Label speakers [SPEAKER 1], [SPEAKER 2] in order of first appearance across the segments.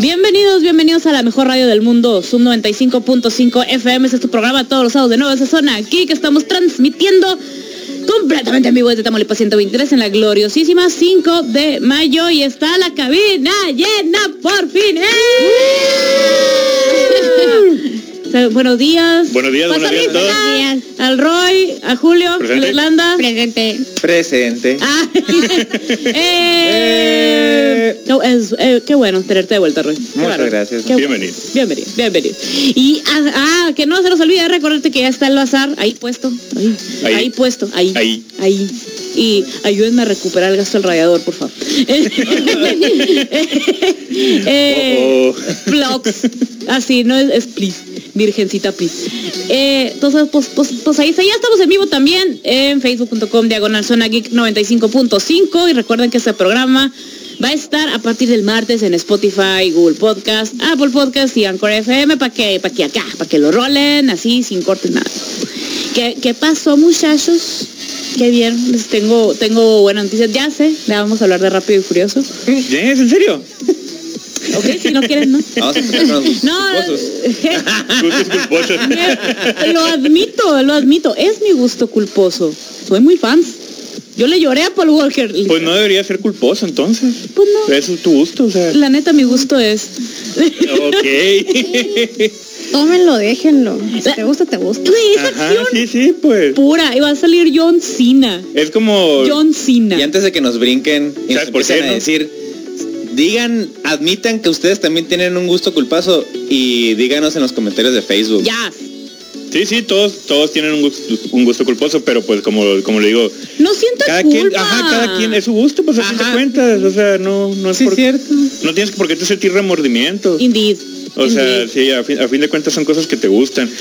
[SPEAKER 1] Bienvenidos, bienvenidos a la mejor radio del mundo, Zoom 95.5 FM, este es tu programa todos los sábados de nueva zona, aquí que estamos transmitiendo completamente en vivo desde Tamaulipas 123 en la gloriosísima 5 de mayo y está la cabina llena por fin. ¡Eh! O sea, buenos días.
[SPEAKER 2] Buenos días, buenos días a todos.
[SPEAKER 1] Buenos días. Al Roy, a Julio,
[SPEAKER 2] Presente.
[SPEAKER 1] a Irlanda.
[SPEAKER 3] Presente.
[SPEAKER 4] Presente.
[SPEAKER 1] Ah, eh, no, es- eh, qué bueno tenerte de vuelta, Roy. Qué
[SPEAKER 4] Muchas
[SPEAKER 1] bárbaro.
[SPEAKER 4] gracias.
[SPEAKER 1] Qué bueno.
[SPEAKER 2] Bienvenido.
[SPEAKER 1] Bienvenido, bienvenido. Y ah, ah, que no se nos olvide recordarte que ya está el bazar ahí puesto, ahí, ahí,
[SPEAKER 2] Ahí.
[SPEAKER 1] puesto, ahí,
[SPEAKER 2] Ahí.
[SPEAKER 1] ahí. Y ayúdenme a recuperar el gasto del radiador, por favor. Eh,
[SPEAKER 2] Oh,
[SPEAKER 1] Plox. Eh, Así, no es, es please. Virgencita, please. Eh, entonces, pues, pues, pues ahí está. Ya estamos en vivo también en facebook.com diagonal zona geek 95.5. Y recuerden que este programa va a estar a partir del martes en Spotify, Google Podcast, Apple Podcast y Anchor FM para que, para que acá, para que lo rolen así sin cortes nada. ¿Qué, qué pasó muchachos? Qué bien, les tengo, tengo buenas noticias. Ya sé, ya vamos a hablar de rápido y furioso.
[SPEAKER 4] ¿Es en serio?
[SPEAKER 1] Ok, si no quieren, no.
[SPEAKER 4] Vamos a empezar con los
[SPEAKER 1] No,
[SPEAKER 4] gozos.
[SPEAKER 2] gustos culposos.
[SPEAKER 1] eh, lo admito, lo admito. Es mi gusto culposo. Soy muy fan. Yo le lloré a Paul Walker.
[SPEAKER 2] Pues no debería ser culposo entonces.
[SPEAKER 1] Pues no.
[SPEAKER 2] Eso es tu gusto, o sea.
[SPEAKER 1] La neta, mi gusto es.
[SPEAKER 2] Ok.
[SPEAKER 3] Tómenlo, déjenlo. Si te gusta, te gusta.
[SPEAKER 1] Güey, es
[SPEAKER 2] Ajá,
[SPEAKER 1] acción
[SPEAKER 2] sí, sí, pues.
[SPEAKER 1] pura. Y va a salir John Cena.
[SPEAKER 2] Es como.
[SPEAKER 1] John
[SPEAKER 4] Y
[SPEAKER 1] Cena.
[SPEAKER 4] antes de que nos brinquen y nos
[SPEAKER 2] ¿Sabes por qué,
[SPEAKER 4] empiecen a
[SPEAKER 2] no?
[SPEAKER 4] decir, digan, admitan que ustedes también tienen un gusto culpazo y díganos en los comentarios de Facebook.
[SPEAKER 1] Ya.
[SPEAKER 2] Sí, sí, todos, todos tienen un gusto, un gusto culposo, pero pues como, como le digo,
[SPEAKER 1] No sientas
[SPEAKER 2] cada
[SPEAKER 1] culpa.
[SPEAKER 2] quien, ajá, cada quien es su gusto, pues a fin de
[SPEAKER 4] Ajá.
[SPEAKER 2] cuentas, o sea, no, no es
[SPEAKER 4] Sí,
[SPEAKER 2] por-
[SPEAKER 4] cierto.
[SPEAKER 2] no tienes por qué tú sentir remordimiento.
[SPEAKER 1] Indeed.
[SPEAKER 2] O sea,
[SPEAKER 1] Indeed.
[SPEAKER 2] sí, a fin, a fin de cuentas son cosas que te gustan.
[SPEAKER 1] O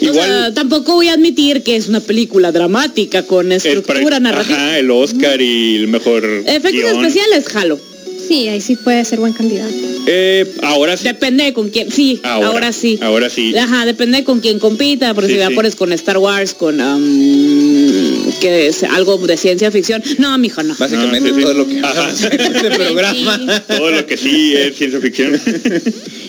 [SPEAKER 1] sea,
[SPEAKER 2] Igual
[SPEAKER 1] tampoco voy a admitir que es una película dramática con
[SPEAKER 2] el,
[SPEAKER 1] estructura
[SPEAKER 2] pre-
[SPEAKER 1] narrativa.
[SPEAKER 2] ajá, el Oscar y el mejor
[SPEAKER 1] Efectos
[SPEAKER 2] guión.
[SPEAKER 1] especiales, jalo.
[SPEAKER 3] Sí, ahí sí puede ser buen candidato.
[SPEAKER 2] Eh, ahora sí.
[SPEAKER 1] Depende de con quién. Sí, ahora,
[SPEAKER 2] Ahora,
[SPEAKER 1] sí.
[SPEAKER 2] ahora sí.
[SPEAKER 1] Ajá, depende de con quién compita, por
[SPEAKER 2] Sí,
[SPEAKER 1] si va
[SPEAKER 2] sí.
[SPEAKER 1] por es con Star Wars, con am, que es algo de ciencia ficción. No, mijo, no.
[SPEAKER 4] Básicamente
[SPEAKER 2] No, Ah, sí, sí.
[SPEAKER 4] todo lo que
[SPEAKER 2] Ajá.
[SPEAKER 4] hablamos en este programa.
[SPEAKER 2] Todo lo que sí es ciencia ficción.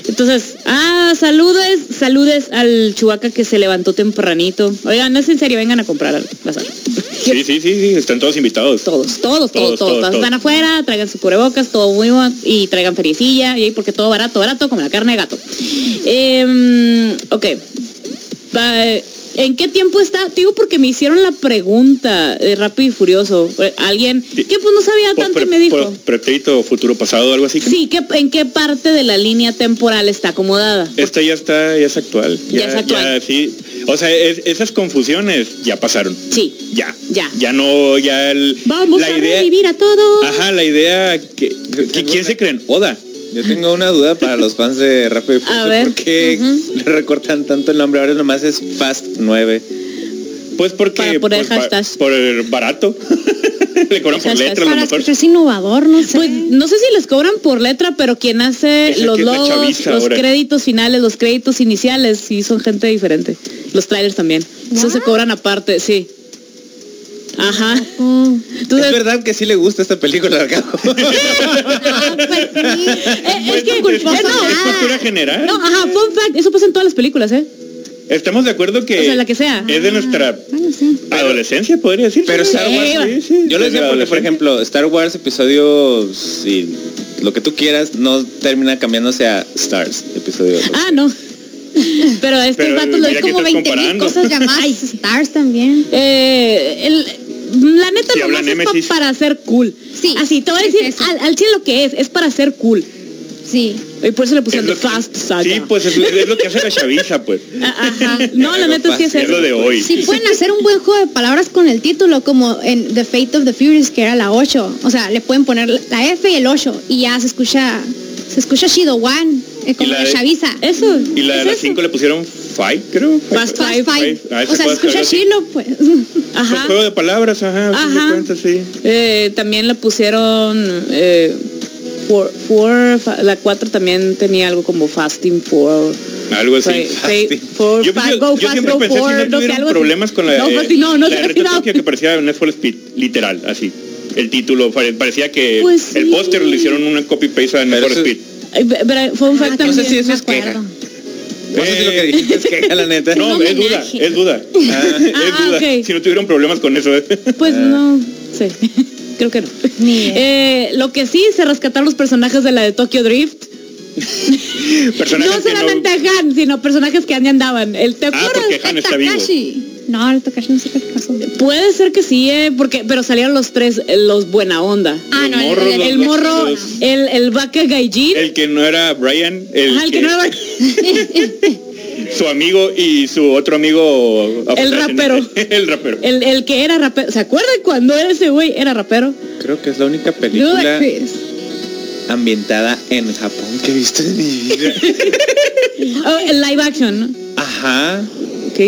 [SPEAKER 1] Entonces, ah, saludes, saludes al chubaca que se levantó tempranito. Oigan, no es en serio, vengan a comprar al bazar.
[SPEAKER 2] Sí, sí, sí, sí, están todos invitados.
[SPEAKER 1] Todos, todos, todos, todos,
[SPEAKER 2] Todos, todos,
[SPEAKER 1] todas están
[SPEAKER 2] todos.
[SPEAKER 1] afuera, traigan su cubrebocas, todo muy bueno, y traigan fericilla, y ahí porque todo barato, barato, como la carne de gato. Em, ok. Va, eh, ¿En qué tiempo está? Te Digo porque me hicieron la pregunta de Rápido y Furioso. eh, Alguien
[SPEAKER 2] Sí.
[SPEAKER 1] que pues no sabía
[SPEAKER 2] Por-
[SPEAKER 1] tanto y
[SPEAKER 2] por-
[SPEAKER 1] me dijo.
[SPEAKER 2] por pretérito, futuro pasado, algo así.
[SPEAKER 1] Sí, ¿qué, ¿en qué parte de la línea temporal está acomodada?
[SPEAKER 2] Esta ya está, ya es actual.
[SPEAKER 1] Ya es actual.
[SPEAKER 2] ya, sí. O sea, es- esas confusiones ya pasaron.
[SPEAKER 1] Sí.
[SPEAKER 2] Ya.
[SPEAKER 1] Ya.
[SPEAKER 2] Ya no, ya el.
[SPEAKER 1] Vamos
[SPEAKER 2] la
[SPEAKER 1] a
[SPEAKER 2] idea, Ah,
[SPEAKER 1] revivir a todos.
[SPEAKER 2] Ajá, la idea que, que- ¿Quién se creen? Oda.
[SPEAKER 4] Yo tengo una duda para los fans de Rápido y Furioso.
[SPEAKER 1] A ver.
[SPEAKER 4] ¿Por qué
[SPEAKER 1] Ujú.
[SPEAKER 4] le recortan tanto el nombre? Ahora nomás es Fast 9.
[SPEAKER 2] Pues porque.
[SPEAKER 1] Para poner
[SPEAKER 2] pues, ba-
[SPEAKER 1] hashtags.
[SPEAKER 2] por el barato. Le cobran por
[SPEAKER 1] Hashtags.
[SPEAKER 2] letra a lo
[SPEAKER 3] Para
[SPEAKER 2] mejor.
[SPEAKER 3] escucharse innovador, no sé.
[SPEAKER 1] Pues no sé si les cobran por letra, pero quien hace
[SPEAKER 2] Esa
[SPEAKER 1] los
[SPEAKER 2] que es la
[SPEAKER 1] logos,
[SPEAKER 2] chaviza
[SPEAKER 1] los
[SPEAKER 2] ahora.
[SPEAKER 1] créditos finales, los créditos iniciales, sí son gente diferente. Los trailers también. Eso se
[SPEAKER 3] What?
[SPEAKER 1] cobran aparte, sí. Ajá.
[SPEAKER 3] Mm.
[SPEAKER 1] Entonces,
[SPEAKER 4] es verdad que sí le gusta esta película al cabo.
[SPEAKER 3] Ah, pues sí.
[SPEAKER 1] eh, es que
[SPEAKER 2] Pues,
[SPEAKER 1] eh, no,
[SPEAKER 2] es cultura general.
[SPEAKER 1] no, ajá, fun fact, eso pasa en todas las películas, ¿eh?
[SPEAKER 2] Estamos de acuerdo que,
[SPEAKER 1] O sea, la que sea. Ah,
[SPEAKER 2] es de nuestra
[SPEAKER 3] Bueno, sí.
[SPEAKER 2] adolescencia, podría decir.
[SPEAKER 4] Pero Star
[SPEAKER 1] Wars-
[SPEAKER 4] Yo lo decía porque, por ejemplo, Star Wars episodio sí, lo que tú quieras no termina cambiándose a Stars episodio. dos.
[SPEAKER 1] Ah, no. Pero es que el
[SPEAKER 2] Pero
[SPEAKER 1] vato lo
[SPEAKER 2] mira que
[SPEAKER 1] como 20
[SPEAKER 2] estás
[SPEAKER 1] mil
[SPEAKER 2] comparando.
[SPEAKER 1] cosas llamadas.
[SPEAKER 3] Ay, Stars también.
[SPEAKER 1] Eh, el- la neta
[SPEAKER 2] Sí,
[SPEAKER 1] nomás
[SPEAKER 2] habla
[SPEAKER 1] es pa-
[SPEAKER 2] Némesis.
[SPEAKER 1] para ser cool.
[SPEAKER 3] Sí,
[SPEAKER 1] Así, te voy a
[SPEAKER 3] es
[SPEAKER 1] decir
[SPEAKER 3] eso.
[SPEAKER 1] al, al chile lo que es, es para ser cool.
[SPEAKER 3] Sí.
[SPEAKER 1] Y por eso le pusieron
[SPEAKER 2] Es lo
[SPEAKER 1] The
[SPEAKER 2] que-
[SPEAKER 1] Fast Saga.
[SPEAKER 2] Sí, pues es, es lo que hace la chaviza, pues.
[SPEAKER 1] Ah, Ajá. No, la neta es que es
[SPEAKER 2] Es lo
[SPEAKER 1] eso.
[SPEAKER 2] de hoy.
[SPEAKER 3] Si pueden hacer un buen juego de palabras con el título, como en The Fate of the Furious, que era la 8. O sea, le pueden poner la F y el 8 y ya se escucha, se escucha Shido One, eh, como
[SPEAKER 2] la
[SPEAKER 3] la,
[SPEAKER 2] de-
[SPEAKER 3] chaviza.
[SPEAKER 1] Eso.
[SPEAKER 2] Y la de
[SPEAKER 1] es
[SPEAKER 2] las
[SPEAKER 1] eso.
[SPEAKER 2] 5 le pusieron Five, creo.
[SPEAKER 1] Fast
[SPEAKER 3] Fast
[SPEAKER 1] Five.
[SPEAKER 3] Five.
[SPEAKER 2] Ah, ese
[SPEAKER 3] O sea, se
[SPEAKER 2] puede ser
[SPEAKER 3] escucha
[SPEAKER 2] así.
[SPEAKER 3] Shido, pues.
[SPEAKER 2] Fue
[SPEAKER 1] Ajá.
[SPEAKER 2] juego de palabras, ajá. a fin de
[SPEAKER 1] Ajá.
[SPEAKER 2] cuentas, sí.
[SPEAKER 1] Eh, también le pusieron eh, for- for- fa- la 4 también tenía algo como fasting for
[SPEAKER 2] Algo así.
[SPEAKER 1] Fa- fa- for
[SPEAKER 2] Yo,
[SPEAKER 1] fa-
[SPEAKER 2] yo-
[SPEAKER 1] go
[SPEAKER 2] yo
[SPEAKER 1] fast,
[SPEAKER 2] siempre
[SPEAKER 1] go
[SPEAKER 2] pensé
[SPEAKER 1] for,
[SPEAKER 2] si no
[SPEAKER 1] no sé,
[SPEAKER 2] tuvieron
[SPEAKER 1] algo así.
[SPEAKER 2] problemas con la,
[SPEAKER 1] no,
[SPEAKER 2] eh,
[SPEAKER 1] pues, sí, no, no
[SPEAKER 2] la
[SPEAKER 1] te
[SPEAKER 2] Reto Tokio que parecía Need for Speed, literal, así. El título pare- parecía que
[SPEAKER 1] Pues
[SPEAKER 2] el
[SPEAKER 1] sí.
[SPEAKER 2] póster le hicieron una copy paste a Need
[SPEAKER 4] Pero
[SPEAKER 2] for
[SPEAKER 4] eso-
[SPEAKER 2] Speed.
[SPEAKER 1] Pero eh, fue un fact
[SPEAKER 3] Ah,
[SPEAKER 1] también.
[SPEAKER 4] No sé si eso
[SPEAKER 3] me
[SPEAKER 4] es queja.
[SPEAKER 3] acuerdo.
[SPEAKER 4] No sé si lo que dijiste es queja, la neta.
[SPEAKER 2] Eh. No,
[SPEAKER 3] un
[SPEAKER 2] es duda,
[SPEAKER 3] homenaje.
[SPEAKER 2] es duda. es
[SPEAKER 1] Ah,
[SPEAKER 2] duda.
[SPEAKER 1] ok.
[SPEAKER 2] Si no tuvieron problemas con eso. ¿eh?
[SPEAKER 1] Pues
[SPEAKER 4] Ah.
[SPEAKER 1] no sé. Creo que no.
[SPEAKER 3] Ni idea.
[SPEAKER 1] Eh, lo que sí se rescataron los personajes de la de Tokyo Drift.
[SPEAKER 2] Personajes
[SPEAKER 1] no
[SPEAKER 2] que no-
[SPEAKER 1] solamente a Han, sino personajes que ya andaban. El te
[SPEAKER 2] Ah,
[SPEAKER 1] acuerdas?
[SPEAKER 2] porque Han está vivo.
[SPEAKER 3] No, el Takashi no sé qué pasó.
[SPEAKER 1] Puede ser que sí, eh, porque pero salieron los tres, eh, los buena onda.
[SPEAKER 3] Ah, no, el-
[SPEAKER 2] morros,
[SPEAKER 3] el-
[SPEAKER 2] los-
[SPEAKER 1] El morro,
[SPEAKER 2] los-
[SPEAKER 1] el, el vaca gaijin,
[SPEAKER 2] El que no era Brian, el,
[SPEAKER 1] ajá, Ah, el
[SPEAKER 2] que-
[SPEAKER 1] que no era-
[SPEAKER 2] su amigo y su otro amigo.
[SPEAKER 1] El rapero.
[SPEAKER 2] el rapero.
[SPEAKER 1] el, el que era rapero. ¿Se acuerdan cuando ese güey era rapero?
[SPEAKER 4] Creo que es la única
[SPEAKER 3] Duda,
[SPEAKER 4] película
[SPEAKER 3] Chris.
[SPEAKER 4] ambientada en Japón que he visto en mi vida.
[SPEAKER 1] Oh, el live action, ¿no?
[SPEAKER 4] Ajá,
[SPEAKER 1] Ok.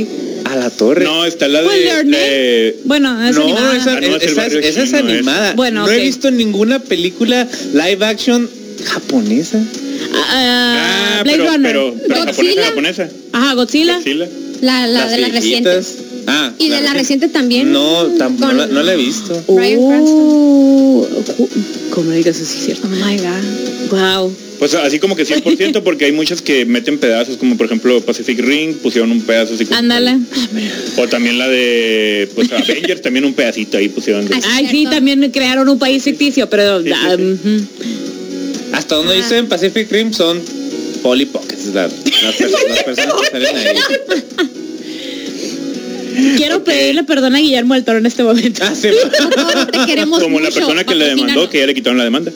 [SPEAKER 4] a la torre.
[SPEAKER 2] No, está la
[SPEAKER 1] Pues,
[SPEAKER 2] de, eh,
[SPEAKER 1] Learning.
[SPEAKER 2] de-
[SPEAKER 1] Bueno, es
[SPEAKER 4] No,
[SPEAKER 1] animada.
[SPEAKER 4] esa,
[SPEAKER 2] Ah, no, es el
[SPEAKER 4] esa-
[SPEAKER 2] barrio
[SPEAKER 4] esa es
[SPEAKER 2] chino, es.
[SPEAKER 4] animada.
[SPEAKER 1] Bueno,
[SPEAKER 4] no
[SPEAKER 1] ok.
[SPEAKER 4] he visto ninguna película live action japonesa.
[SPEAKER 1] Ah,
[SPEAKER 2] Ah,
[SPEAKER 1] Blade
[SPEAKER 2] pero,
[SPEAKER 1] Runner.
[SPEAKER 2] pero, pero japonesa,
[SPEAKER 3] Godzilla.
[SPEAKER 2] japonesa.
[SPEAKER 1] Ajá, Godzilla.
[SPEAKER 2] Godzilla.
[SPEAKER 3] La, la de la reciente.
[SPEAKER 4] viejitas. Ah,
[SPEAKER 3] Y de la reciente también.
[SPEAKER 4] No, tam- no,
[SPEAKER 3] con-
[SPEAKER 4] la, no la he visto.
[SPEAKER 3] Bryan
[SPEAKER 1] Oh, ju- como digas, eso sí es cierto.
[SPEAKER 3] Oh my god.
[SPEAKER 1] Wow.
[SPEAKER 2] Pues así como que 100% porque hay muchas que meten pedazos, como por ejemplo Pacific Ring, pusieron un pedazo así como...
[SPEAKER 1] Ándala.
[SPEAKER 2] O también la de pues, Avengers, también un pedacito ahí pusieron. de-
[SPEAKER 3] Ah, sí.
[SPEAKER 1] Ay, sí,
[SPEAKER 3] Cierto.
[SPEAKER 1] también crearon un país ficticio, pero...
[SPEAKER 2] Sí, sí,
[SPEAKER 1] ah,
[SPEAKER 2] sí.
[SPEAKER 1] ujú.
[SPEAKER 4] Hasta donde
[SPEAKER 3] Ah.
[SPEAKER 4] dicen Pacific Rim son Polly Pockets, la- las, perso- las personas que salen ahí.
[SPEAKER 1] Quiero pedirle perdón a Guillermo del Toro en este momento.
[SPEAKER 4] Ah, sí.
[SPEAKER 3] Todos te queremos
[SPEAKER 2] Como la
[SPEAKER 3] mucho,
[SPEAKER 2] persona que le demandó,
[SPEAKER 3] patrocínanos.
[SPEAKER 2] que ya le quitaron la demanda.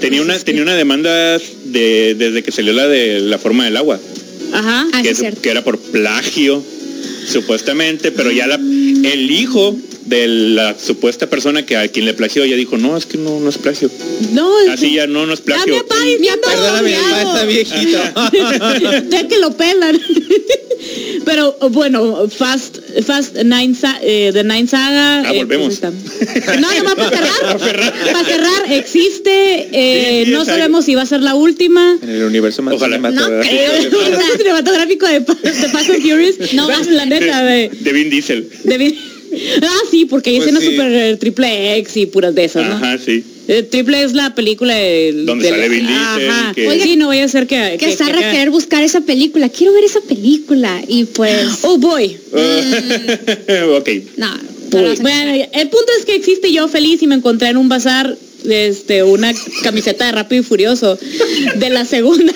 [SPEAKER 2] Tenía una, tenía una demanda de, desde que salió la de la forma del agua,
[SPEAKER 1] Ajá.
[SPEAKER 3] Ah, sí,
[SPEAKER 2] que,
[SPEAKER 3] es
[SPEAKER 2] su-
[SPEAKER 3] cierto.
[SPEAKER 2] que era por plagio, supuestamente, pero ya la, el hijo de la supuesta persona que a quien le plagió ya dijo, no, es que no, no es plagio.
[SPEAKER 1] No, es
[SPEAKER 2] Así
[SPEAKER 1] que-
[SPEAKER 2] ya no, no es
[SPEAKER 1] Ah, mi
[SPEAKER 2] plagio.
[SPEAKER 1] papá diciendo
[SPEAKER 4] Perdóname,
[SPEAKER 1] lo
[SPEAKER 4] papá
[SPEAKER 1] amo.
[SPEAKER 4] está viejito.
[SPEAKER 1] ya que lo pelan. Pero bueno, Fast, Fast Nine, Sa- eh, The Nine Saga.
[SPEAKER 2] Ah,
[SPEAKER 1] eh,
[SPEAKER 2] volvemos.
[SPEAKER 1] pues, está. no, no, va para cerrar. Para cerrar, existe. eh,
[SPEAKER 2] Sí, sí,
[SPEAKER 1] no
[SPEAKER 2] está.
[SPEAKER 1] sabemos si va a ser la última.
[SPEAKER 4] En el universo más
[SPEAKER 2] Ojalá.
[SPEAKER 4] cinematográfico de-
[SPEAKER 1] El universo cinematográfico de, Pa- de Fast and Furious. No, va la neta
[SPEAKER 2] de,
[SPEAKER 1] de,
[SPEAKER 2] de Vin Diesel.
[SPEAKER 1] de bien- Ah, sí, porque hay
[SPEAKER 4] Pues
[SPEAKER 1] escenas
[SPEAKER 4] sí.
[SPEAKER 1] super eh, triple X y puras de esas, ¿no?
[SPEAKER 2] Ajá, sí.
[SPEAKER 1] Eh, triple es la película del-
[SPEAKER 2] Donde
[SPEAKER 1] del-
[SPEAKER 2] sale Vin Diesel,
[SPEAKER 1] Ajá.
[SPEAKER 2] que-
[SPEAKER 1] Oiga, sí, no voy a hacer que...
[SPEAKER 3] Que Sara
[SPEAKER 1] acá-
[SPEAKER 3] querer buscar esa película. Quiero ver esa película. Y pues.
[SPEAKER 1] Oh, boy.
[SPEAKER 2] ok.
[SPEAKER 3] No. no
[SPEAKER 1] Uy,
[SPEAKER 3] la vas a
[SPEAKER 1] Bueno, el punto es que existe yo feliz y me encontré en un bazar este, una camiseta de Rápido y Furioso de la segunda,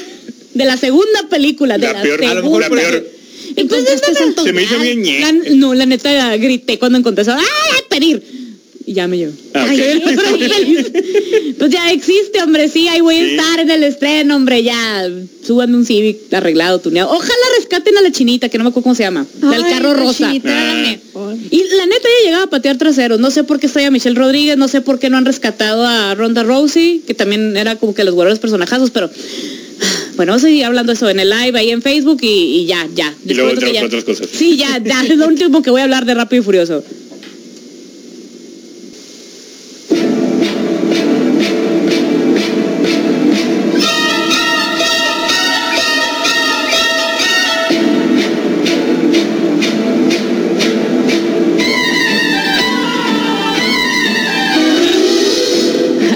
[SPEAKER 1] de la segunda película, de
[SPEAKER 2] La
[SPEAKER 1] la,
[SPEAKER 2] peor, a lo mejor
[SPEAKER 1] segunda.
[SPEAKER 2] la peor.
[SPEAKER 1] Entonces,
[SPEAKER 3] Encontraste
[SPEAKER 1] no, no,
[SPEAKER 2] Se me hizo bien ñe.
[SPEAKER 1] la- no, la neta grité cuando encontré eso. ¡Ah, a pedir! Y ya me llegó.
[SPEAKER 2] Ah,
[SPEAKER 1] Ay,
[SPEAKER 2] ok.
[SPEAKER 1] yo era feliz. Pues ya existe, hombre, sí, ahí voy a
[SPEAKER 2] Sí.
[SPEAKER 1] estar en el estreno, hombre, ya. Súbanme un Civic arreglado, tuneado. Ojalá rescaten a la chinita, que no me acuerdo cómo se llama. La del
[SPEAKER 3] Ay,
[SPEAKER 1] carro rosa.
[SPEAKER 3] Conchita, era la
[SPEAKER 2] Ah.
[SPEAKER 3] mejor.
[SPEAKER 1] Y la neta ella llegaba a patear traseros. No sé por qué está a Michelle Rodríguez, no sé por qué no han rescatado a Ronda Rousey, que también era como que los guardados personajazos, pero bueno, vamos a seguir hablando eso en el live ahí en Facebook y, y ya, ya.
[SPEAKER 2] Y luego
[SPEAKER 1] Después de que
[SPEAKER 2] entramos
[SPEAKER 1] ya-
[SPEAKER 2] con otras cosas.
[SPEAKER 1] Sí, ya, ya, es lo último que voy a hablar de Rápido y Furioso.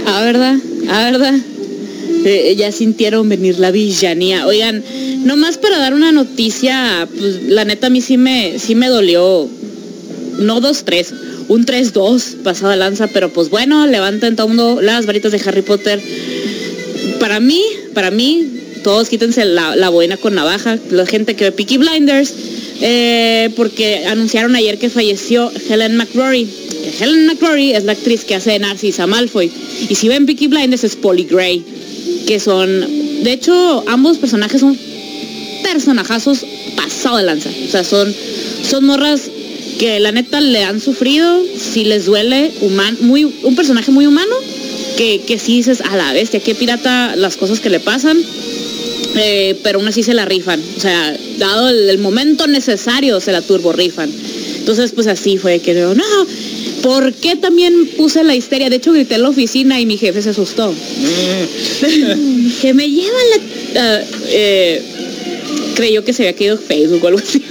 [SPEAKER 1] Ah, ¿verdad? Ah, ¿verdad? Eh, ya sintieron venir la villanía. Oigan, nomás para dar una noticia, pues la neta a mí sí me, sí me dolió. No 2-3, un 3-2 pasado de lanza, pero pues bueno, levantan todo mundo las varitas de Harry Potter. Para mí, para mí, todos quítense la, la boina con navaja, la gente que ve Peaky Blinders, eh, porque anunciaron ayer que falleció Helen McCrory. Que Helen McCrory es la actriz que hace de Narcisa Malfoy. Y si ven Peaky Blinders es Polly Gray, que son, de hecho, ambos personajes son personajazos pasado de lanza. O sea, son, son morras que la neta le han sufrido, si les duele, human- muy, un personaje muy humano, que, que sí dices, a la bestia, qué pirata las cosas que le pasan, eh, pero aún así se la rifan. O sea, dado el, el momento necesario, se la turbo rifan. Entonces, pues así fue que yo, no, ¿por qué también puse la histeria? De hecho, grité en la oficina y mi jefe se asustó. que me lleva la... ah, eh, creyó que se había caído Facebook o algo así.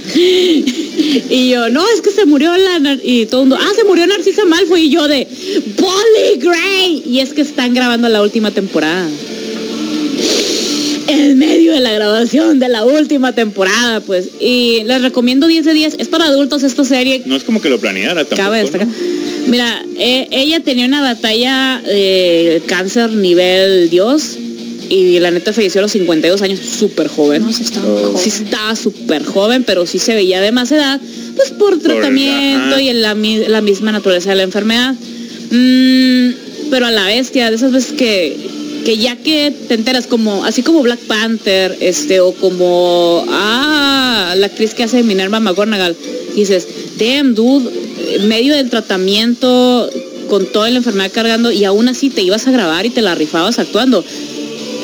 [SPEAKER 1] Y yo, no, es que se murió la... nar- Y todo el mundo, ah, se murió Narcisa Malfoy. Y yo de, Polly Gray. Y es que están grabando la última temporada. En medio de la grabación de la última temporada, pues. Y les recomiendo 10 de 10. Es para adultos esta serie.
[SPEAKER 2] No es como que lo planeara tampoco.
[SPEAKER 1] Cabe destacar.
[SPEAKER 2] ¿no?
[SPEAKER 1] Mira, eh, ella tenía una batalla de cáncer nivel Dios. Y la neta falleció a los 52 años, súper joven.
[SPEAKER 3] No, se estaba
[SPEAKER 4] Oh.
[SPEAKER 3] joven.
[SPEAKER 1] Sí estaba súper joven, pero sí se veía de más edad, pues por tratamiento
[SPEAKER 2] ajá.
[SPEAKER 1] y en la, mi- la misma naturaleza de la enfermedad. Mm, pero a la bestia, de esas veces que, que ya que te enteras, como así como Black Panther, este, o como ah, la actriz que hace Minerva McGonagall, dices, damn dude, en medio del tratamiento, con toda la enfermedad cargando, y aún así te ibas a grabar y te la rifabas actuando.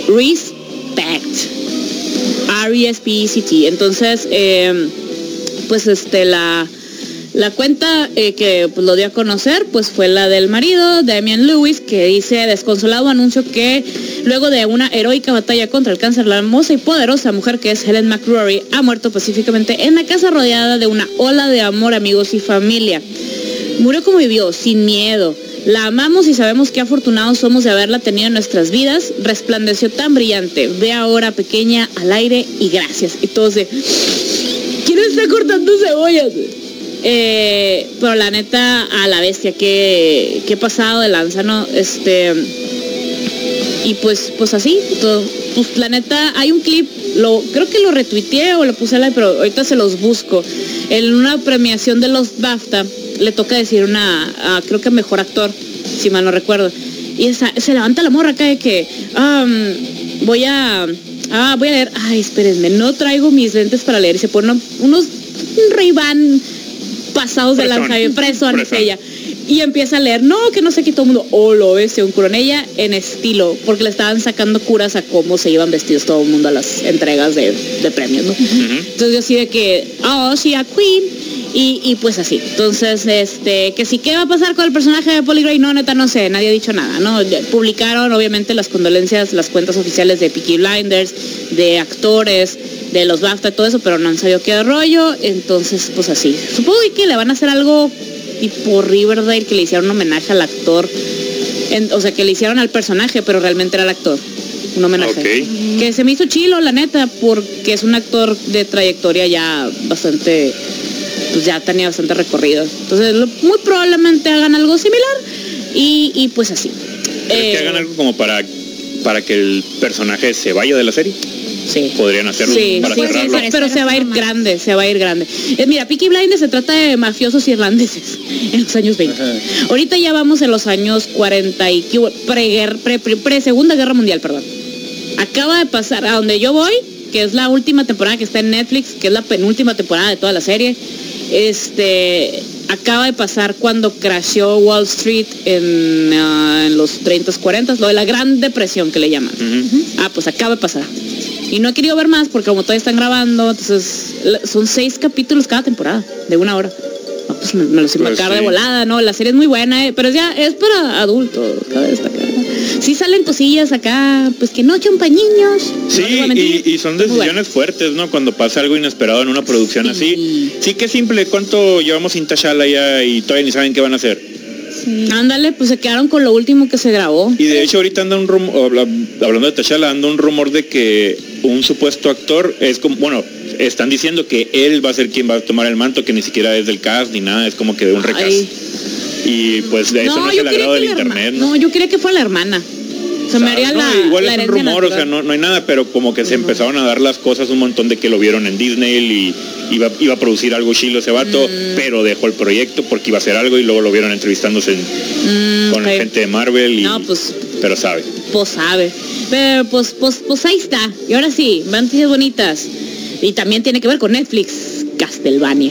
[SPEAKER 1] Respect. E R-E-S-P-E-C-T. Entonces, eh, pues este, la, la cuenta eh, que pues, lo dio a conocer, pues fue la del marido, Damian Lewis, que dice, desconsolado anuncio que luego de una heroica batalla contra el cáncer, la hermosa y poderosa mujer que es Helen McCrory ha muerto pacíficamente en la casa rodeada de una ola de amor, amigos y familia. Murió como vivió, sin miedo. La amamos y sabemos qué afortunados somos de haberla tenido en nuestras vidas. Resplandeció tan brillante. Ve ahora pequeña al aire y gracias. Y todos de, ¿quién está cortando cebollas? Eh, pero la neta, a la bestia, qué, qué pasado de lanza, ¿no? Este, y pues, pues así, todo. pues la neta, hay un clip, lo, creo que lo retuiteé o lo puse la, pero ahorita se los busco. En una premiación de los BAFTA le toca decir una, a, creo que mejor actor, si mal no recuerdo. Y esa- se levanta la morra acá de que am, voy a. Ah, voy a leer. Ay, espérenme, no traigo mis lentes para leer. Y se ponen unos ray pasados de
[SPEAKER 2] Fresón.
[SPEAKER 1] lanza bien preso
[SPEAKER 2] Fresón.
[SPEAKER 1] ella. Y empieza a leer, no, que no sé qué todo el mundo, oh, lo ves, un coronella en estilo, porque le estaban sacando curas a cómo se iban vestidos todo el mundo a las entregas de, de premios, ¿no? Entonces yo así de que, oh, sí, a Queen. Y, y pues así. Entonces, este, que sí, ¿qué va a pasar con el personaje de Polly Gray? No, neta, no sé, nadie ha dicho nada, ¿no? Ya Publicaron, obviamente, las condolencias, las cuentas oficiales de Peaky Blinders, de actores, de los BAFTA, todo eso, pero no han sabido qué rollo. Entonces, pues así. Supongo que le van a hacer algo tipo Riverdale, que le hicieron un homenaje al actor. En- o sea, que le hicieron al personaje, pero realmente era el actor. Un homenaje.
[SPEAKER 2] Ok.
[SPEAKER 1] Que se me hizo chilo, la neta, porque es un actor de trayectoria ya bastante, pues ya tenía bastante recorrido. Entonces, lo- muy probablemente hagan algo similar y, y pues así.
[SPEAKER 2] ¿Crees
[SPEAKER 1] Eh,
[SPEAKER 2] que hagan algo como para para que el personaje se vaya de la serie?
[SPEAKER 1] Sí.
[SPEAKER 2] Podrían hacerlo
[SPEAKER 1] Sí,
[SPEAKER 2] para
[SPEAKER 1] sí, Pues sí,
[SPEAKER 2] cerrarlo.
[SPEAKER 1] sí, pero se va a ir
[SPEAKER 3] Normal.
[SPEAKER 1] grande, se va a ir grande. Eh, mira, Peaky Blinders se trata de mafiosos irlandeses en los años 20.
[SPEAKER 4] Ajá.
[SPEAKER 1] Ahorita ya vamos en los años 40 y que- pre, pre- pre- pre- Segunda Guerra Mundial, perdón. Acaba de pasar a donde yo voy, que es la última temporada que está en Netflix, que es la penúltima temporada de toda la serie. Este acaba de pasar cuando crasheó Wall Street en, ah, en los 30s, 40s, lo de la Gran Depresión que le llaman.
[SPEAKER 2] Ujú.
[SPEAKER 1] Ah, pues acaba de pasar. Y no he querido ver más porque como todavía están grabando, entonces la- son seis capítulos cada temporada, de una hora. Ah, pues me, me los
[SPEAKER 2] Pues
[SPEAKER 1] enmarcar de
[SPEAKER 2] sí.
[SPEAKER 1] volada, ¿no? La serie es muy buena, eh, pero ya es para adultos, cabe destacar. Sí salen cosillas acá, pues que no chompa niños. no pues, les voy
[SPEAKER 2] Sí,
[SPEAKER 1] a mentir.
[SPEAKER 2] y, y son
[SPEAKER 1] Muy buena.
[SPEAKER 2] decisiones fuertes, ¿no? Cuando pasa algo inesperado en una producción
[SPEAKER 1] Sí.
[SPEAKER 2] así. Sí, que simple. ¿Cuánto llevamos sin Tashala ya y todavía ni saben qué van a hacer?
[SPEAKER 3] Sí.
[SPEAKER 1] Ándale, pues se quedaron con lo último que se grabó.
[SPEAKER 2] Y de hecho ahorita anda un rumor, hablando de T'Challa, anda un rumor de que un supuesto actor es como, bueno, están diciendo que él va a ser quien va a tomar el manto, que ni siquiera es del cast ni nada, es como que de un recast.
[SPEAKER 1] Ay.
[SPEAKER 2] Y pues de eso no, es
[SPEAKER 1] yo
[SPEAKER 2] el agrado
[SPEAKER 1] quería que
[SPEAKER 2] del
[SPEAKER 1] la herma-
[SPEAKER 2] internet,
[SPEAKER 1] no,
[SPEAKER 2] ¿no?
[SPEAKER 1] yo quería que fuera la hermana. Se me haría la-
[SPEAKER 2] No, igual
[SPEAKER 1] la
[SPEAKER 2] es un
[SPEAKER 1] herencia
[SPEAKER 2] rumor, o sea,
[SPEAKER 1] natural.
[SPEAKER 2] no, no hay nada, pero como que se empezaron a dar las cosas un montón de que lo vieron en Disney y iba, iba a producir algo chilo ese vato,
[SPEAKER 1] Mm.
[SPEAKER 2] pero dejó el proyecto porque iba a hacer algo y luego lo vieron entrevistándose en-
[SPEAKER 1] Mm,
[SPEAKER 2] con
[SPEAKER 1] ok.
[SPEAKER 2] gente de Marvel y...
[SPEAKER 1] No, pues-
[SPEAKER 2] Pero sabe.
[SPEAKER 1] Pues sabe. Pero pues, pues, pues ahí está. Y ahora sí, van noticias bonitas. Y también tiene que ver con Netflix, Castlevania.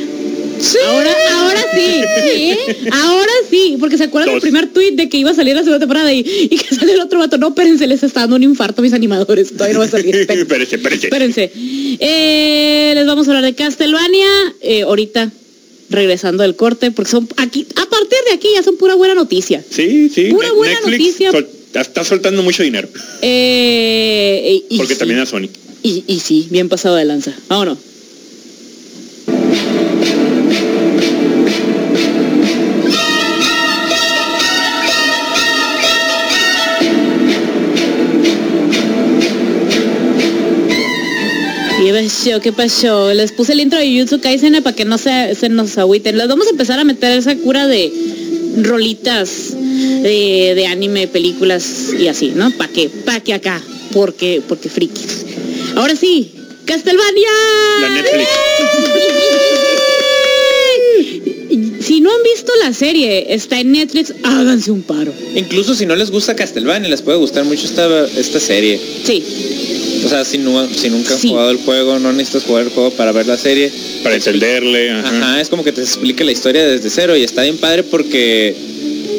[SPEAKER 1] Ahora, ahora sí, ahora sí, porque se acuerdan del
[SPEAKER 2] Dos.
[SPEAKER 1] primer tweet de que iba a salir la segunda temporada y, y que sale el otro vato, no, espérense, les está dando un infarto a mis animadores, todavía no va a salir, espérense.
[SPEAKER 2] Espérense, espérense.
[SPEAKER 1] Espérense. Eh, les vamos a hablar de Castlevania eh, ahorita, regresando del corte, porque son aquí, a partir de aquí ya son pura buena noticia.
[SPEAKER 2] Sí, sí.
[SPEAKER 1] Pura
[SPEAKER 2] Ne-
[SPEAKER 1] buena noticia.
[SPEAKER 2] sol- está soltando mucho dinero.
[SPEAKER 1] Eh, y- y
[SPEAKER 2] Porque
[SPEAKER 1] sí.
[SPEAKER 2] también a Sonic.
[SPEAKER 1] Y, y sí, bien pasado de lanza. Vámonos. ¿Qué pasó? ¿Qué pasó? Les puse el intro de Jujutsu Kaisen para que no se, se nos agüiten. Les vamos a empezar a meter esa cura de rolitas de, de anime, películas y así, ¿no? ¿Para qué? ¿Para qué acá? Porque, porque frikis. Ahora sí, Castlevania.
[SPEAKER 2] La Netflix.
[SPEAKER 1] Si no han visto la serie, está en Netflix, háganse un paro.
[SPEAKER 4] Incluso si no les gusta Castlevania, les puede gustar mucho esta, esta serie.
[SPEAKER 1] Sí,
[SPEAKER 4] O sea, si, nu- si nunca han
[SPEAKER 1] Sí.
[SPEAKER 4] jugado el juego, no necesitas jugar el juego para ver la serie.
[SPEAKER 2] Para entenderle.
[SPEAKER 4] Ajá.
[SPEAKER 2] ajá.
[SPEAKER 4] es como que te explica la historia desde cero y está bien padre porque,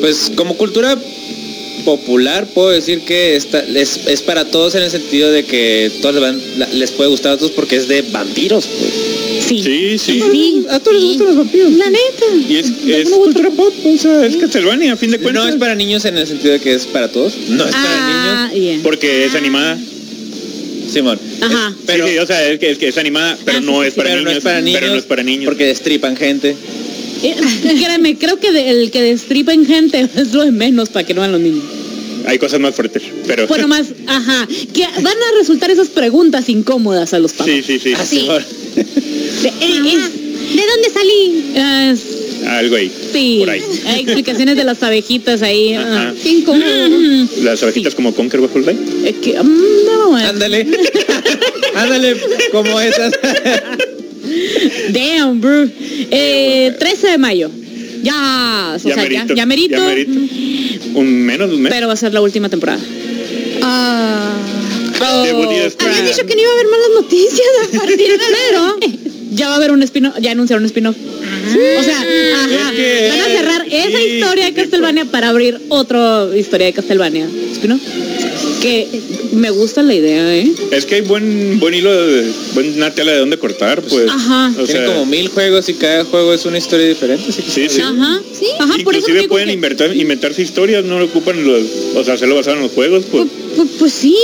[SPEAKER 4] pues como cultura popular, puedo decir que está, es, es para todos en el sentido de que todos les, van- la- les puede gustar a todos porque es de vampiros. Pues.
[SPEAKER 1] sí.
[SPEAKER 2] Sí, sí.
[SPEAKER 1] Sí,
[SPEAKER 4] a todos les
[SPEAKER 1] sí.
[SPEAKER 4] gustan los vampiros.
[SPEAKER 1] La neta.
[SPEAKER 2] Y es, es cultura pop, o sea, es Castlevania, a fin de cuentas.
[SPEAKER 4] No es para niños en el sentido de que es para todos. No es
[SPEAKER 1] Ah, bien.
[SPEAKER 2] Porque es animada.
[SPEAKER 4] para niños, Simón.
[SPEAKER 1] Ajá.
[SPEAKER 4] Pero-
[SPEAKER 2] Sí, sí, o sea, es que es, que es animada, pero
[SPEAKER 1] Ah,
[SPEAKER 2] no
[SPEAKER 1] sí,
[SPEAKER 2] es
[SPEAKER 1] sí,
[SPEAKER 2] para
[SPEAKER 4] pero
[SPEAKER 2] niños.
[SPEAKER 4] no es para niños.
[SPEAKER 2] Pero no es para niños.
[SPEAKER 4] Porque destripan gente.
[SPEAKER 1] Eh, créanme, creo que de- el que destripen gente es lo de menos para que no vean los niños.
[SPEAKER 2] Hay cosas más fuertes. Pero.
[SPEAKER 1] Bueno, más, ajá, que van a resultar esas preguntas incómodas a los papás.
[SPEAKER 2] sí, sí, sí.
[SPEAKER 1] Así.
[SPEAKER 4] Simón.
[SPEAKER 1] De, eh,
[SPEAKER 3] Mamá,
[SPEAKER 1] eh,
[SPEAKER 3] ¿De dónde salí?
[SPEAKER 1] ah,
[SPEAKER 2] Algo ahí.
[SPEAKER 1] sí.
[SPEAKER 2] Por ahí.
[SPEAKER 1] Hay explicaciones de las abejitas ahí.
[SPEAKER 2] Ajá.
[SPEAKER 1] ah.
[SPEAKER 3] Qué incómodo.
[SPEAKER 1] Mm,
[SPEAKER 2] Las abejitas como Conquer Waffle Day.
[SPEAKER 1] es que, mm, no, bueno.
[SPEAKER 4] Ándale. Ándale, como esas.
[SPEAKER 1] Damn, bro. Eh, 13 de mayo. Ya, o sea, ya, ya merito,
[SPEAKER 2] ya merito. Un menos de un mes.
[SPEAKER 1] pero va a ser la última temporada.
[SPEAKER 3] Ah.
[SPEAKER 2] De Woody
[SPEAKER 1] Oh,
[SPEAKER 2] Allen.
[SPEAKER 3] Habían dicho que no iba a haber malas noticias a partir de enero.
[SPEAKER 1] ya va a haber un spin-off, ya anunciaron un spin-off. O sea, ajá,
[SPEAKER 4] Es que-
[SPEAKER 1] van a cerrar esa
[SPEAKER 2] sí,
[SPEAKER 1] historia de
[SPEAKER 2] tipo.
[SPEAKER 1] Castlevania para abrir otra historia de Castlevania. spin-off. Que me gusta la idea, ¿eh?
[SPEAKER 2] Es que hay buen, buen hilo, de, buena tela de dónde cortar, pues.
[SPEAKER 1] Ajá.
[SPEAKER 2] O
[SPEAKER 4] Tiene
[SPEAKER 2] sea,
[SPEAKER 4] como mil juegos y cada juego es una historia diferente. así que
[SPEAKER 2] Sí,
[SPEAKER 4] está
[SPEAKER 2] sí.
[SPEAKER 4] bien.
[SPEAKER 1] Ajá.
[SPEAKER 3] Sí.
[SPEAKER 1] Ajá, por eso te
[SPEAKER 2] Inclusive
[SPEAKER 1] digo
[SPEAKER 2] pueden
[SPEAKER 1] que-
[SPEAKER 2] inventar, inventarse historias, no lo ocupan los, o sea, se lo basaron en los juegos, pues.
[SPEAKER 1] Pu- pu- Pues, sí.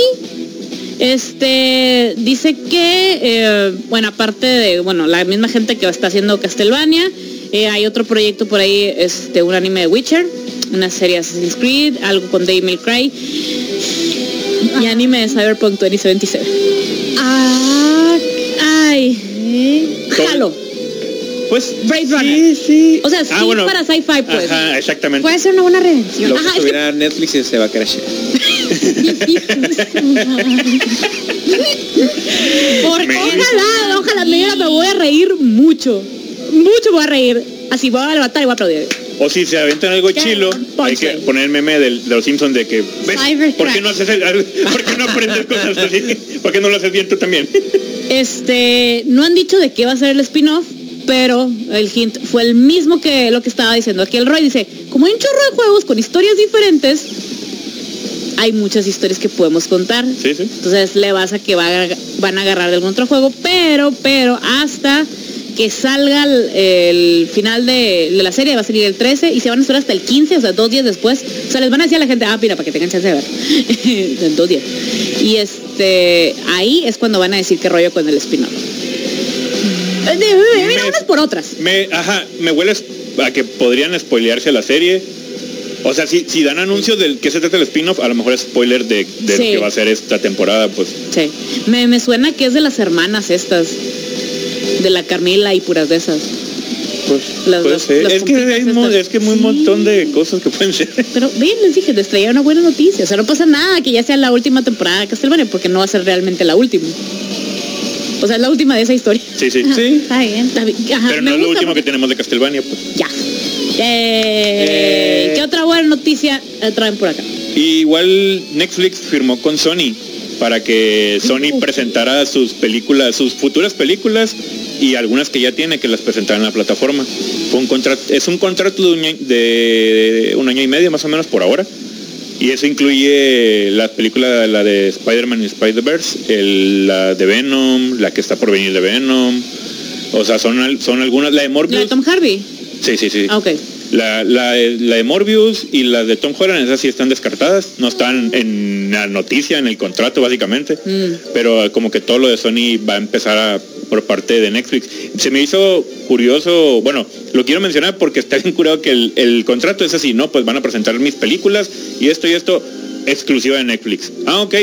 [SPEAKER 1] Este dice que eh, bueno, aparte de bueno, la misma gente que está haciendo Castlevania, eh, hay otro proyecto por ahí, este, un anime de Witcher, una serie de Assassin's Creed, algo con David May Cry y anime de Cyberpunk 2077.
[SPEAKER 3] Ah.
[SPEAKER 1] Ay,
[SPEAKER 3] ¿qué?
[SPEAKER 1] jalo.
[SPEAKER 2] Pues
[SPEAKER 1] Blade
[SPEAKER 2] Sí,
[SPEAKER 1] Runner.
[SPEAKER 2] sí.
[SPEAKER 1] O sea, sí para sci-fi, pues.
[SPEAKER 2] Ah, Ajá, exactamente.
[SPEAKER 3] Puede ser una buena redención.
[SPEAKER 4] Lo
[SPEAKER 1] Ajá, es
[SPEAKER 4] que
[SPEAKER 1] que-
[SPEAKER 4] tuviera Netflix y se va a crashear.
[SPEAKER 1] Por-
[SPEAKER 2] Me-
[SPEAKER 1] ojalá, ojalá, me diga, me voy a reír mucho. Mucho me voy a reír. Así voy a levantar y voy a aplaudir.
[SPEAKER 2] O si se aventan algo
[SPEAKER 1] Ya,
[SPEAKER 2] chilo, hay que
[SPEAKER 1] ponche.
[SPEAKER 2] poner el meme del- de los Simpsons de que, ¿ves?
[SPEAKER 3] Cybertruck.
[SPEAKER 2] ¿Por qué no haces el- por qué no aprendes cosas así? ¿Por qué no lo haces bien tú también?
[SPEAKER 1] Este, no han dicho de qué va a ser el spin-off, pero el hint fue el mismo que lo que estaba diciendo aquí el Roy. Dice, como hay un chorro de juegos con historias diferentes, hay muchas historias que podemos contar.
[SPEAKER 2] Sí, sí.
[SPEAKER 1] Entonces le vas a que va a- van a agarrar de algún otro juego, pero, pero hasta que salga el, el final de, de la serie, va a salir el 13 y se van a esperar hasta el 15, o sea, dos días después. O sea, les van a decir a la gente, ah, mira, para que tengan chance de ver. en dos días. Y este, ahí es cuando van a decir qué rollo con el spin-off. Eh, de- Mira, unas por otras.
[SPEAKER 2] Me, ajá, me hueles a que podrían spoilearse la serie. O sea, si, si dan anuncios del que se trata el spin-off, a lo mejor es spoiler de, de
[SPEAKER 1] Sí.
[SPEAKER 2] lo que va a ser esta temporada, pues.
[SPEAKER 1] Sí. Me, me suena que es de las hermanas estas. De la Carmela y puras de esas.
[SPEAKER 2] Pues,
[SPEAKER 1] Las-
[SPEAKER 2] puede
[SPEAKER 1] las-
[SPEAKER 2] ser.
[SPEAKER 1] las
[SPEAKER 2] es, que hay
[SPEAKER 1] complicadas
[SPEAKER 2] mo-
[SPEAKER 1] estas.
[SPEAKER 2] es que muy
[SPEAKER 1] Sí.
[SPEAKER 2] montón de cosas que pueden ser.
[SPEAKER 1] Pero bien, les dije, les traía una buena noticia. O sea, no pasa nada que ya sea la última temporada de Castlevania, porque no va a ser realmente la última. O sea, es la última de esa historia.
[SPEAKER 2] Sí, sí.
[SPEAKER 4] Sí.
[SPEAKER 3] Está bien.
[SPEAKER 1] Está bien, ajá,
[SPEAKER 2] Pero
[SPEAKER 1] me
[SPEAKER 2] no es
[SPEAKER 1] gusta
[SPEAKER 2] lo último que
[SPEAKER 1] porque-
[SPEAKER 2] tenemos de Castlevania, pues.
[SPEAKER 1] Ya. Eh,
[SPEAKER 2] Eh.
[SPEAKER 1] ¿Qué otra buena noticia eh, traen por acá?
[SPEAKER 2] Y igual Netflix firmó con Sony para que Sony
[SPEAKER 1] Uh.
[SPEAKER 2] presentara sus películas, sus futuras películas y algunas que ya tiene que las presentará en la plataforma. Fue un contrato, es un contrato de un, año- de un año y medio más o menos por ahora. Y eso incluye la película, la de Spider-Man y Spider-Verse, el- la de Venom, la que está por venir de Venom. O sea, son, al- son algunas, la
[SPEAKER 1] ¿La de
[SPEAKER 2] de Morbius.
[SPEAKER 1] Tom Harvey?
[SPEAKER 2] Sí, sí, sí.
[SPEAKER 1] Ah, ok.
[SPEAKER 2] La, la, la de Morbius y la de Tom Holland, esas sí están descartadas, no están en la noticia, en el contrato básicamente,
[SPEAKER 1] Mm.
[SPEAKER 2] pero eh, como que todo lo de Sony va a empezar a- por parte de Netflix. Se me hizo curioso, bueno, lo quiero mencionar porque está bien curado que el, el contrato es así, ¿no? Pues van a presentar mis películas y esto y esto exclusiva de Netflix. Ah, ok.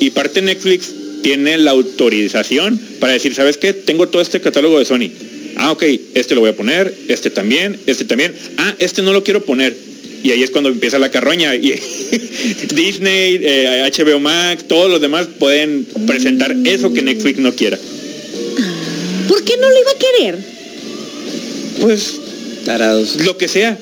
[SPEAKER 2] Y parte Netflix tiene la autorización para decir, ¿sabes qué? Tengo todo este catálogo de Sony. Ah, ok, este lo voy a poner, este también, este también. Ah, este no lo quiero poner. Y ahí es cuando empieza la carroña. Y Disney, eh, HBO Max, todos los demás pueden presentar eso que Netflix no quiera.
[SPEAKER 1] ¿Por qué no lo iba a querer?
[SPEAKER 2] Pues
[SPEAKER 4] Tarados.
[SPEAKER 2] lo que sea.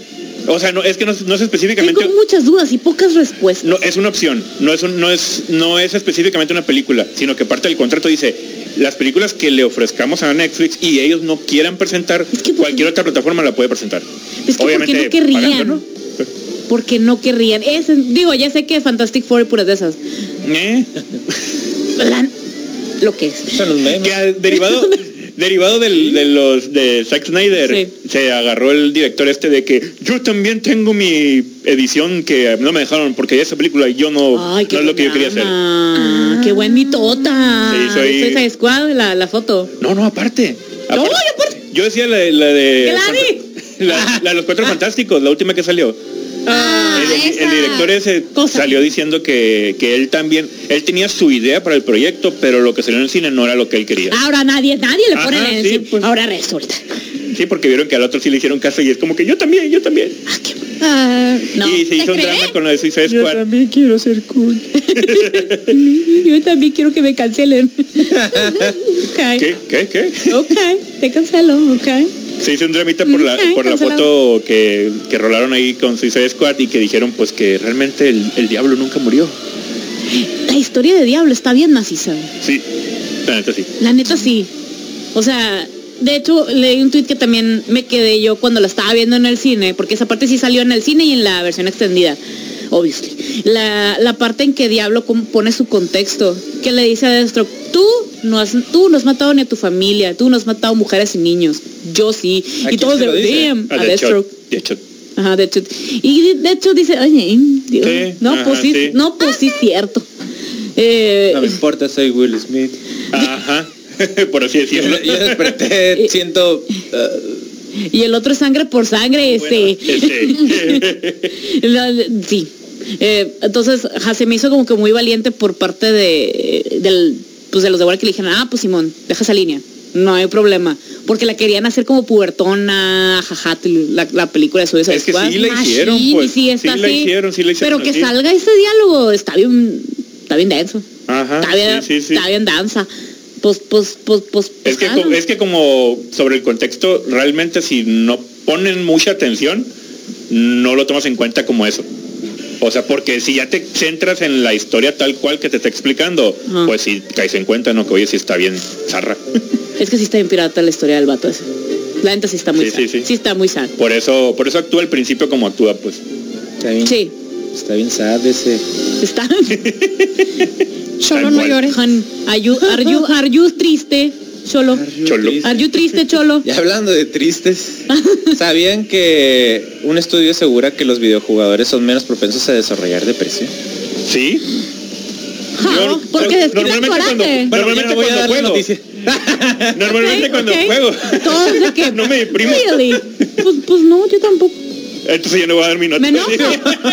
[SPEAKER 2] O sea, no, es que no, es- no es específicamente...
[SPEAKER 1] Tengo muchas dudas y pocas respuestas.
[SPEAKER 2] No, es una opción, no es, un- no, es, no es específicamente una película, sino que parte del contrato dice, las películas que le ofrezcamos a Netflix y ellos no quieran presentar,
[SPEAKER 1] Es que porque-
[SPEAKER 2] cualquier otra plataforma la puede presentar.
[SPEAKER 1] Es que porque no querrían.
[SPEAKER 2] pagando, ¿no?
[SPEAKER 1] Porque no querrían. Es, digo, ya sé que Fantastic Four y puras de esas.
[SPEAKER 2] Eh,
[SPEAKER 1] ¿Verdad? Lo que es.
[SPEAKER 4] Son los memes.
[SPEAKER 2] que ha- derivado derivado del- de los de Zack Snyder,
[SPEAKER 1] Sí.
[SPEAKER 2] se agarró el director este de que yo también tengo mi edición que no me dejaron porque esa película yo no,
[SPEAKER 1] Ay, qué
[SPEAKER 2] no es lo que yo quería
[SPEAKER 1] buena
[SPEAKER 2] hacer.
[SPEAKER 1] ama. Qué buen mitota.
[SPEAKER 2] Sí, soy-
[SPEAKER 1] Suicide Squad, la, la foto.
[SPEAKER 2] No, no, aparte.
[SPEAKER 1] No,
[SPEAKER 2] Aparte-
[SPEAKER 1] y aparte-
[SPEAKER 2] Yo decía la, de- la de...
[SPEAKER 1] ¡Gladys!
[SPEAKER 2] La, la de los cuatro fantásticos, la última que salió.
[SPEAKER 3] Ah,
[SPEAKER 2] El, el
[SPEAKER 3] esa
[SPEAKER 2] director ese
[SPEAKER 3] cosa.
[SPEAKER 2] salió diciendo que, que él también, él tenía su idea para el proyecto, pero lo que salió en el cine no era lo que él quería.
[SPEAKER 1] Ahora nadie, nadie le
[SPEAKER 2] Ajá,
[SPEAKER 1] pone en
[SPEAKER 2] sí,
[SPEAKER 1] sí.
[SPEAKER 2] pues.
[SPEAKER 1] Ahora resulta.
[SPEAKER 2] Sí, porque vieron que al otro sí le hicieron caso y es como que yo también, yo también.
[SPEAKER 1] Ah, qué-
[SPEAKER 3] Ah,
[SPEAKER 1] No,
[SPEAKER 2] y se
[SPEAKER 3] ¿te
[SPEAKER 2] hizo un
[SPEAKER 3] crees?
[SPEAKER 2] drama con lo de Suicide Squad.
[SPEAKER 4] también quiero ser cool.
[SPEAKER 1] Yo también quiero que me cancelen. ok.
[SPEAKER 2] ¿Qué? ¿Qué? ¿Qué?
[SPEAKER 1] Ok, te cancelo, ok.
[SPEAKER 2] Se hizo un dramita por la,
[SPEAKER 1] Ok,
[SPEAKER 2] por la
[SPEAKER 1] cancelado.
[SPEAKER 2] foto que, que rolaron ahí con Suicide Squad y que dijeron pues que realmente el, el diablo nunca murió.
[SPEAKER 1] La historia de Diablo está bien maciza.
[SPEAKER 2] Sí, la neta sí.
[SPEAKER 1] La neta sí. O sea, de hecho leí un tweet que también me quedé yo cuando la estaba viendo en el cine, porque esa parte sí salió en el cine y en la versión extendida, obviously. La, la parte en que Diablo com- pone su contexto, que le dice a Destro, tú no has, tú no has matado ni a tu familia, tú no has matado mujeres y niños, yo sí.
[SPEAKER 4] ¿A
[SPEAKER 1] Y
[SPEAKER 4] quién
[SPEAKER 1] todos
[SPEAKER 4] se
[SPEAKER 1] de
[SPEAKER 4] lo dice?
[SPEAKER 1] "Damn",
[SPEAKER 2] Ah,
[SPEAKER 1] Mm, a
[SPEAKER 2] de
[SPEAKER 1] Deathstroke.
[SPEAKER 2] hecho, de hecho,
[SPEAKER 1] Ajá, de hecho. Y de- de hecho dice, oye, Dios,
[SPEAKER 2] Sí,
[SPEAKER 1] no,
[SPEAKER 2] ajá,
[SPEAKER 1] pues sí,
[SPEAKER 2] sí.
[SPEAKER 1] no, pues sí, cierto. Eh,
[SPEAKER 4] No me importa, soy Will Smith.
[SPEAKER 2] Ajá, por así
[SPEAKER 4] Yo,
[SPEAKER 2] decirlo.
[SPEAKER 4] yo desperté, siento... uh,
[SPEAKER 1] y el otro es sangre por sangre, este.
[SPEAKER 2] Este,
[SPEAKER 1] La- sí. Eh, entonces, ajá, se me hizo como que muy valiente por parte de, del, pues de los de Warner que le dijeron, ah, pues Simón, deja esa línea, no hay problema. Porque la querían hacer como pubertona, jaja, la, la película de Suicide
[SPEAKER 2] Es que
[SPEAKER 1] Squad.
[SPEAKER 2] sí la
[SPEAKER 1] Machine,
[SPEAKER 2] hicieron,
[SPEAKER 1] y
[SPEAKER 2] pues,
[SPEAKER 1] sí está
[SPEAKER 2] sí la
[SPEAKER 1] así.
[SPEAKER 2] hicieron, sí la hicieron
[SPEAKER 1] Pero que
[SPEAKER 2] así.
[SPEAKER 1] salga ese diálogo, está bien, está bien denso.
[SPEAKER 2] Ajá,
[SPEAKER 1] está, bien,
[SPEAKER 2] Ah, sí, sí, sí.
[SPEAKER 1] está bien danza. Pues, pues, pues, pues,
[SPEAKER 2] Es que,
[SPEAKER 1] ajá,
[SPEAKER 2] co-
[SPEAKER 1] ¿no?
[SPEAKER 2] es que como sobre el contexto, realmente si no ponen mucha atención, no lo tomas en cuenta como eso. O sea, porque si ya te centras en la historia tal cual que te está explicando,
[SPEAKER 1] Ajá.
[SPEAKER 2] pues si caes en cuenta, no, que oye, si está bien zarra.
[SPEAKER 1] Es que sí está bien pirata la historia del vato ese. La neta sí está muy
[SPEAKER 2] Sí,
[SPEAKER 1] sad.
[SPEAKER 2] sí, sí.
[SPEAKER 1] está muy sad.
[SPEAKER 2] Por eso, por eso actúa al principio como actúa, pues.
[SPEAKER 4] está, bien,
[SPEAKER 1] Sí,
[SPEAKER 4] está bien sad ese.
[SPEAKER 1] está.
[SPEAKER 3] Solo
[SPEAKER 2] Tal
[SPEAKER 3] no
[SPEAKER 2] cual.
[SPEAKER 3] llores.
[SPEAKER 1] Han, are you, are you- are you triste, Cholo?
[SPEAKER 2] Cholo.
[SPEAKER 1] Are you triste, Cholo?
[SPEAKER 4] Y hablando de tristes, ¿sabían que un estudio asegura que los videojugadores son menos propensos a desarrollar depresión?
[SPEAKER 2] Sí.
[SPEAKER 1] Ja,
[SPEAKER 2] Yo-
[SPEAKER 1] porque
[SPEAKER 2] yo-
[SPEAKER 1] describe
[SPEAKER 2] normalmente
[SPEAKER 1] coraje.
[SPEAKER 2] cuando- Normalmente
[SPEAKER 4] ya no voy a
[SPEAKER 2] cuando
[SPEAKER 4] dar la
[SPEAKER 2] juego.
[SPEAKER 4] noticia.
[SPEAKER 2] Normalmente
[SPEAKER 1] Ok,
[SPEAKER 2] cuando
[SPEAKER 1] ok.
[SPEAKER 2] juego,
[SPEAKER 1] Todos de que...
[SPEAKER 2] No me deprimo.
[SPEAKER 1] Really? Pues, pues no, yo tampoco.
[SPEAKER 2] entonces yo no voy a dar mi nota.
[SPEAKER 1] Me enojo.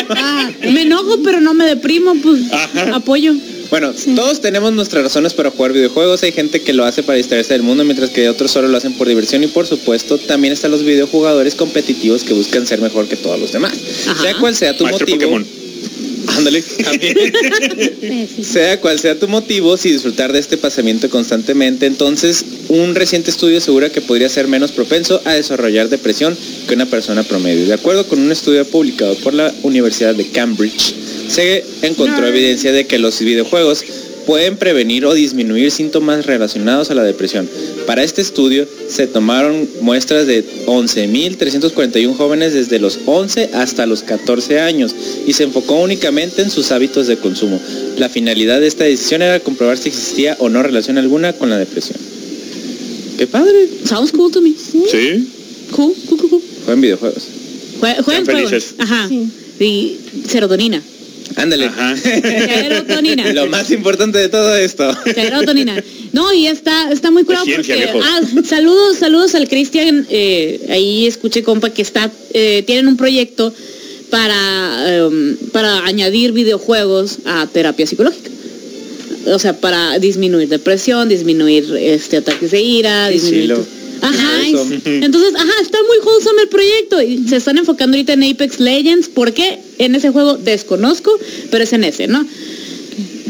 [SPEAKER 3] Ah,
[SPEAKER 1] Me enojo, pero no me deprimo, pues
[SPEAKER 2] Ajá.
[SPEAKER 1] apoyo.
[SPEAKER 4] Bueno,
[SPEAKER 3] Sí.
[SPEAKER 4] todos tenemos nuestras razones para jugar videojuegos. Hay gente que lo hace para distraerse del mundo, mientras que otros solo lo hacen por diversión. Y por supuesto, también están los videojugadores competitivos que buscan ser mejor que todos los demás.
[SPEAKER 1] Ajá.
[SPEAKER 4] Sea cual sea tu
[SPEAKER 2] Maestro
[SPEAKER 4] motivo.
[SPEAKER 2] Pokémon.
[SPEAKER 4] Ándale, también.
[SPEAKER 3] Eh, sí.
[SPEAKER 4] Sea cual sea tu motivo, si disfrutar de este pasamiento constantemente, entonces un reciente estudio asegura que podría ser menos propenso a desarrollar depresión que una persona promedio. De acuerdo con un estudio publicado por la Universidad de Cambridge, se encontró
[SPEAKER 1] No.
[SPEAKER 4] evidencia de que los videojuegos pueden prevenir o disminuir síntomas relacionados a la depresión. Para este estudio se tomaron muestras de 11.341 jóvenes desde los 11 hasta los 14 años y se enfocó únicamente en sus hábitos de consumo. La finalidad de esta decisión era comprobar si existía o no relación alguna con la depresión. ¡Qué padre!
[SPEAKER 1] Sounds cool to me.
[SPEAKER 2] Sí.
[SPEAKER 1] Cool, cool, cool, cool.
[SPEAKER 4] Juegan videojuegos.
[SPEAKER 1] Jue- Juegan
[SPEAKER 2] Sean
[SPEAKER 1] juegos.
[SPEAKER 2] felices.
[SPEAKER 1] Ajá.
[SPEAKER 3] Sí.
[SPEAKER 1] Y serotonina.
[SPEAKER 4] Ándale.
[SPEAKER 2] Ajá.
[SPEAKER 1] Serotonina.
[SPEAKER 4] Lo más importante de todo esto.
[SPEAKER 1] Serotonina. No, y está, está muy curado
[SPEAKER 2] Es ciencia,
[SPEAKER 1] porque.
[SPEAKER 2] viejo.
[SPEAKER 1] Ah, saludos, saludos al Cristian. eh, ahí escuché, compa, que está, eh, tienen un proyecto para, em, para añadir videojuegos a terapia psicológica. O sea, para disminuir depresión, disminuir este ataques de ira,
[SPEAKER 4] Qué
[SPEAKER 1] disminuir.
[SPEAKER 4] chilo.
[SPEAKER 1] Ajá.
[SPEAKER 4] Wholesome.
[SPEAKER 1] Entonces, ajá, está muy wholesome el proyecto. Y se están enfocando ahorita en Apex Legends. ¿Por qué? En ese juego desconozco, pero es en ese, ¿no?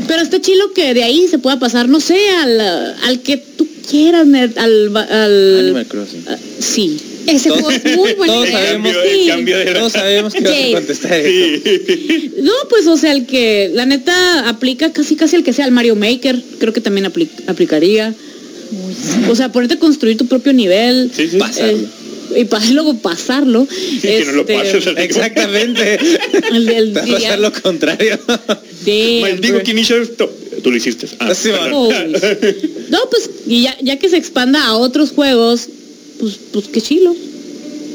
[SPEAKER 1] Pero está chilo que de ahí se pueda pasar, no sé, al, ah, al que tú quieras, nerd, al... va- al-
[SPEAKER 4] Animal Crossing.
[SPEAKER 1] ah, sí.
[SPEAKER 3] Ese
[SPEAKER 4] Todos-
[SPEAKER 3] juego es muy bueno.
[SPEAKER 4] todos sabemos-
[SPEAKER 2] Cambio- el cambio de-
[SPEAKER 4] Todos sabemos que vas a
[SPEAKER 3] Sí.
[SPEAKER 4] contestar esto.
[SPEAKER 2] Sí.
[SPEAKER 1] No, pues, o sea, el que, la neta, aplica casi casi el que sea, el Mario Maker, creo que también apli- aplicaría. O sea, ponerte a construir tu propio nivel.
[SPEAKER 2] Sí, sí.
[SPEAKER 4] Pasarlo.
[SPEAKER 1] eh, y pa- luego pasarlo.
[SPEAKER 2] que no lo
[SPEAKER 1] este,
[SPEAKER 2] pases. así como-
[SPEAKER 4] Exactamente.
[SPEAKER 1] El del
[SPEAKER 4] Te va a
[SPEAKER 1] diría-
[SPEAKER 4] pasar lo contrario.
[SPEAKER 1] Damn,
[SPEAKER 2] Maldigo
[SPEAKER 4] pues.
[SPEAKER 1] bro.
[SPEAKER 2] quien hizo esto. Tú lo hiciste. Ah,
[SPEAKER 4] Sí,
[SPEAKER 2] perdón.
[SPEAKER 1] Oh, No, pues, y ya, ya que se expanda a otros juegos, pues, pues qué chilo.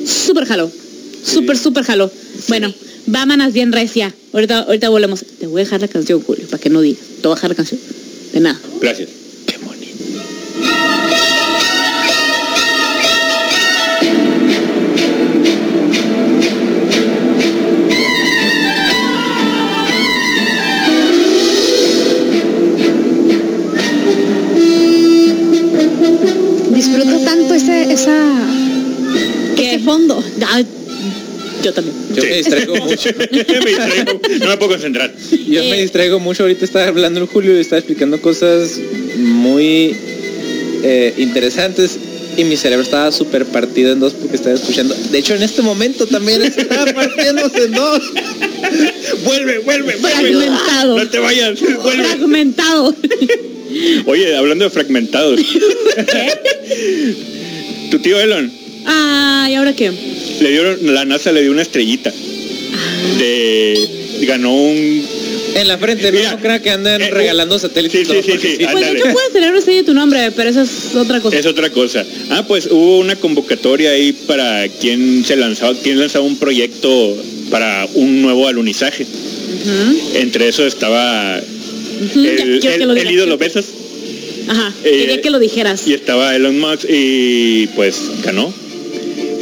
[SPEAKER 1] Súper jalo. Súper, súper jalo. Bueno, vámonos bien recia. Ahorita, ahorita volvemos. Te voy a dejar la canción, Julio, para que no digas. Te voy a dejar la canción. De nada.
[SPEAKER 2] Gracias.
[SPEAKER 3] Disfruto tanto ese, esa, ese fondo.
[SPEAKER 1] Ah, yo también.
[SPEAKER 4] Yo
[SPEAKER 2] Sí.
[SPEAKER 4] me distraigo mucho.
[SPEAKER 2] me distraigo. No me puedo concentrar.
[SPEAKER 4] Yo
[SPEAKER 1] Eh.
[SPEAKER 4] me distraigo mucho. Ahorita estaba hablando el Julio y estaba explicando cosas muy eh, interesantes. Y mi cerebro estaba súper partido en dos porque estaba escuchando. De hecho, en este momento también estaba partiéndose en dos.
[SPEAKER 2] Vuelve, vuelve, vuelve.
[SPEAKER 1] Fragmentado.
[SPEAKER 2] No te vayas. Vuelve.
[SPEAKER 1] Fragmentado.
[SPEAKER 2] Oye, hablando de fragmentados. tu tío Elon
[SPEAKER 1] Ah, ¿y ahora qué?
[SPEAKER 2] le dieron, la NASA le dio una estrellita. De ganó un.
[SPEAKER 4] En la frente,
[SPEAKER 2] Mira.
[SPEAKER 4] no creo que anden
[SPEAKER 2] Eh,
[SPEAKER 4] regalando satélites.
[SPEAKER 2] sí,
[SPEAKER 4] ¿no?
[SPEAKER 2] sí, sí,
[SPEAKER 4] Porque
[SPEAKER 2] sí.
[SPEAKER 1] Pues de
[SPEAKER 2] Ándale.
[SPEAKER 1] hecho puedes celebrar ese día tu nombre, pero eso es otra cosa.
[SPEAKER 2] Es otra cosa. Ah, pues hubo una convocatoria ahí para quien se lanzaba, quien lanzaba un proyecto para un nuevo alunizaje.
[SPEAKER 1] Ujú,
[SPEAKER 2] Entre eso estaba
[SPEAKER 1] ujú. Mm, Ya,
[SPEAKER 2] el,
[SPEAKER 1] quiero que lo
[SPEAKER 2] el- el
[SPEAKER 1] digas.
[SPEAKER 2] ídolo Bezos
[SPEAKER 1] Ajá.
[SPEAKER 2] Eh,
[SPEAKER 1] Quería que lo dijeras.
[SPEAKER 2] y estaba Elon Musk y pues ganó.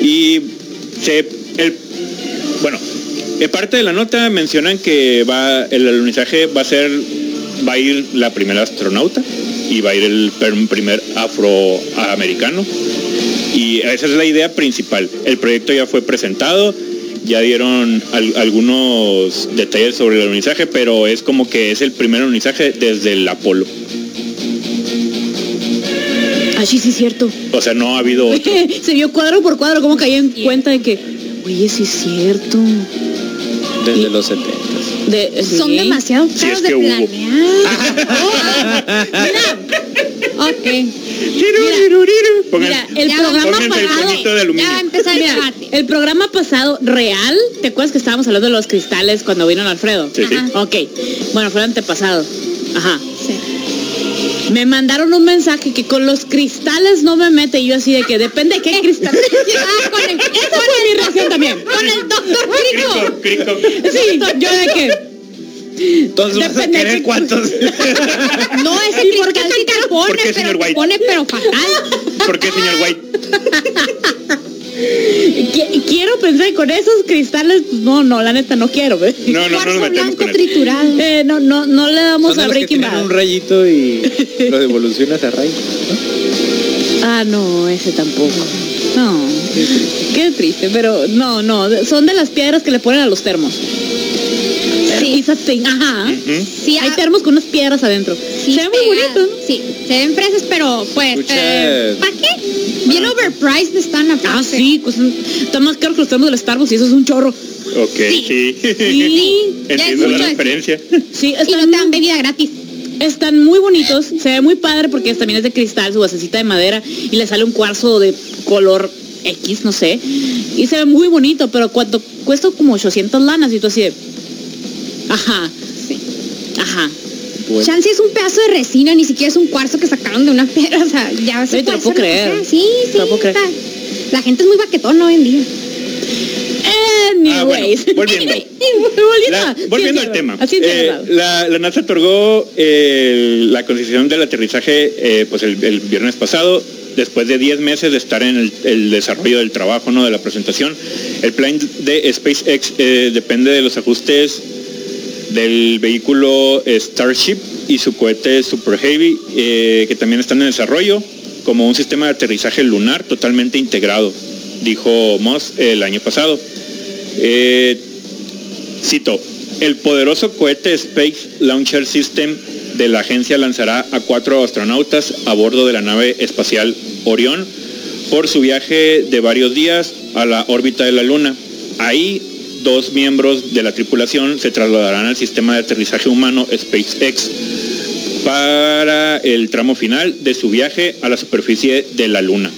[SPEAKER 2] Y se, el, bueno, en parte de la nota mencionan que va el alunizaje va a ser, va a ir la primera astronauta y va a ir el per- primer afroamericano. Y esa es la idea principal. El proyecto ya fue presentado, ya dieron al- algunos detalles sobre el alunizaje, pero es como que es el primer alunizaje desde el Apolo.
[SPEAKER 1] Ah, sí, sí, es cierto.
[SPEAKER 2] O sea, no ha habido otro.
[SPEAKER 1] Se vio cuadro por cuadro, como caí en cuenta de que, oye, sí es cierto.
[SPEAKER 4] Desde los 70.
[SPEAKER 1] De-
[SPEAKER 3] Son
[SPEAKER 1] sí.
[SPEAKER 3] demasiado caros
[SPEAKER 2] Si es que
[SPEAKER 3] de
[SPEAKER 2] hubo. Ah,
[SPEAKER 3] planear. Mira. Ok.
[SPEAKER 2] Pongan-
[SPEAKER 1] Mira, el
[SPEAKER 3] Ya,
[SPEAKER 1] programa
[SPEAKER 2] pónganse el
[SPEAKER 1] pasado.
[SPEAKER 2] pañito de aluminio.
[SPEAKER 3] Ya va a empezar el
[SPEAKER 1] Mira,
[SPEAKER 3] debate.
[SPEAKER 1] el programa pasado real, ¿te acuerdas que estábamos hablando de los cristales cuando vino el Alfredo?
[SPEAKER 2] Sí, sí.
[SPEAKER 3] Ajá.
[SPEAKER 1] Ok. Bueno, fue el antepasado. Ajá.
[SPEAKER 3] Sí.
[SPEAKER 1] Me mandaron un mensaje que con los cristales no me mete. Y yo así de que depende de qué cristal.
[SPEAKER 3] Ah, con el,
[SPEAKER 1] Esa fue mi reacción también.
[SPEAKER 3] con el doctor Crico.
[SPEAKER 2] Crico, crico.
[SPEAKER 1] Sí, yo de que.
[SPEAKER 4] Entonces vas a
[SPEAKER 1] Depende de
[SPEAKER 4] querer
[SPEAKER 1] qué-
[SPEAKER 4] cuántos.
[SPEAKER 3] No, ese
[SPEAKER 1] ¿Y por qué
[SPEAKER 3] cristal sí te
[SPEAKER 1] señor-
[SPEAKER 3] pone,
[SPEAKER 2] por qué,
[SPEAKER 3] pero
[SPEAKER 2] señor
[SPEAKER 3] te
[SPEAKER 2] White?
[SPEAKER 3] pone pero fatal.
[SPEAKER 2] ¿Por qué, señor White?
[SPEAKER 1] Qui- Quiero pensar con esos cristales, pues, no, no, la neta no quiero. güey.
[SPEAKER 2] No, no, no nos
[SPEAKER 3] Cuarzo
[SPEAKER 2] metemos
[SPEAKER 3] blanco
[SPEAKER 2] con eso.
[SPEAKER 3] triturado.
[SPEAKER 1] Eh, no, no, no le damos
[SPEAKER 4] Son de
[SPEAKER 1] a
[SPEAKER 4] los que
[SPEAKER 1] Breaking
[SPEAKER 4] tienen
[SPEAKER 1] Bad.
[SPEAKER 4] un rayito y lo devolucionas a Ray.
[SPEAKER 1] Ah, no, ese tampoco. No. Qué triste, pero no, no. de- Son de las piedras que le ponen a los termos.
[SPEAKER 3] Sí,
[SPEAKER 1] It's a thing, Ajá.
[SPEAKER 2] Ujú.
[SPEAKER 3] sí,
[SPEAKER 1] Hay
[SPEAKER 3] ah,
[SPEAKER 1] termos con unas piedras adentro.
[SPEAKER 3] sí, ah.
[SPEAKER 1] Se ve muy
[SPEAKER 3] pega-
[SPEAKER 1] bonito.
[SPEAKER 3] Sí, se ven fresas, pero pues,
[SPEAKER 4] Escucha.
[SPEAKER 3] ¿para qué? Bien overpriced están aparte.
[SPEAKER 1] Ah, sí, pues, está más caro que los termos del Starbucks y eso es un chorro.
[SPEAKER 2] Ok, sí.
[SPEAKER 1] Sí,
[SPEAKER 3] ya
[SPEAKER 2] Entiendo
[SPEAKER 3] escucho.
[SPEAKER 2] la referencia.
[SPEAKER 1] sí,
[SPEAKER 3] Y
[SPEAKER 1] están,
[SPEAKER 3] no te dan bebida gratis.
[SPEAKER 1] están muy bonitos. Se ve muy padre porque es- también es de cristal, su basecita de madera y le sale un cuarzo de color X, no sé. Y se ve muy bonito, pero cuando cuesta como 800 lanas y tú así de... Ajá,
[SPEAKER 3] Sí.
[SPEAKER 1] ajá.
[SPEAKER 4] Bueno,
[SPEAKER 3] Chance es un pedazo de resina, ni siquiera es un cuarzo que sacaron de una piedra, o sea, ya
[SPEAKER 1] Oye,
[SPEAKER 3] se
[SPEAKER 1] te
[SPEAKER 3] puede
[SPEAKER 1] lo puedo
[SPEAKER 3] hacer que
[SPEAKER 1] creer.
[SPEAKER 3] sea. Sí,
[SPEAKER 1] Te
[SPEAKER 3] sí.
[SPEAKER 1] lo puedo creer.
[SPEAKER 3] está- La gente es muy baquetona hoy en día.
[SPEAKER 1] Anyways.
[SPEAKER 2] Ah, bueno, volviendo.
[SPEAKER 1] volviendo,
[SPEAKER 2] La-
[SPEAKER 1] a-
[SPEAKER 2] volviendo
[SPEAKER 1] sí,
[SPEAKER 2] al tema,
[SPEAKER 1] Así
[SPEAKER 2] eh, la, la NASA otorgó eh, la concesión del aterrizaje eh, pues el, el viernes pasado, después de 10 meses de estar en el, el desarrollo del trabajo, no de la presentación. El plan de SpaceX eh, depende de los ajustes del vehículo eh, Starship y su cohete Super Heavy, eh, que también están en desarrollo, como un sistema de aterrizaje lunar totalmente integrado, dijo Moss el año pasado. Eh, Cito, el poderoso cohete Space Launcher System de la agencia lanzará a cuatro astronautas a bordo de la nave espacial Orión por su viaje de varios días a la órbita de la Luna. Ahí, dos miembros de la tripulación se trasladarán al sistema de aterrizaje humano SpaceX para el tramo final de su viaje a la superficie de la Luna.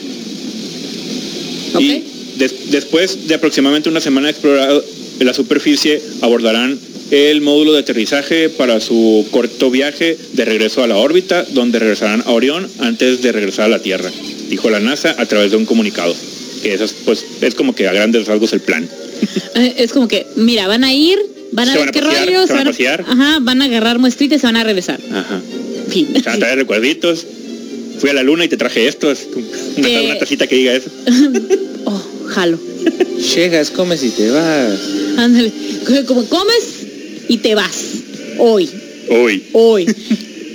[SPEAKER 1] Ok.
[SPEAKER 2] Y des- después de aproximadamente una semana explorada la superficie, abordarán el módulo de aterrizaje para su corto viaje de regreso a la órbita, donde regresarán a Orión antes de regresar a la Tierra, dijo la NASA a través de un comunicado. Que eso es, pues, es como que a grandes rasgos el plan.
[SPEAKER 1] Eh, Es como que, mira, van a ir, van a
[SPEAKER 2] Se
[SPEAKER 1] ver
[SPEAKER 2] van a
[SPEAKER 1] qué
[SPEAKER 2] pasear,
[SPEAKER 1] rollo,
[SPEAKER 2] se van a pasear.
[SPEAKER 1] ajá, van a agarrar muestritas y se van a regresar.
[SPEAKER 2] Ajá.
[SPEAKER 1] Fin.
[SPEAKER 2] Se van a traer recuerditos. Fui a la luna y te traje esto. es Una,
[SPEAKER 1] Eh.
[SPEAKER 2] una tacita que diga eso.
[SPEAKER 1] Oh, jalo.
[SPEAKER 4] Llegas, comes y te vas.
[SPEAKER 1] Ándale. Como comes y te vas. Hoy,
[SPEAKER 2] Uy.
[SPEAKER 1] hoy.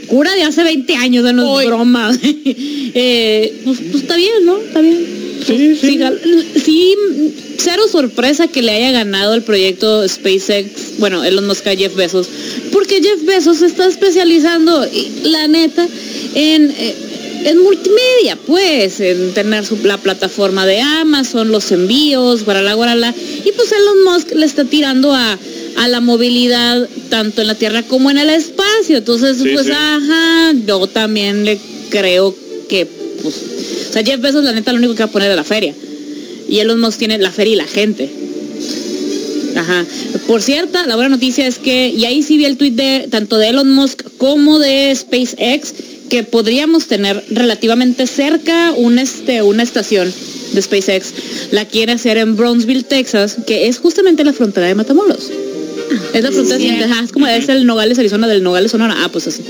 [SPEAKER 1] Cura de hace 20 años, de no
[SPEAKER 3] Hoy.
[SPEAKER 1] es broma. Eh, pues, pues está bien, ¿no? Está bien. Sí, gal- sí, mm, cero sorpresa que le haya ganado el proyecto SpaceX, bueno, Elon Musk a Jeff Bezos, porque Jeff Bezos se está especializando, y la neta, en, eh, en multimedia, pues, en tener su- la plataforma de Amazon, los envíos, guaralá, guaralá, y pues Elon Musk le está tirando a, a la movilidad tanto en la Tierra como en el espacio, entonces,
[SPEAKER 2] Sí,
[SPEAKER 1] pues,
[SPEAKER 2] sí.
[SPEAKER 1] ajá, yo también le creo que, pues, o sea, Jeff Bezos, la neta, lo único que va a poner es la feria. Y Elon Musk tiene la feria y la gente. Ajá. Por cierto, la buena noticia es que, y ahí sí vi el tweet de tanto de Elon Musk como de SpaceX, que podríamos tener relativamente cerca un, este, una estación de SpaceX. La quiere hacer en Brownsville, Texas, que es justamente la frontera de Matamoros. Es la frontera,
[SPEAKER 3] Sí.
[SPEAKER 1] ajá, es como es el Nogales, Arizona, del Nogales, Sonora. Ah, pues así.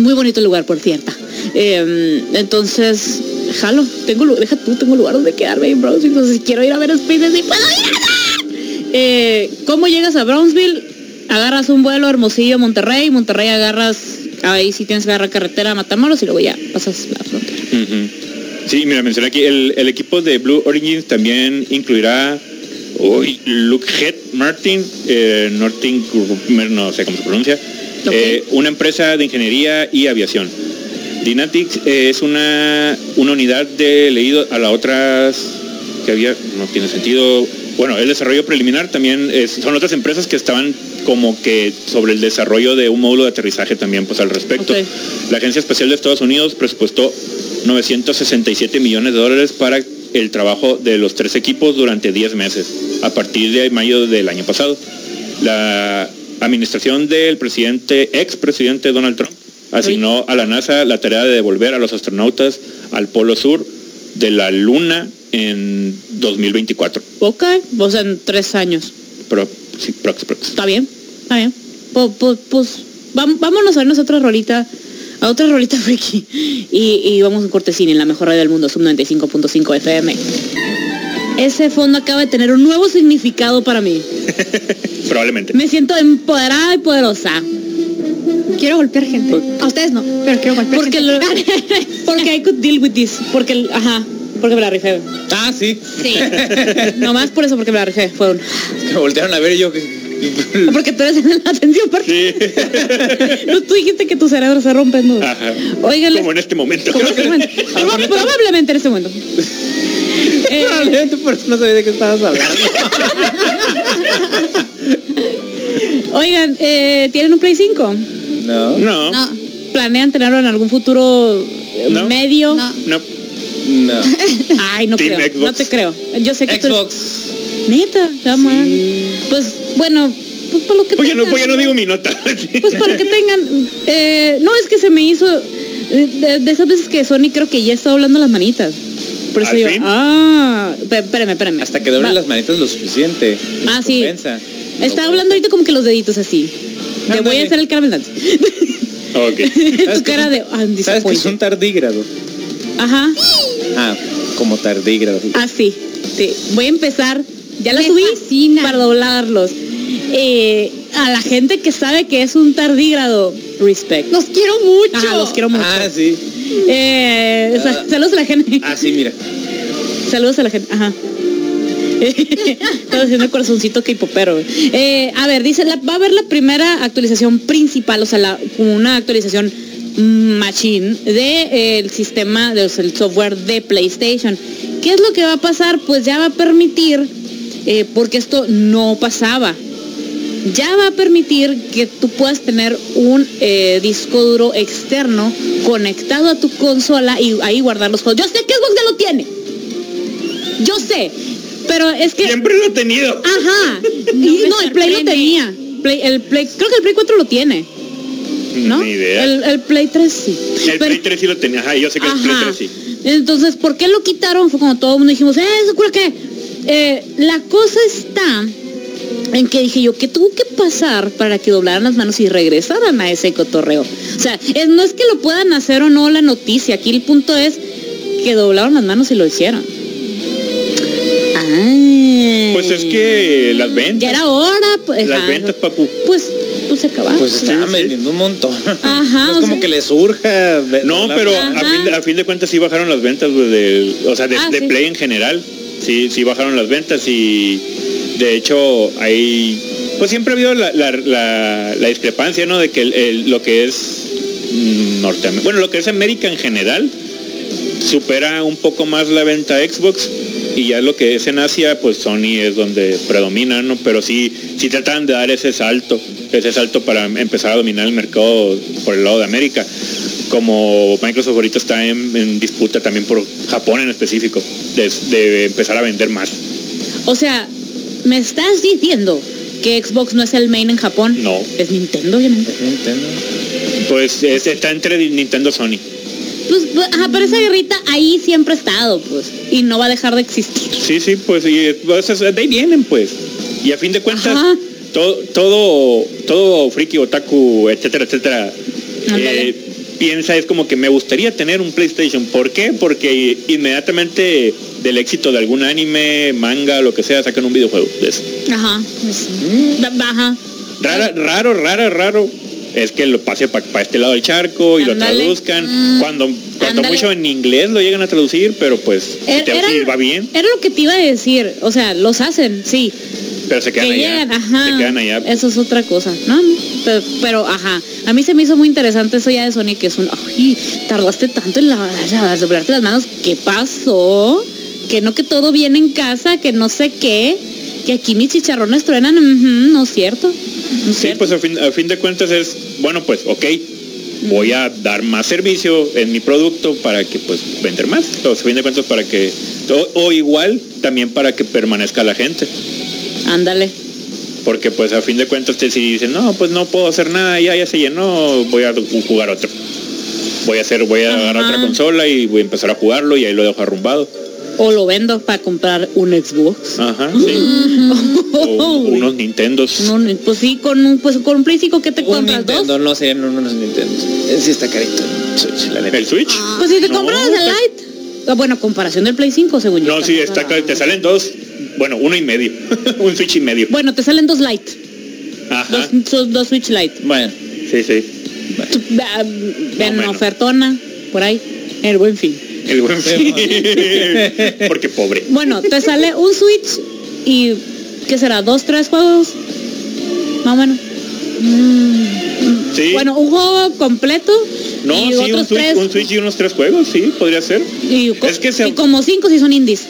[SPEAKER 1] Muy bonito lugar, por cierto. Eh, entonces, jalo, tengo, lu- deja tú, tengo lugar donde quedarme en Brownsville, entonces quiero ir a ver a Spaces y puedo ir. Eh, ¿Cómo llegas a Brownsville? Agarras un vuelo a Hermosillo, Monterrey, Monterrey agarras, ahí sí tienes que agarrar carretera a Matamoros y luego ya pasas la frontera.
[SPEAKER 2] Ujú. Sí, mira, mencioné aquí, el, el equipo de Blue Origins también incluirá uy, Luke Head Martin, eh, Nortin Grummer, no sé cómo se pronuncia,
[SPEAKER 1] Ok.
[SPEAKER 2] eh, una empresa de ingeniería y aviación. Dynatics eh, es una, una unidad de leído a las otras que había, no tiene sentido. Bueno, el desarrollo preliminar también es- son otras empresas que estaban como que sobre el desarrollo de un módulo de aterrizaje también pues al respecto.
[SPEAKER 1] Ok.
[SPEAKER 2] La Agencia Espacial de Estados Unidos presupuestó 967 millones de dólares para el trabajo de los tres equipos durante 10 meses, a partir de mayo del año pasado. La administración del presidente, expresidente Donald Trump, asignó a la NASA la tarea de devolver a los astronautas al Polo Sur de la Luna en 2024.
[SPEAKER 1] Ok, o sea, en tres años.
[SPEAKER 2] Pro- sí, prox, prox.
[SPEAKER 1] Está bien, está bien. Pues, pues, pues, vam- vámonos a vernos otra rolita, a otra rolita freaky. Y, y vamos en cortesín en la mejor radio del mundo, sub 95.5 FM. Ese fondo acaba de tener un nuevo significado para mí.
[SPEAKER 2] Probablemente.
[SPEAKER 1] Me siento empoderada y poderosa.
[SPEAKER 3] Quiero golpear gente. A ustedes no, pero quiero golpear
[SPEAKER 1] Porque
[SPEAKER 3] gente.
[SPEAKER 1] lo- porque I could deal with this. Porque, el- ajá, porque me la rifé.
[SPEAKER 4] Ah, sí.
[SPEAKER 1] Sí. Nomás por eso, porque me la rifé. Fue un-
[SPEAKER 4] Que voltearon a ver y yo.
[SPEAKER 1] Porque tú eres el atención, porque
[SPEAKER 2] Sí.
[SPEAKER 1] no, tú dijiste que tu cerebro se rompe, ¿no?
[SPEAKER 2] Ajá.
[SPEAKER 1] Oigan, les-
[SPEAKER 2] Como en este momento.
[SPEAKER 1] como en este momento. Proba- probablemente en este momento. Eh,
[SPEAKER 4] Probablemente por eso no sabía de qué estabas hablando.
[SPEAKER 1] oigan, eh, ¿tienen un Play 5?
[SPEAKER 4] No.
[SPEAKER 2] No. No.
[SPEAKER 3] No,
[SPEAKER 1] ¿Planean tenerlo en algún futuro eh,
[SPEAKER 2] No.
[SPEAKER 1] medio?
[SPEAKER 3] no.
[SPEAKER 4] No.
[SPEAKER 1] Ay, no
[SPEAKER 2] Team
[SPEAKER 1] creo.
[SPEAKER 2] Xbox.
[SPEAKER 1] No te creo. Yo sé que tú eres-
[SPEAKER 4] Xbox.
[SPEAKER 1] Neta, vamos. Pues bueno, pues por lo que
[SPEAKER 2] Pues ya no,
[SPEAKER 1] tengan,
[SPEAKER 2] pues ya no digo mi nota.
[SPEAKER 1] Pues para que tengan. eh, no, es que se me hizo. eh, De, de esas veces que Sony creo que ya está doblando las manitas. Por eso
[SPEAKER 2] ¿Al
[SPEAKER 1] yo.
[SPEAKER 2] fin?
[SPEAKER 1] Ah, pe- espérame, espérame.
[SPEAKER 4] Hasta que doble
[SPEAKER 1] Va-
[SPEAKER 4] las manitas lo suficiente.
[SPEAKER 1] Ah, sí.
[SPEAKER 4] Compensa.
[SPEAKER 1] Está hablando ahorita como que los deditos así. Te voy a
[SPEAKER 4] Ándale.
[SPEAKER 1] hacer el caramel dance.
[SPEAKER 2] ok.
[SPEAKER 1] tu
[SPEAKER 4] que
[SPEAKER 1] cara
[SPEAKER 4] son-
[SPEAKER 1] de. "Ah, I'm
[SPEAKER 4] ¿Sabes que es
[SPEAKER 1] disappointed".
[SPEAKER 4] un tardígrado?
[SPEAKER 1] Ajá.
[SPEAKER 4] Ah, como tardígrado.
[SPEAKER 1] Así. Sí. Voy a empezar. Ya la
[SPEAKER 3] Me
[SPEAKER 1] subí
[SPEAKER 3] fascina.
[SPEAKER 1] para doblarlos. Eh, a la gente que sabe que es un tardígrado, respect.
[SPEAKER 3] Los quiero mucho.
[SPEAKER 1] Ajá, los quiero mucho.
[SPEAKER 4] Ah, sí.
[SPEAKER 1] Eh, sa- saludos a la gente.
[SPEAKER 4] Ah, sí, mira.
[SPEAKER 1] Saludos a la gente. Ajá. Estaba haciendo el corazoncito que hipopero. Eh, a ver, dice, la- va a haber la primera actualización principal, o sea, la- como una actualización mm, machine del sistema, del el software de PlayStation. ¿Qué es lo que va a pasar? Pues ya va a permitir, eh, porque esto no pasaba, ya va a permitir que tú puedas tener un eh, disco duro externo conectado a tu consola y ahí guardar los juegos. Yo sé que Xbox ya lo tiene. Yo sé. Pero es que...
[SPEAKER 2] Siempre lo he tenido.
[SPEAKER 1] Ajá. Y-
[SPEAKER 3] No
[SPEAKER 1] No,
[SPEAKER 3] me
[SPEAKER 1] el Play lo
[SPEAKER 3] sorprende.
[SPEAKER 1] tenía. Play- el Play, creo que el Play 4 lo tiene, ¿no?
[SPEAKER 2] Ni idea. El,
[SPEAKER 1] El, el Play 3 sí. Pero-
[SPEAKER 2] Play 3 sí lo tenía. Ajá, yo sé que el Play
[SPEAKER 1] Ajá.
[SPEAKER 2] 3 sí.
[SPEAKER 1] Entonces, ¿por qué lo quitaron? Fue como todo el mundo dijimos, eh, ¿seguro que? Eh, la cosa está en que dije yo, ¿qué tuvo que pasar para que doblaran las manos y regresaran a ese cotorreo? O sea, es- no es que lo puedan hacer o no la noticia, aquí el punto es que doblaron las manos y lo hicieron. Ay.
[SPEAKER 2] Pues es que las
[SPEAKER 1] Ya
[SPEAKER 2] ventas.
[SPEAKER 1] era hora, pues.
[SPEAKER 2] Las
[SPEAKER 1] ajá.
[SPEAKER 2] ventas, papu.
[SPEAKER 1] Pues, pues se acabaron.
[SPEAKER 4] Pues está
[SPEAKER 2] sí.
[SPEAKER 4] vendiendo un montón.
[SPEAKER 1] Ajá,
[SPEAKER 4] No
[SPEAKER 1] o
[SPEAKER 4] es como
[SPEAKER 1] sea-
[SPEAKER 4] que le surja. ve-
[SPEAKER 2] No,
[SPEAKER 4] la-
[SPEAKER 2] pero
[SPEAKER 1] Ajá.
[SPEAKER 2] a fin, de, a fin de cuentas sí bajaron las ventas, güey, de, o sea, de,
[SPEAKER 1] Ah,
[SPEAKER 2] de
[SPEAKER 1] sí.
[SPEAKER 2] Play en general. Sí, sí bajaron las ventas y de hecho hay, pues siempre ha habido la, la- la- la discrepancia, ¿no? De que el- el- lo que es mm, Norteamérica, bueno, lo que es América en general supera un poco más la venta Xbox y ya lo que es en Asia, pues Sony es donde predomina, ¿no? Pero sí, sí tratan de dar ese salto, ese salto para empezar a dominar el mercado por el lado de América como Microsoft ahorita está en, en disputa también por Japón en específico, de, de empezar a vender más.
[SPEAKER 1] O sea, me estás diciendo que Xbox no es el main en Japón.
[SPEAKER 2] No.
[SPEAKER 1] Es Nintendo, obviamente.
[SPEAKER 4] Nintendo.
[SPEAKER 2] Pues es- está entre Nintendo y Sony.
[SPEAKER 1] Pues, pues, ajá, pero esa guerrita ahí siempre ha estado, pues. Y no va a dejar de existir.
[SPEAKER 2] Sí, sí, pues y eh, pues, es- de ahí vienen pues. Y a fin de cuentas,
[SPEAKER 1] Ajá.
[SPEAKER 2] todo, todo, todo friki, otaku, etcétera, etcétera,
[SPEAKER 1] Ándale.
[SPEAKER 2] eh, piensa es como que me gustaría tener un PlayStation. ¿Por qué? Porque inmediatamente del éxito de algún anime, manga, lo que sea, sacan un videojuego de eso.
[SPEAKER 1] Ajá. pues sí. Da- Ajá.
[SPEAKER 2] Rara, raro, raro, raro es que lo pase para este lado del charco y
[SPEAKER 1] Ándale.
[SPEAKER 2] lo traduzcan.
[SPEAKER 1] Mm.
[SPEAKER 2] cuando cuando
[SPEAKER 1] Ándale.
[SPEAKER 2] mucho en inglés lo llegan a traducir, pero pues
[SPEAKER 1] Er-
[SPEAKER 2] si te- si va bien,
[SPEAKER 1] era lo que te iba a decir. O sea, los hacen, sí.
[SPEAKER 2] pero se quedan
[SPEAKER 1] que
[SPEAKER 2] allá.
[SPEAKER 1] llegan, ajá.
[SPEAKER 2] Se quedan allá.
[SPEAKER 1] Eso es otra cosa. No, no, Pero, pero, ajá. A mí se me hizo muy interesante eso ya de Sony, que es un, ay, tardaste tanto en lavar, lavar- doblarte las manos. ¿Qué pasó? Que no que todo viene en casa, que no sé qué. Que aquí mis chicharrones truenan. ujú, no es cierto. No es
[SPEAKER 2] Sí,
[SPEAKER 1] cierto.
[SPEAKER 2] pues a fin, a fin de cuentas es, bueno, pues ok, voy a dar más servicio en mi producto para que pues vender más. O sea, a fin de cuentas para que, o, o igual también para que permanezca la gente. pues.
[SPEAKER 1] Ándale.
[SPEAKER 2] Porque pues a fin de cuentas te si dicen, no, pues no puedo hacer nada, ya, ya se llenó, voy a ju- jugar otro. Voy a hacer, voy a agarrar
[SPEAKER 1] Ajá.
[SPEAKER 2] otra consola y voy a empezar a jugarlo y ahí lo dejo arrumbado.
[SPEAKER 1] O lo vendo para comprar un Xbox.
[SPEAKER 2] Ajá, sí. Ah, O unos Nintendos.
[SPEAKER 1] No, no, pues sí, con un, pues con un Play cinco, ¿qué te
[SPEAKER 4] Un
[SPEAKER 1] compras?
[SPEAKER 4] Nintendo,
[SPEAKER 1] ¿Dos?
[SPEAKER 4] no serían unos Nintendos. Eh, Sí está carito. Sí, sí, la neta.
[SPEAKER 2] El Switch.
[SPEAKER 1] Pues si te
[SPEAKER 2] No,
[SPEAKER 1] compras
[SPEAKER 2] pues-
[SPEAKER 1] el Lite. Ah, Bueno, comparación del Play 5, según yo.
[SPEAKER 2] No, sí,
[SPEAKER 1] Estamos
[SPEAKER 2] está,
[SPEAKER 1] a-
[SPEAKER 2] ca- te salen dos, bueno, uno y medio, un switch y medio.
[SPEAKER 1] Bueno, te salen dos light.
[SPEAKER 2] Ajá.
[SPEAKER 1] Dos, dos- dos Switch Lite.
[SPEAKER 4] Bueno,
[SPEAKER 2] Sí, sí.
[SPEAKER 1] Ah, Vean una
[SPEAKER 2] bueno.
[SPEAKER 1] ofertona por ahí. El buen fin.
[SPEAKER 2] El buen fin. Porque pobre.
[SPEAKER 1] Bueno, te sale un Switch y ¿qué será? ¿Dos, tres juegos? Más o menos. Mm.
[SPEAKER 2] Sí.
[SPEAKER 1] Bueno, un juego completo
[SPEAKER 2] no,
[SPEAKER 1] y
[SPEAKER 2] sí, un
[SPEAKER 1] otros
[SPEAKER 2] switch,
[SPEAKER 1] tres.
[SPEAKER 2] un Switch y unos tres juegos, sí, podría ser.
[SPEAKER 1] Y, co-
[SPEAKER 2] Es que se-
[SPEAKER 1] y como cinco si son indies.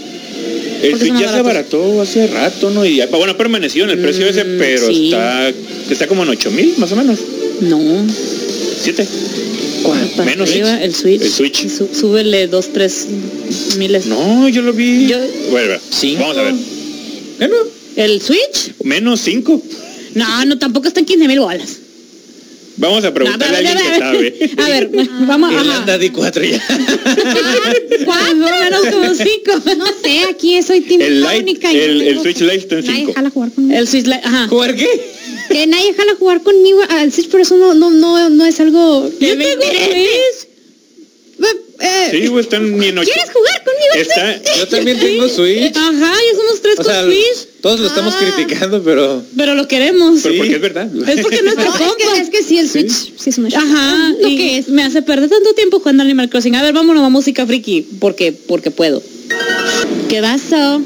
[SPEAKER 2] El
[SPEAKER 1] Porque
[SPEAKER 2] Switch
[SPEAKER 1] son
[SPEAKER 2] Este, ya se
[SPEAKER 1] baratos.
[SPEAKER 2] abarató hace rato, ¿no? Y ya, bueno, ha permanecido en el precio ese,
[SPEAKER 1] Mm,
[SPEAKER 2] pero
[SPEAKER 1] sí.
[SPEAKER 2] está está como en 8 mil, más o menos.
[SPEAKER 1] No.
[SPEAKER 2] 7.
[SPEAKER 1] para
[SPEAKER 2] Menos
[SPEAKER 1] arriba,
[SPEAKER 2] Switch.
[SPEAKER 1] el Switch.
[SPEAKER 2] El Switch.
[SPEAKER 1] Sú- súbele dos, tres miles.
[SPEAKER 2] No, yo lo vi.
[SPEAKER 1] Yo-
[SPEAKER 2] Bueno, bueno,
[SPEAKER 4] Cinco.
[SPEAKER 2] Vamos a ver.
[SPEAKER 4] bueno,
[SPEAKER 1] ¿El Switch?
[SPEAKER 2] Menos 5.
[SPEAKER 1] No, no, tampoco están 15 mil bolas.
[SPEAKER 2] Vamos a
[SPEAKER 1] No,
[SPEAKER 2] preguntarle
[SPEAKER 1] pero-
[SPEAKER 2] a alguien que sabe.
[SPEAKER 1] a ver, vamos
[SPEAKER 4] Irlanda
[SPEAKER 1] a...
[SPEAKER 4] di 4 ya.
[SPEAKER 1] Cuatro, menos como cinco.
[SPEAKER 3] No sé, aquí soy team
[SPEAKER 2] El
[SPEAKER 3] hija
[SPEAKER 2] Lite,
[SPEAKER 3] única y
[SPEAKER 2] el-
[SPEAKER 3] no
[SPEAKER 2] el
[SPEAKER 3] tengo-
[SPEAKER 2] Switch Lite está en
[SPEAKER 3] Nadie
[SPEAKER 2] cinco.
[SPEAKER 3] jala jugar conmigo.
[SPEAKER 1] El Switch Lite, ajá.
[SPEAKER 4] ¿Jugar qué?
[SPEAKER 3] Que nadie jala jugar conmigo al Switch, por eso no, no, no, no es algo...
[SPEAKER 1] Yo tengo Switch.
[SPEAKER 3] Eh,
[SPEAKER 2] Sí, güey, están ni en 8.
[SPEAKER 3] ¿Quieres jugar conmigo?
[SPEAKER 2] Está,
[SPEAKER 4] Yo también tengo Switch.
[SPEAKER 1] Ajá, ya somos tres
[SPEAKER 4] O
[SPEAKER 1] con
[SPEAKER 4] sea,
[SPEAKER 1] Switch,
[SPEAKER 4] todos lo estamos
[SPEAKER 3] Ah.
[SPEAKER 4] criticando, pero
[SPEAKER 1] pero lo queremos.
[SPEAKER 2] pero
[SPEAKER 4] Sí.
[SPEAKER 2] porque es verdad.
[SPEAKER 1] Es porque no
[SPEAKER 3] No, es que, es que sí, el Switch Ah, sí, es una
[SPEAKER 1] Ajá,
[SPEAKER 3] Lo
[SPEAKER 1] y
[SPEAKER 3] que es.
[SPEAKER 1] me hace perder tanto tiempo jugando Animal Crossing. A ver, vámonos a música friki, porque porque puedo. ¿Qué pasó?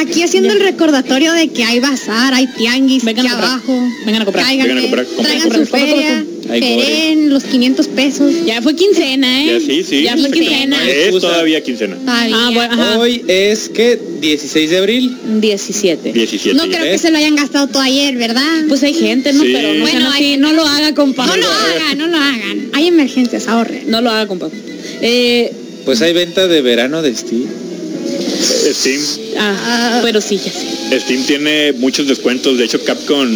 [SPEAKER 3] Aquí haciendo el recordatorio de que hay bazar, hay tianguis
[SPEAKER 1] Vengan
[SPEAKER 3] aquí
[SPEAKER 1] a comprar.
[SPEAKER 3] abajo.
[SPEAKER 1] Vengan a comprar.
[SPEAKER 3] Cáiganle,
[SPEAKER 2] Vengan a comprar, compren,
[SPEAKER 3] Traigan
[SPEAKER 1] compren,
[SPEAKER 3] su
[SPEAKER 1] compren,
[SPEAKER 3] feria,
[SPEAKER 1] compren.
[SPEAKER 4] Ay, pobre.
[SPEAKER 3] peren, los 500 pesos.
[SPEAKER 1] Ya fue quincena, ¿eh?
[SPEAKER 2] Ya sí, sí.
[SPEAKER 1] Ya fue quincena.
[SPEAKER 2] Es todavía quincena.
[SPEAKER 1] Ah, bueno, ajá.
[SPEAKER 4] hoy es que 16 de abril.
[SPEAKER 1] 17.
[SPEAKER 2] 17.
[SPEAKER 3] no creo que
[SPEAKER 4] ¿ves?
[SPEAKER 3] se lo hayan gastado todo ayer, ¿verdad?
[SPEAKER 1] Pues hay gente, ¿no?
[SPEAKER 2] Sí.
[SPEAKER 1] Pero no,
[SPEAKER 2] Bueno,
[SPEAKER 1] sean
[SPEAKER 3] hay
[SPEAKER 1] así.
[SPEAKER 3] gente-
[SPEAKER 1] no lo haga, compa.
[SPEAKER 3] no lo hagan, no lo hagan. Hay emergencias, ahorren.
[SPEAKER 1] No lo haga, compa. Eh,
[SPEAKER 4] Pues hay venta de verano de Steam.
[SPEAKER 2] Eh, Steam,
[SPEAKER 1] ah,
[SPEAKER 3] Ah.
[SPEAKER 1] pero sí, ya sé.
[SPEAKER 2] Steam tiene muchos descuentos. De hecho, Capcom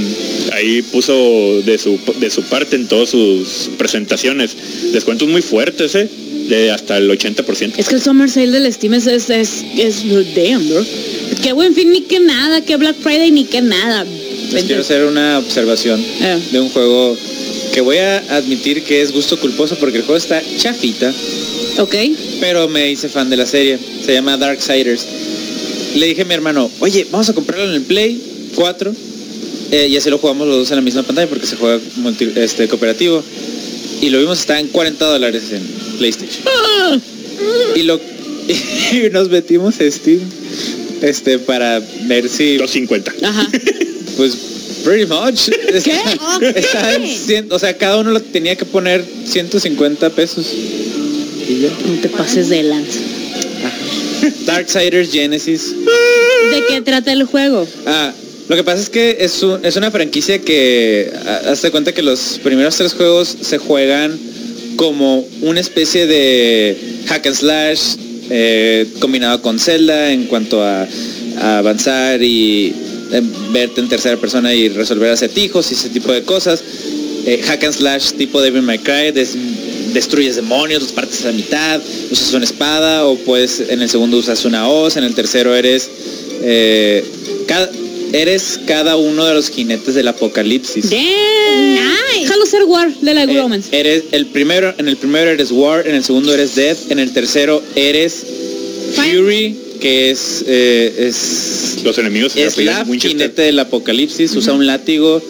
[SPEAKER 2] ahí puso de su, de su parte en todas sus presentaciones. Descuentos muy fuertes, ¿eh? De hasta el 80%.
[SPEAKER 1] Es que el Summer Sale del Steam es, es, es, es damn, bro. Qué buen fin, ni que nada, que Black Friday, ni que nada.
[SPEAKER 4] Les
[SPEAKER 1] Vente.
[SPEAKER 4] quiero hacer una observación
[SPEAKER 1] Eh.
[SPEAKER 4] de un juego que voy a admitir que es gusto culposo porque el juego está chafita,
[SPEAKER 1] Ok.
[SPEAKER 4] pero me hice fan de la serie. Se llama Darksiders. Le dije a mi hermano, oye, vamos a comprarlo en el Play 4 eh, y así lo jugamos los dos en la misma pantalla porque se juega multi- este, cooperativo. Y lo vimos, está en 40 dólares en PlayStation.
[SPEAKER 1] Ah,
[SPEAKER 4] Y, lo, y nos metimos a Steam este, para ver si
[SPEAKER 2] 250.
[SPEAKER 1] Ajá.
[SPEAKER 4] Pues pretty much. Está-
[SPEAKER 3] ¿Qué?
[SPEAKER 4] está en cien- o sea, cada uno lo tenía que poner 150 pesos. Y ya.
[SPEAKER 1] No te pases de lanza.
[SPEAKER 4] Darksiders Genesis.
[SPEAKER 1] ¿De qué trata el juego?
[SPEAKER 4] Ah, lo que pasa es que es, un- es una franquicia que ah, hazte cuenta que los primeros tres juegos se juegan como una especie de hack and slash eh, combinado con Zelda en cuanto a, a avanzar y eh, verte en tercera persona y resolver acertijos y ese tipo de cosas. Eh, hack and slash tipo Devil May Cry, des- destruyes demonios, los partes a la mitad, usas una espada o pues en el segundo usas una hoz, en el tercero eres eh, cada, eres cada uno de los jinetes del apocalipsis.
[SPEAKER 1] Nice. Halo Ser War de la Good
[SPEAKER 4] Eh,
[SPEAKER 1] Omens.
[SPEAKER 4] eres el primero, en el primero eres War, en el segundo eres Death, en el tercero eres
[SPEAKER 3] Fire.
[SPEAKER 4] Fury, que es eh, es
[SPEAKER 2] Los enemigos se
[SPEAKER 4] es la
[SPEAKER 2] apellidan Winchester.
[SPEAKER 4] jinete del apocalipsis, usa un látigo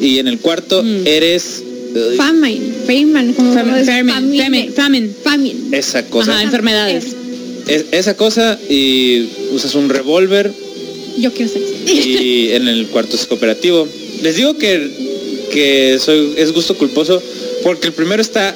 [SPEAKER 4] y en el cuarto
[SPEAKER 1] Mm.
[SPEAKER 4] eres eh,
[SPEAKER 3] Famine, Famine, como
[SPEAKER 1] Famine,
[SPEAKER 3] es?
[SPEAKER 1] Oh, famine, famine, famine.
[SPEAKER 3] famine.
[SPEAKER 4] esa cosa.
[SPEAKER 1] Ajá, enfermedades.
[SPEAKER 4] Es- esa cosa y usas un revólver
[SPEAKER 3] Yo quiero ser.
[SPEAKER 4] y en el cuarto es cooperativo. Les digo que, que soy, es gusto culposo porque el primero está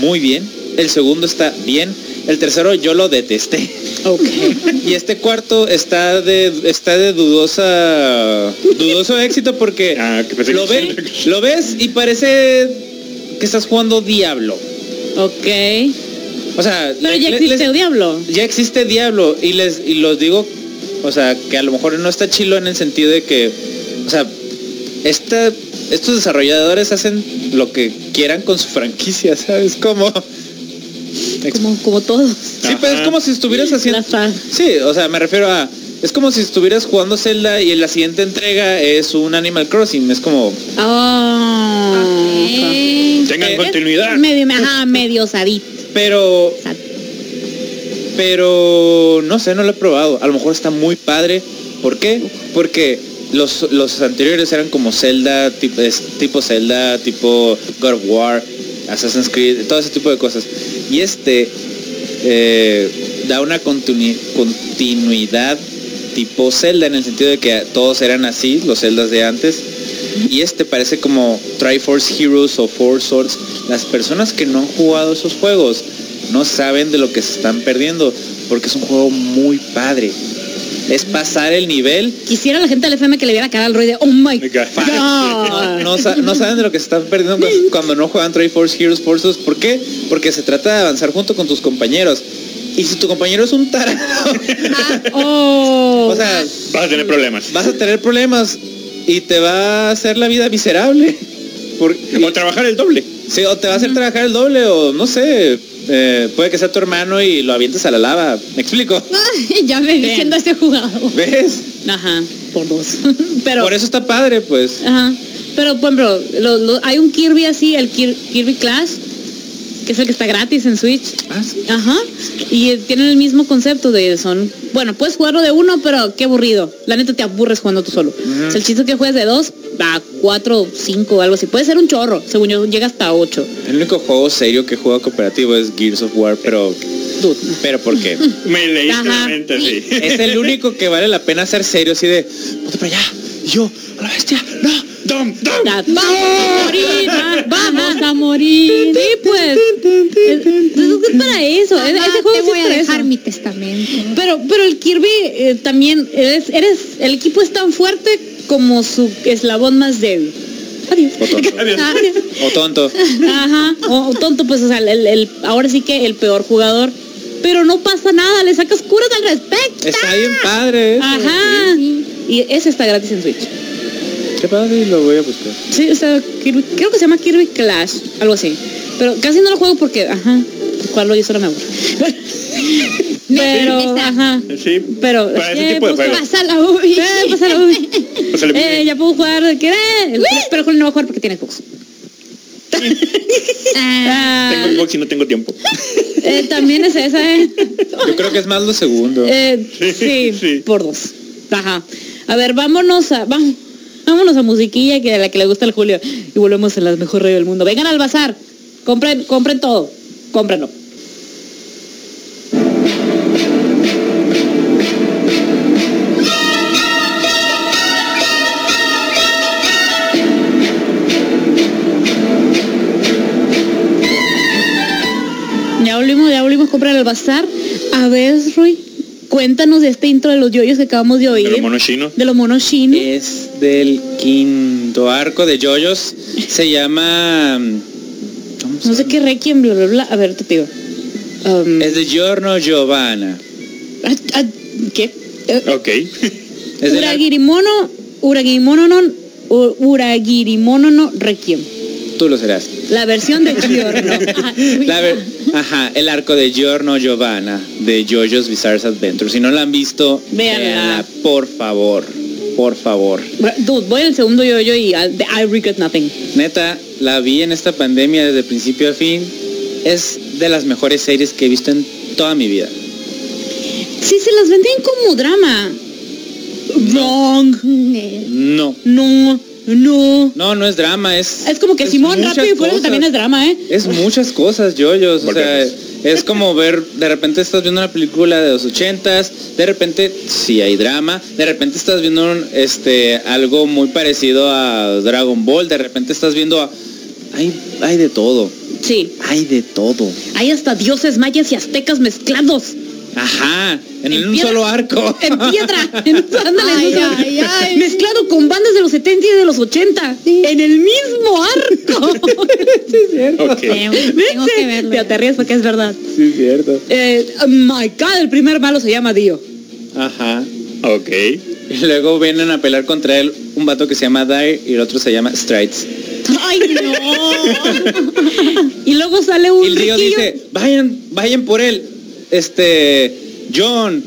[SPEAKER 4] muy bien, el segundo está bien, el tercero yo lo detesté.
[SPEAKER 1] Ok.
[SPEAKER 4] Y este cuarto está de está de dudosa dudoso éxito porque
[SPEAKER 2] Ah, que pensé
[SPEAKER 4] lo,
[SPEAKER 2] que-
[SPEAKER 4] ve- lo ves y parece que estás jugando Diablo.
[SPEAKER 1] Ok.
[SPEAKER 4] O sea,
[SPEAKER 1] Pero
[SPEAKER 4] le-
[SPEAKER 1] ya
[SPEAKER 4] le-
[SPEAKER 1] existe
[SPEAKER 4] les-
[SPEAKER 1] el diablo.
[SPEAKER 4] ya existe Diablo y les y los digo, o sea, que a lo mejor no está chilo en el sentido de que, o sea, esta, estos desarrolladores hacen lo que quieran con su franquicia, ¿sabes? Como,
[SPEAKER 1] Como, como todos.
[SPEAKER 4] sí, pero es como si estuvieras haciendo,
[SPEAKER 1] Las fa-
[SPEAKER 4] sí, o sea, me refiero a, es como si estuvieras jugando Zelda y en la siguiente entrega es un Animal Crossing, es como,
[SPEAKER 1] Oh.
[SPEAKER 3] Eh,
[SPEAKER 2] Tengan
[SPEAKER 4] Eh,
[SPEAKER 2] continuidad.
[SPEAKER 1] Medio, ajá, medio sadito.
[SPEAKER 4] pero Pero no sé, no lo he probado. A lo mejor está muy padre. ¿Por qué? Porque los, los anteriores eran como Zelda, tipo, es- tipo Zelda, tipo God of War, Assassin's Creed, todo ese tipo de cosas. Y este eh, da una continui- continuidad tipo Zelda en el sentido de que todos eran así, los Zeldas de antes. Y este parece como Triforce Heroes o Four Swords. Las personas que no han jugado esos juegos no saben de lo que se están perdiendo porque es un juego muy padre. Es pasar el nivel
[SPEAKER 1] Quisiera la gente del FM que le viera cara al Roy de Oh my
[SPEAKER 2] Me ca-
[SPEAKER 1] God.
[SPEAKER 4] no, sa- no saben de lo que se están perdiendo cu- cuando no juegan Triforce Heroes Forces. ¿Por qué? Porque se trata de avanzar junto con tus compañeros. Y si tu compañero es un tarado,
[SPEAKER 1] Ah, Oh.
[SPEAKER 4] o sea,
[SPEAKER 2] Vas a tener problemas.
[SPEAKER 4] vas a tener problemas y te va a hacer la vida miserable. Por-
[SPEAKER 2] O trabajar el doble.
[SPEAKER 4] sí, o te va a hacer trabajar el doble o no sé, eh, puede que sea tu hermano y lo avientes a la lava. ¿Me explico?
[SPEAKER 3] ya me
[SPEAKER 1] Bien.
[SPEAKER 3] diciendo este jugador.
[SPEAKER 4] ¿Ves?
[SPEAKER 1] Ajá, por dos. Pero,
[SPEAKER 4] Por eso está padre, pues.
[SPEAKER 1] ajá. Pero, por ejemplo, lo- lo- hay un Kirby así, el Kir- Kirby Clash, que es el que está gratis en Switch.
[SPEAKER 4] Ah,
[SPEAKER 1] Ajá. Y eh, tienen el mismo concepto de son. Bueno, puedes jugarlo de uno, pero qué aburrido. La neta te aburres jugando tú solo. O sea, El chiste es que juegues de dos a cuatro, cinco, algo así. Puede ser un chorro, según yo, llega hasta ocho.
[SPEAKER 4] El único juego serio que juega cooperativo es Gears of War, pero...
[SPEAKER 1] Dude.
[SPEAKER 4] ¿Pero por qué?
[SPEAKER 2] Me leíste
[SPEAKER 1] Ajá.
[SPEAKER 2] la mente así.
[SPEAKER 4] Es el único que vale la pena ser serio, así de, ponte para allá, y yo, a la bestia, no.
[SPEAKER 2] Dom, dom.
[SPEAKER 1] Ya, Vamos a morir, vamos a morir. Sí, pues. Es, es que es para eso. es-
[SPEAKER 3] Mamá,
[SPEAKER 1] ese
[SPEAKER 3] Ah, te
[SPEAKER 1] juego sí
[SPEAKER 3] voy
[SPEAKER 1] es
[SPEAKER 3] a
[SPEAKER 1] para
[SPEAKER 3] dejar
[SPEAKER 1] eso.
[SPEAKER 3] mi testamento.
[SPEAKER 1] Pero, pero el Kirby eh, también eres, eres, el equipo es tan fuerte como su eslabón más débil. Adiós.
[SPEAKER 4] O tonto.
[SPEAKER 2] Adiós.
[SPEAKER 1] Ah, adiós.
[SPEAKER 4] O tonto.
[SPEAKER 1] Ajá. O, o tonto, pues, o sea, el, el- ahora sí que el peor jugador. Pero no pasa nada, le sacas curas al respecto.
[SPEAKER 4] Está bien pues, padre. ¿eh?
[SPEAKER 1] Ah.
[SPEAKER 4] eso.
[SPEAKER 1] Ajá. Y ese está gratis en Switch.
[SPEAKER 4] Qué padre, y lo voy a buscar.
[SPEAKER 1] Sí, o sea, Kirby- creo que se llama Kirby Clash, algo así. Pero casi no lo juego porque, ajá, jugarlo yo solo me aburro. Pero,
[SPEAKER 3] Neta.
[SPEAKER 1] ajá.
[SPEAKER 2] Sí,
[SPEAKER 1] Pero,
[SPEAKER 2] para ese
[SPEAKER 1] eh,
[SPEAKER 2] tipo de
[SPEAKER 1] pues,
[SPEAKER 2] juegos.
[SPEAKER 3] Pasa la ubi.
[SPEAKER 1] Eh, pasa la Ubi.
[SPEAKER 2] O sea, le-
[SPEAKER 1] Eh, ya puedo jugar, ¿qué era? Pero Julio no va a jugar porque tiene Xbox.
[SPEAKER 3] Ah,
[SPEAKER 1] Ah,
[SPEAKER 2] Tengo Xbox y no tengo tiempo.
[SPEAKER 1] eh, también es esa, ¿eh?
[SPEAKER 4] Yo creo que es más lo segundo.
[SPEAKER 1] Eh, sí,
[SPEAKER 2] Sí, sí.
[SPEAKER 1] por dos. Ajá. A ver, vámonos a, vamos, vámonos a musiquilla que de la que le gusta el Julio y volvemos a la mejor radio del mundo. Vengan al bazar, compren, compren todo, cómprenlo. Ya volvimos, ya volvimos a comprar al bazar. A ver, Rui, cuéntanos de este intro de los yoyos que acabamos de oír.
[SPEAKER 2] Pero mono chino.
[SPEAKER 1] De los monos chinos.
[SPEAKER 4] Es del quinto arco de Yoyos. Se llama... ¿cómo se
[SPEAKER 1] no sé
[SPEAKER 4] llama?
[SPEAKER 1] qué requiem, bla, bla, bla. A ver, te digo. Um,
[SPEAKER 4] Es de Giorno Giovanna.
[SPEAKER 1] ah, ah, ¿Qué? Eh,
[SPEAKER 2] Ok.
[SPEAKER 4] Es del arco-
[SPEAKER 1] Uragirimono, Uragirimono no, u- Uragirimono no Requiem.
[SPEAKER 4] Tú lo serás.
[SPEAKER 1] La versión de Giorno. Ajá.
[SPEAKER 4] La ver- ajá, el arco de Giorno Giovanna de Jojo's Bizarre Adventure. Si no la han visto,
[SPEAKER 1] Véanla.
[SPEAKER 4] por favor, por favor.
[SPEAKER 1] Dude, voy al segundo yo yo y ah, de I regret nothing.
[SPEAKER 4] Neta, la vi en esta pandemia desde principio a fin. Es de las mejores series que he visto en toda mi vida.
[SPEAKER 1] Sí, se las vendían como drama. Wrong.
[SPEAKER 3] ne-
[SPEAKER 4] No,
[SPEAKER 1] No, no.
[SPEAKER 4] no, no es drama, es...
[SPEAKER 1] Es como que
[SPEAKER 4] es
[SPEAKER 1] Simón
[SPEAKER 4] muchas
[SPEAKER 1] rápido y furioso también es
[SPEAKER 4] cosas.
[SPEAKER 1] drama, ¿eh?
[SPEAKER 4] Es muchas cosas, yoyos. O sea,
[SPEAKER 2] Volvemos.
[SPEAKER 4] es como ver, de repente estás viendo una película de los ochentas, de repente sí hay drama, de repente estás viendo un, este algo muy parecido a Dragon Ball, de repente estás viendo a- hay, hay de todo,
[SPEAKER 1] Sí.
[SPEAKER 4] hay de todo.
[SPEAKER 1] Hay hasta dioses mayas y aztecas mezclados.
[SPEAKER 4] Ajá, en,
[SPEAKER 1] En
[SPEAKER 4] un
[SPEAKER 1] piedra-
[SPEAKER 4] solo arco.
[SPEAKER 1] En piedra. En, ándale,
[SPEAKER 3] Ay,
[SPEAKER 1] en un-
[SPEAKER 3] ay, ay.
[SPEAKER 1] Mezclado con bandas de los 70 y de los 80. En el mismo arco.
[SPEAKER 2] Ok.
[SPEAKER 3] Tengo que verlo.
[SPEAKER 1] Te aterrías porque es verdad.
[SPEAKER 4] Sí, es cierto.
[SPEAKER 1] Eh, oh my God, el primer malo se llama Dio.
[SPEAKER 4] Ajá.
[SPEAKER 2] Ok.
[SPEAKER 4] Y luego vienen a pelear contra él un vato que se llama Dire y el otro se llama Strides.
[SPEAKER 1] Ay, no. y luego sale un
[SPEAKER 4] Y el río
[SPEAKER 1] riquillo.
[SPEAKER 4] dice, vayan, vayan por él. Este, John.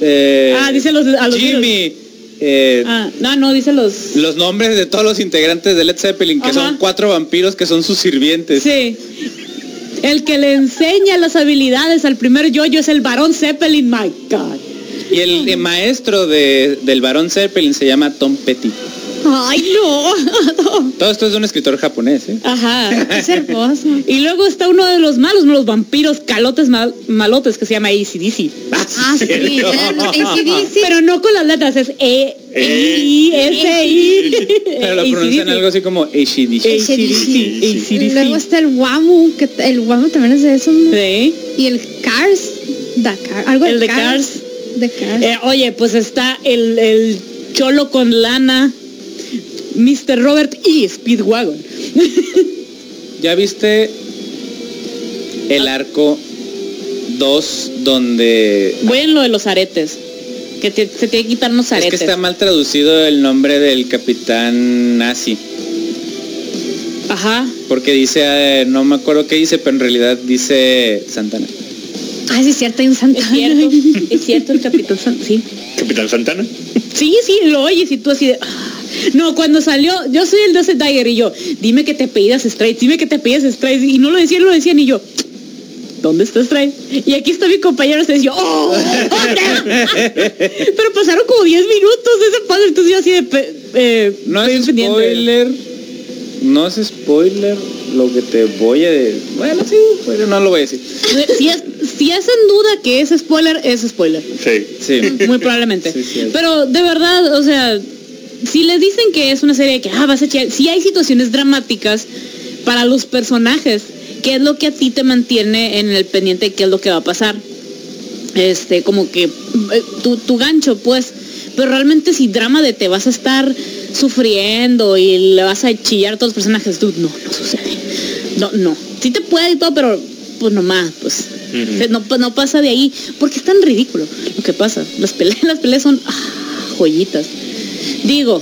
[SPEAKER 4] eh,
[SPEAKER 1] Ah, dice los- a los
[SPEAKER 4] Jimmy. eh,
[SPEAKER 1] Ah, no, no, dice los...
[SPEAKER 4] Los nombres de todos los integrantes de Led Zeppelin, que
[SPEAKER 1] Ajá.
[SPEAKER 4] son cuatro vampiros que son sus sirvientes.
[SPEAKER 1] Sí. El que le enseña las habilidades al primer yoyo es el varón Zeppelin, my God.
[SPEAKER 4] Y el, eh, maestro de- del varón Zeppelin se llama Tom Petty.
[SPEAKER 3] Ay, no.
[SPEAKER 4] Todo esto es de un escritor japonés, ¿eh?
[SPEAKER 1] Ajá.
[SPEAKER 3] Es hermoso.
[SPEAKER 1] Y luego está uno de los malos, uno de los vampiros calotes mal- malotes que se llama ACDC.
[SPEAKER 3] Ah, sí. eran ACDC.
[SPEAKER 1] Pero no con las letras, es E, I,
[SPEAKER 3] E,
[SPEAKER 1] S, I.
[SPEAKER 4] Pero lo pronuncian algo así como Eishidishi.
[SPEAKER 1] ACDC.
[SPEAKER 3] Luego
[SPEAKER 1] ACDC.
[SPEAKER 3] está el Wamu, que t- el Wamu también es de eso. ¿no?
[SPEAKER 1] Sí.
[SPEAKER 3] Y el Cars, da Car- algo
[SPEAKER 1] El de
[SPEAKER 3] De Cars.
[SPEAKER 1] Eh, oye, pues está el, el cholo con lana, Mr. Robert y Speedwagon.
[SPEAKER 4] ¿Ya viste el arco 2 donde...
[SPEAKER 1] Bueno, lo de los aretes. Que te- se tiene que quitar unos
[SPEAKER 4] Es que
[SPEAKER 1] aretes.
[SPEAKER 4] está mal traducido el nombre del capitán nazi.
[SPEAKER 1] Ajá.
[SPEAKER 4] Porque dice, eh, no me acuerdo qué dice, pero en realidad dice Santana.
[SPEAKER 3] Ah, sí, es cierto, hay un Santa.
[SPEAKER 1] Es cierto, es cierto el capitán San- sí.
[SPEAKER 2] Capitán Santana.
[SPEAKER 1] Sí, sí, lo oyes y tú así de. "Ah". No, cuando salió, yo soy el 12 Tiger y yo, dime que te pedías Straits, dime que te pedías Straits. Y no lo decían, lo decían y yo, ¿dónde está Straits? Y aquí está mi compañero, se yo, ¡oh! ¡Hombre! Pero pasaron como 10 minutos de ese padre, entonces yo así de. pe- eh,
[SPEAKER 4] No
[SPEAKER 1] estoy
[SPEAKER 4] es
[SPEAKER 1] entendiendo.
[SPEAKER 4] spoiler. No es spoiler lo que te voy a decir. Bueno, sí, pero no lo voy a decir.
[SPEAKER 1] Si es, si es en duda que es spoiler, es spoiler.
[SPEAKER 2] Sí.
[SPEAKER 4] Sí.
[SPEAKER 1] Muy probablemente.
[SPEAKER 4] Sí, sí hay.
[SPEAKER 1] Pero de verdad, o sea, si les dicen que es una serie que, ah, vas a checar, si hay situaciones dramáticas para los personajes, ¿qué es lo que a ti te mantiene en el pendiente de qué es lo que va a pasar? Este, como que eh, tu, tu gancho, pues. Pero realmente si drama de te vas a estar sufriendo y le vas a chillar a todos los personajes, dude, no, no sucede. No, no. Sí te puede y todo, pero pues nomás, pues.
[SPEAKER 2] Ujú.
[SPEAKER 1] O sea, no, pa- no pasa de ahí, porque es tan ridículo lo que pasa. Las peleas, las peleas son ah, joyitas. Digo,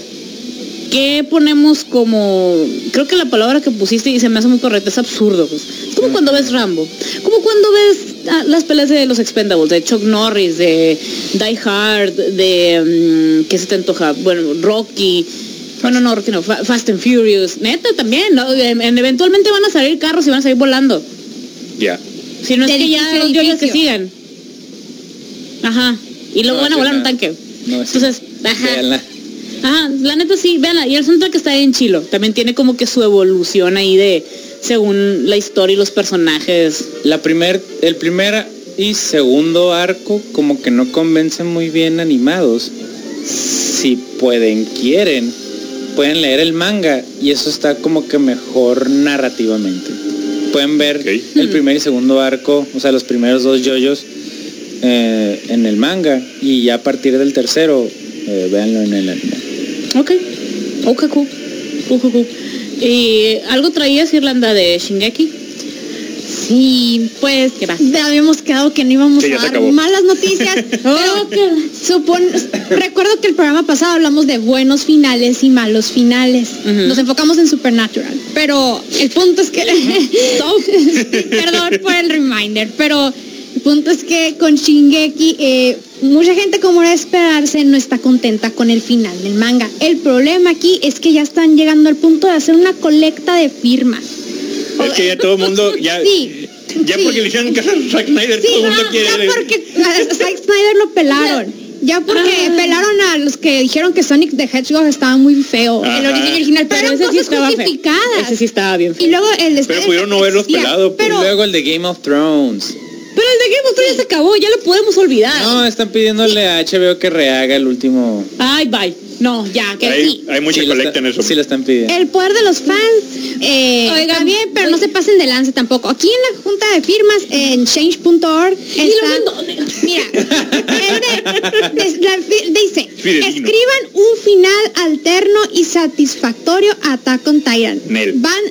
[SPEAKER 1] ¿qué ponemos como? Creo que la palabra que pusiste y se me hace muy correcta es absurdo. Pues. Es como cuando ves Rambo, como cuando ves ah, las peleas de los Expendables, de Chuck Norris, de Die Hard, de que se te antoja, bueno, Rocky. Bueno, no, Rocky no, Fa- Fast and Furious. Neta también, ¿no? En- en- eventualmente van a salir carros y van a salir volando.
[SPEAKER 2] Ya.
[SPEAKER 1] Si no es
[SPEAKER 3] De
[SPEAKER 1] que ya
[SPEAKER 3] edificio a
[SPEAKER 1] los yoyos que
[SPEAKER 3] edificio.
[SPEAKER 1] sigan. Ajá. Y luego
[SPEAKER 4] No,
[SPEAKER 1] van a
[SPEAKER 4] sí,
[SPEAKER 1] volar un
[SPEAKER 4] no.
[SPEAKER 1] tanque.
[SPEAKER 4] No es
[SPEAKER 1] Entonces, ajá.
[SPEAKER 4] Véanla.
[SPEAKER 1] Ajá, la neta sí, véanla. Y el soundtrack está en chilo. También tiene como que su evolución ahí de según la historia y los personajes.
[SPEAKER 4] La primer, el primer y segundo arco como que no convencen muy bien animados. Si pueden, quieren, pueden leer el manga y eso está como que mejor narrativamente. Pueden ver
[SPEAKER 2] Ok.
[SPEAKER 4] el primer y segundo arco, o sea, los primeros dos yoyos eh, en el manga y ya a partir del tercero, eh, véanlo en el anime.
[SPEAKER 1] Ok. Ok, cool. Ok, cool. Y algo traías Irlanda de Shingeki.
[SPEAKER 3] Sí, pues
[SPEAKER 1] ¿Qué pasa?
[SPEAKER 3] habíamos quedado que no íbamos
[SPEAKER 2] Sí, ya
[SPEAKER 3] a
[SPEAKER 2] se
[SPEAKER 3] dar
[SPEAKER 2] acabó.
[SPEAKER 3] malas noticias. pero que supon- recuerdo que el programa pasado hablamos de buenos finales y malos finales.
[SPEAKER 1] Ujú.
[SPEAKER 3] Nos enfocamos en Supernatural. Pero el punto es que. Perdón por el reminder, pero el punto es que con Shingeki, eh, mucha gente como era de esperarse no está contenta con el final del manga. El problema aquí es que ya están llegando al punto de hacer una colecta de firmas.
[SPEAKER 2] Es que ya todo el mundo, ya,
[SPEAKER 3] Sí,
[SPEAKER 2] ya
[SPEAKER 3] sí.
[SPEAKER 2] porque le hicieron caso a Zack Snyder,
[SPEAKER 3] Sí,
[SPEAKER 2] todo el mundo
[SPEAKER 3] no,
[SPEAKER 2] quiere.
[SPEAKER 3] ya porque a Zack Snyder lo pelaron. Ya porque
[SPEAKER 1] Ah.
[SPEAKER 3] pelaron a los que dijeron que Sonic the Hedgehog estaba muy feo. El
[SPEAKER 2] Ajá.
[SPEAKER 3] origen original, pero,
[SPEAKER 1] ese
[SPEAKER 3] eran
[SPEAKER 1] sí
[SPEAKER 3] cosas
[SPEAKER 1] estaba feo.
[SPEAKER 3] justificadas.
[SPEAKER 1] Ese sí estaba bien feo.
[SPEAKER 3] Y luego el Snyder
[SPEAKER 2] pudieron no verlos
[SPEAKER 3] existía,
[SPEAKER 2] pelado, pues.
[SPEAKER 3] Pero,
[SPEAKER 4] Y luego el de Game of Thrones.
[SPEAKER 1] Pero el de Game of Thrones ya se acabó, ya lo podemos olvidar.
[SPEAKER 4] No, están pidiéndole a HBO que rehaga el último...
[SPEAKER 1] Ay, bye. No, ya, que
[SPEAKER 2] hay,
[SPEAKER 1] sí.
[SPEAKER 2] hay mucha
[SPEAKER 4] Sí lo
[SPEAKER 2] colecta en
[SPEAKER 4] está-
[SPEAKER 2] eso.
[SPEAKER 4] Sí lo están pidiendo.
[SPEAKER 3] el poder de los fans eh,
[SPEAKER 1] Oigan,
[SPEAKER 3] está bien, pero no
[SPEAKER 1] oigan.
[SPEAKER 3] se pasen de lance tampoco. Aquí en la junta de firmas, en change.org,
[SPEAKER 1] Y lo
[SPEAKER 3] están...
[SPEAKER 1] mando-
[SPEAKER 3] Mira, el de- de- la fi- dice,
[SPEAKER 2] Fidedigno.
[SPEAKER 3] escriban un final alterno y satisfactorio a Attack on Titan.
[SPEAKER 2] Nel.
[SPEAKER 3] Van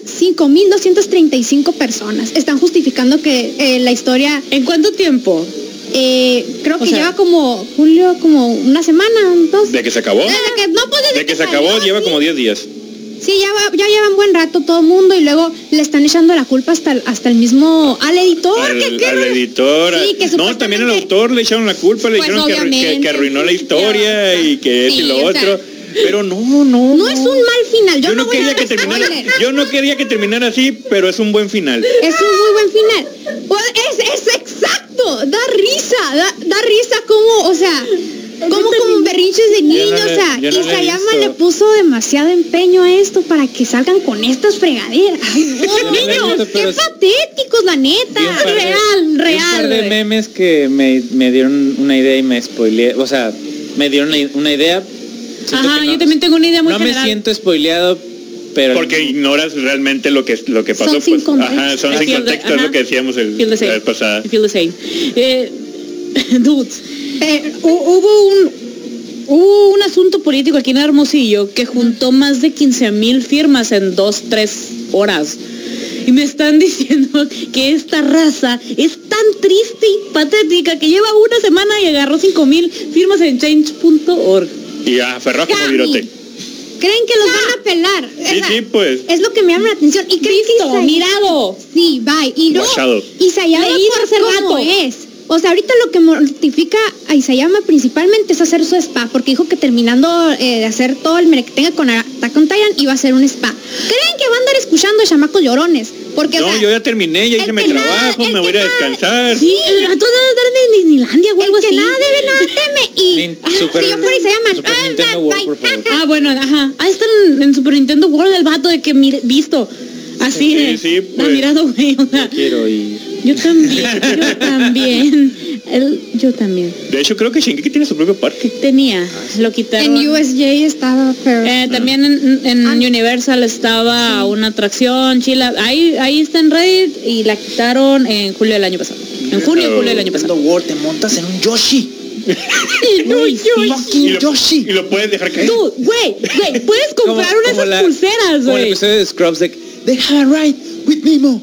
[SPEAKER 3] 5.235 personas. Están justificando que eh, la historia,
[SPEAKER 1] ¿En cuánto tiempo?
[SPEAKER 3] eh, creo
[SPEAKER 1] O
[SPEAKER 3] que
[SPEAKER 1] sea-
[SPEAKER 3] lleva como julio, como una semana, dos.
[SPEAKER 2] De que se acabó.
[SPEAKER 3] Desde que- no, pues, desde
[SPEAKER 2] De que se acabó
[SPEAKER 3] salió,
[SPEAKER 2] lleva
[SPEAKER 3] sí.
[SPEAKER 2] como 10 días.
[SPEAKER 3] Sí, ya, va- ya llevan buen rato todo el mundo y luego le están echando la culpa hasta, el- hasta el mismo, al editor.
[SPEAKER 2] Al,
[SPEAKER 3] que, que-
[SPEAKER 2] al editor.
[SPEAKER 3] Sí, que
[SPEAKER 2] al- no, también al
[SPEAKER 3] supuestamente-
[SPEAKER 2] autor le echaron la culpa, le
[SPEAKER 3] Pues,
[SPEAKER 2] dijeron que arru- que,
[SPEAKER 3] obviamente,
[SPEAKER 2] que arruinó la
[SPEAKER 3] sí,
[SPEAKER 2] historia
[SPEAKER 3] ya,
[SPEAKER 2] y que esto y
[SPEAKER 3] sí,
[SPEAKER 2] lo
[SPEAKER 3] o sea,
[SPEAKER 2] otro. Pero no, no.
[SPEAKER 3] No es un mal final. Yo,
[SPEAKER 2] Yo no,
[SPEAKER 3] voy a
[SPEAKER 2] quería
[SPEAKER 3] dar
[SPEAKER 2] que terminara,
[SPEAKER 3] spoiler.
[SPEAKER 2] yo no quería que terminara así, pero es un buen final.
[SPEAKER 3] Es un muy buen final. Pues es, es exacto. Da risa. Da, da risa como, o sea, como como berrinches de niños.
[SPEAKER 2] le-
[SPEAKER 3] o sea,
[SPEAKER 2] yo no le he
[SPEAKER 3] Isayama
[SPEAKER 2] visto.
[SPEAKER 3] le puso demasiado empeño a esto para que salgan con estas fregaderas. Ay, no,
[SPEAKER 4] no le he
[SPEAKER 3] niños,
[SPEAKER 4] visto,
[SPEAKER 3] qué
[SPEAKER 4] pero-
[SPEAKER 3] patéticos, la neta.
[SPEAKER 4] Vi un par de-
[SPEAKER 3] Real,
[SPEAKER 4] vi Un par
[SPEAKER 3] real.
[SPEAKER 4] de
[SPEAKER 3] güey.
[SPEAKER 4] memes que me, me dieron una idea y me spoileé. O sea, me dieron una, una idea. Siento
[SPEAKER 1] Ajá,
[SPEAKER 4] que no-
[SPEAKER 1] yo también tengo una idea muy
[SPEAKER 4] No
[SPEAKER 1] general.
[SPEAKER 4] me siento spoileado, pero...
[SPEAKER 2] Porque ignoras realmente lo que lo que pasó.
[SPEAKER 3] Son sin
[SPEAKER 2] pues,
[SPEAKER 3] contexto.
[SPEAKER 2] ajá, son
[SPEAKER 1] I
[SPEAKER 2] sin
[SPEAKER 1] feel the-
[SPEAKER 2] contexto, es
[SPEAKER 1] ajá.
[SPEAKER 2] lo que decíamos el,
[SPEAKER 1] Feel the
[SPEAKER 2] la
[SPEAKER 1] same.
[SPEAKER 2] vez pasada.
[SPEAKER 1] Feel the same. Eh, dudes,
[SPEAKER 3] Pero-
[SPEAKER 1] hu- hubo un hubo un asunto político aquí en Hermosillo que juntó más de 15 mil firmas en dos, tres horas. Y me están diciendo que esta raza es tan triste y patética que lleva una semana y agarró 5 mil firmas en change.org.
[SPEAKER 2] Y a Ferraz como
[SPEAKER 3] Cami.
[SPEAKER 2] virote.
[SPEAKER 3] Creen que los van a pelar.
[SPEAKER 2] Sí,
[SPEAKER 3] Esa-
[SPEAKER 2] sí, pues.
[SPEAKER 3] Es lo que me llama la atención. Y creen que
[SPEAKER 1] Visto,
[SPEAKER 3] Isayama-
[SPEAKER 1] mirado.
[SPEAKER 3] Sí, bye. Y no,
[SPEAKER 2] Guachado.
[SPEAKER 3] Isayama
[SPEAKER 1] Leído
[SPEAKER 3] por
[SPEAKER 1] hace
[SPEAKER 3] cómo
[SPEAKER 1] rato.
[SPEAKER 3] es. O sea, ahorita lo que mortifica a Isayama principalmente es hacer su spa, porque dijo que terminando eh, de hacer todo el mere que tenga con Attack on Titan iba a hacer un spa. ¿Creen que van a andar escuchando chamacos llorones? Porque, o
[SPEAKER 2] No,
[SPEAKER 3] sea,
[SPEAKER 2] yo ya terminé, ya
[SPEAKER 3] el
[SPEAKER 1] Este-
[SPEAKER 2] hice mi
[SPEAKER 3] que nada-
[SPEAKER 2] trabajo,
[SPEAKER 3] el
[SPEAKER 2] me voy a
[SPEAKER 3] que
[SPEAKER 2] ir a
[SPEAKER 3] nada-
[SPEAKER 2] descansar.
[SPEAKER 1] Sí, el gato debe estar en Disneylandia o
[SPEAKER 3] el
[SPEAKER 1] algo
[SPEAKER 3] que
[SPEAKER 1] así.
[SPEAKER 3] nada debe, nada teme. Y
[SPEAKER 4] Nin-
[SPEAKER 3] ah,
[SPEAKER 4] Super-
[SPEAKER 3] si yo fuera Isayama,
[SPEAKER 4] Super
[SPEAKER 3] ah,
[SPEAKER 4] Nintendo
[SPEAKER 3] bye,
[SPEAKER 4] World,
[SPEAKER 3] bye.
[SPEAKER 4] por favor.
[SPEAKER 1] Ah, bueno, ajá. Ah, está en, en Super Nintendo World el vato de que mire- visto. Así
[SPEAKER 2] Sí,
[SPEAKER 1] de.
[SPEAKER 2] sí,
[SPEAKER 1] la
[SPEAKER 2] pues.
[SPEAKER 1] mirada, güey. o sea,
[SPEAKER 4] Quiero ir.
[SPEAKER 1] yo también, yo también. El- yo también.
[SPEAKER 2] De hecho, creo que Shingeki tiene su propio parque.
[SPEAKER 1] Tenía, lo quitaron.
[SPEAKER 3] En USJ estaba, pero...
[SPEAKER 1] Eh, también en, en
[SPEAKER 3] Ah.
[SPEAKER 1] Universal estaba una atracción chila. Ahí, ahí está en Reddit y la quitaron en julio del año pasado. En junio,
[SPEAKER 2] Oh.
[SPEAKER 1] julio del año
[SPEAKER 5] Nintendo
[SPEAKER 1] pasado.
[SPEAKER 5] World, te montas en un Yoshi.
[SPEAKER 1] Güey,
[SPEAKER 2] Y
[SPEAKER 5] Fucking
[SPEAKER 2] lo,
[SPEAKER 5] Yoshi.
[SPEAKER 2] y lo puedes dejar caer.
[SPEAKER 1] Tú, güey, güey, puedes comprar
[SPEAKER 4] Como-
[SPEAKER 1] una
[SPEAKER 4] como
[SPEAKER 1] de
[SPEAKER 4] la-
[SPEAKER 1] esas pulseras,
[SPEAKER 4] Como el
[SPEAKER 1] güey.
[SPEAKER 4] episodio de Scrubs de...
[SPEAKER 5] They had a ride with Nemo.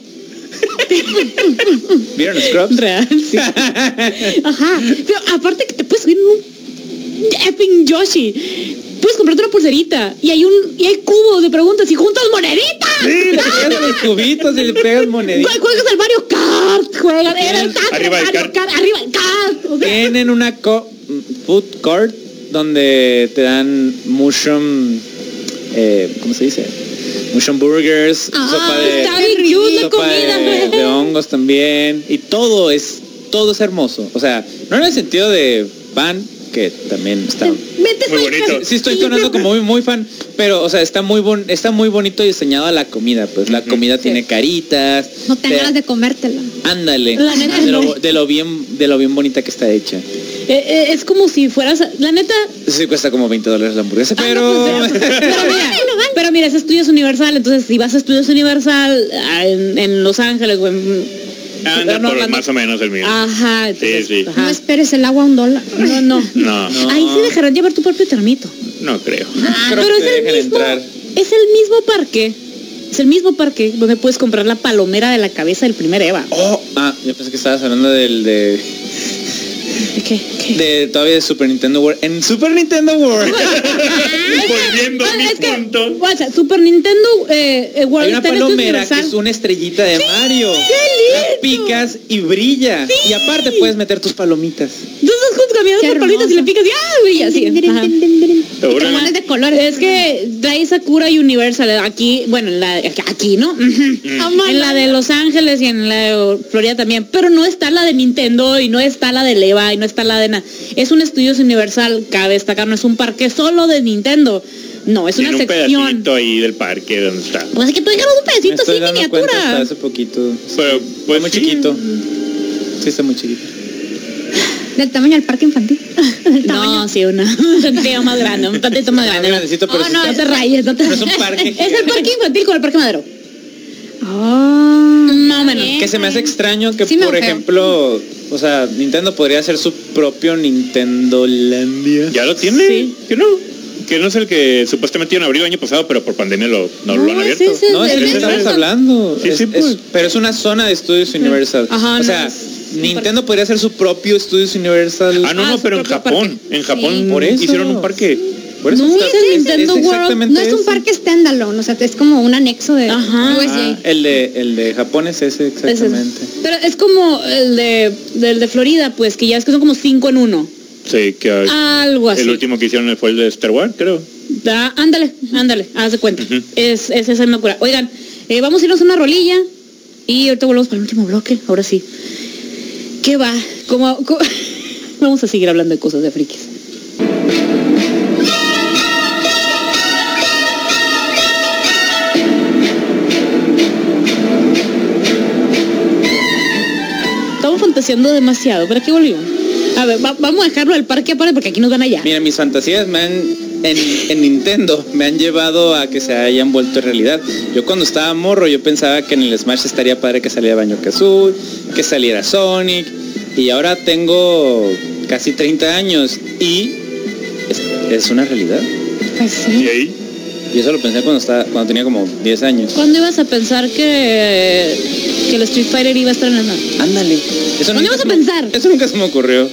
[SPEAKER 4] ¿Vieron Scrubs?
[SPEAKER 1] Real, sí. Ajá. Pero aparte que te puedes subir en un effing Yoshi. Puedes comprarte una pulserita y hay un y hay cubos de preguntas y juntas moneditas.
[SPEAKER 4] Sí, le pegas los cubitos y le pegas moneditas.
[SPEAKER 1] Jue- Juegas al Mario Kart, juegas era el tanto
[SPEAKER 2] Arriba del
[SPEAKER 1] Mario
[SPEAKER 2] kart.
[SPEAKER 1] arriba el Kart. O sea,
[SPEAKER 4] Tienen una co- food court donde te dan mushroom, eh, ¿cómo se dice? Mushroom burgers,
[SPEAKER 3] Ah,
[SPEAKER 4] sopa de,
[SPEAKER 1] está bien cute la
[SPEAKER 4] sopa
[SPEAKER 1] comida,
[SPEAKER 4] de,
[SPEAKER 1] güey.
[SPEAKER 4] de hongos también. Y todo es, todo es hermoso. O sea, no en el sentido de pan, que también está...
[SPEAKER 3] Vete,
[SPEAKER 2] Muy
[SPEAKER 3] soy-
[SPEAKER 2] bonito.
[SPEAKER 4] Sí estoy sonando como muy, muy fan, pero o sea, está muy bon- está muy bonito diseñado a la comida, pues la
[SPEAKER 2] Ujú.
[SPEAKER 4] comida tiene caritas.
[SPEAKER 3] No te
[SPEAKER 4] te-
[SPEAKER 3] dan ganas de comértela.
[SPEAKER 4] Ándale,
[SPEAKER 1] La neta,
[SPEAKER 4] de
[SPEAKER 1] no.
[SPEAKER 4] lo, de lo bien, de lo bien bonita que está hecha.
[SPEAKER 1] eh, eh, es como si fueras, la neta,
[SPEAKER 4] Sí cuesta como 20 dólares la hamburguesa,
[SPEAKER 1] Ah, no,
[SPEAKER 4] pero...
[SPEAKER 1] pues, eh, pero, mira, pero mira, es estudios universal, entonces si vas a estudios universal ah, en, en Los Ángeles o en
[SPEAKER 2] Anda
[SPEAKER 1] no, Ah.
[SPEAKER 2] por
[SPEAKER 1] Orlando.
[SPEAKER 2] más o menos el mío.
[SPEAKER 1] Ajá, entonces,
[SPEAKER 2] Sí, sí.
[SPEAKER 1] ajá.
[SPEAKER 3] No esperes el agua a un dólar.
[SPEAKER 1] No, no.
[SPEAKER 2] No, no,
[SPEAKER 4] No.
[SPEAKER 1] Ahí sí dejarán llevar tu propio termito.
[SPEAKER 2] creo.
[SPEAKER 4] Ah, creo
[SPEAKER 1] Ah, pero
[SPEAKER 4] que
[SPEAKER 1] es
[SPEAKER 4] te
[SPEAKER 1] el
[SPEAKER 4] dejan
[SPEAKER 1] mismo,
[SPEAKER 4] entrar.
[SPEAKER 1] es el mismo parque. Es el mismo parque donde puedes comprar la palomera de la cabeza del primer Eva.
[SPEAKER 4] Oh, ah, yo pensé que estabas hablando del de,
[SPEAKER 1] ¿Qué? ¿Qué?
[SPEAKER 4] de todavía de Super Nintendo World. En Super Nintendo World
[SPEAKER 2] Volviendo a
[SPEAKER 1] Ah,
[SPEAKER 2] mi
[SPEAKER 1] es que,
[SPEAKER 2] punto.
[SPEAKER 1] guacha, Super Nintendo eh, eh, World
[SPEAKER 4] hay una
[SPEAKER 1] está en este
[SPEAKER 4] palomera que
[SPEAKER 1] universal.
[SPEAKER 4] es una estrellita de Mario. La picas y brilla. Y aparte puedes meter tus palomitas.
[SPEAKER 1] Entonces juntas caminando
[SPEAKER 3] Qué
[SPEAKER 1] por palitas y le
[SPEAKER 3] hermoso.
[SPEAKER 1] picas y ¡ah! güey! Y así. ajá.
[SPEAKER 2] Ahora,
[SPEAKER 3] Pones de colores.
[SPEAKER 1] Es que trae Sakura Universal eh, aquí, bueno, en la, aquí, ¿no?
[SPEAKER 4] Mm.
[SPEAKER 1] En la de Los Ángeles y en la de Florida también, pero no está la de Nintendo y no está la de Leva y no está la de nada. Es un estudios universal, cabe destacar, no es un parque solo de Nintendo. No, es una
[SPEAKER 2] tiene un
[SPEAKER 1] sección.
[SPEAKER 2] pedacito ahí del parque donde está.
[SPEAKER 1] Pues es que tú dejaron un
[SPEAKER 4] Me
[SPEAKER 1] pedacito así
[SPEAKER 4] estoy dando cuenta hasta
[SPEAKER 1] miniatura.
[SPEAKER 4] hace poquito.
[SPEAKER 2] Pero pues
[SPEAKER 4] está muy
[SPEAKER 2] sí.
[SPEAKER 4] chiquito. Sí, está muy chiquito.
[SPEAKER 3] Del tamaño del parque infantil. Del tamaño.
[SPEAKER 1] No, sí, una. Un tantito más grande, un tantito más grande.
[SPEAKER 4] Ah, grandecito, pero
[SPEAKER 1] Oh,
[SPEAKER 4] sí
[SPEAKER 1] no,
[SPEAKER 4] está-
[SPEAKER 1] no te rayes, no te
[SPEAKER 4] pero es un parque
[SPEAKER 1] Es el parque infantil con el parque madero.
[SPEAKER 3] Ah.
[SPEAKER 1] Más o menos.
[SPEAKER 4] Que Mm, se me hace extraño que,
[SPEAKER 3] Sí me
[SPEAKER 4] por
[SPEAKER 3] enojé.
[SPEAKER 4] ejemplo, o sea, Nintendo podría hacer su propio Nintendo Landia.
[SPEAKER 2] ¿Ya lo tiene?
[SPEAKER 1] Sí.
[SPEAKER 2] Que no. Que no es el que supuestamente iban a abrir el año pasado, pero por pandemia lo,
[SPEAKER 1] No,
[SPEAKER 2] no, lo han
[SPEAKER 1] es
[SPEAKER 2] abierto.
[SPEAKER 1] ese.
[SPEAKER 4] No, es
[SPEAKER 1] Es
[SPEAKER 4] el que
[SPEAKER 1] de
[SPEAKER 4] estamos
[SPEAKER 1] Universal.
[SPEAKER 4] hablando.
[SPEAKER 2] Sí,
[SPEAKER 4] Es-
[SPEAKER 2] sí,
[SPEAKER 4] es-
[SPEAKER 2] pues.
[SPEAKER 4] pero es una zona de estudios Universal.
[SPEAKER 1] Ajá,
[SPEAKER 4] o
[SPEAKER 1] no,
[SPEAKER 4] sea,
[SPEAKER 1] es-
[SPEAKER 4] Nintendo podría hacer su propio estudios Universal.
[SPEAKER 2] Ah, no,
[SPEAKER 1] Ah,
[SPEAKER 2] no,
[SPEAKER 1] su
[SPEAKER 2] pero en
[SPEAKER 1] propio
[SPEAKER 2] Japón. En Japón
[SPEAKER 4] Sí. Por eso.
[SPEAKER 2] hicieron un parque.
[SPEAKER 4] Por eso
[SPEAKER 1] No,
[SPEAKER 4] está-
[SPEAKER 1] es el Nintendo World,
[SPEAKER 4] exactamente
[SPEAKER 3] No es un
[SPEAKER 4] eso.
[SPEAKER 3] parque standalone, o sea, es como un anexo de
[SPEAKER 1] Ajá.
[SPEAKER 4] Ah,
[SPEAKER 3] USJ.
[SPEAKER 4] el, de, el de Japón es ese
[SPEAKER 1] Pues Es eso.
[SPEAKER 4] exactamente.
[SPEAKER 1] Pero es como el de, del de Florida, pues, que ya es que son como cinco en uno.
[SPEAKER 2] Sí, que
[SPEAKER 1] Algo así.
[SPEAKER 2] el último que hicieron fue el de Star Wars, creo.
[SPEAKER 1] Ah, ándale, ándale, haz de cuenta.
[SPEAKER 2] Ujú.
[SPEAKER 1] es, es esa misma cura. Oigan, eh, vamos a irnos a una rolilla y ahorita volvemos para el último bloque. Ahora sí. ¿Qué va? ¿Cómo, cómo- Vamos a seguir hablando de cosas de frikis. Estamos fantaseando demasiado. ¿Para qué volvimos? A ver, va- vamos a dejarlo al parque aparte porque aquí nos van allá.
[SPEAKER 4] Mira, mis fantasías me han, en, en Nintendo me han llevado a que se hayan vuelto realidad. Yo cuando estaba morro yo pensaba que en el Smash estaría padre que saliera Baño Kazooie, que saliera Sonic. Y ahora tengo casi 30 años y es, es una realidad.
[SPEAKER 3] Pues
[SPEAKER 2] Y
[SPEAKER 3] sí.
[SPEAKER 2] ahí,
[SPEAKER 4] Y eso lo pensé cuando, estaba, cuando tenía como 10 años.
[SPEAKER 1] ¿Cuándo ibas a pensar que, que el Street Fighter iba a estar en el mapa?
[SPEAKER 4] Ándale. Eso
[SPEAKER 1] ¿Dónde
[SPEAKER 4] nunca
[SPEAKER 1] vas a
[SPEAKER 4] se me-
[SPEAKER 1] pensar?
[SPEAKER 4] Eso nunca se me ocurrió.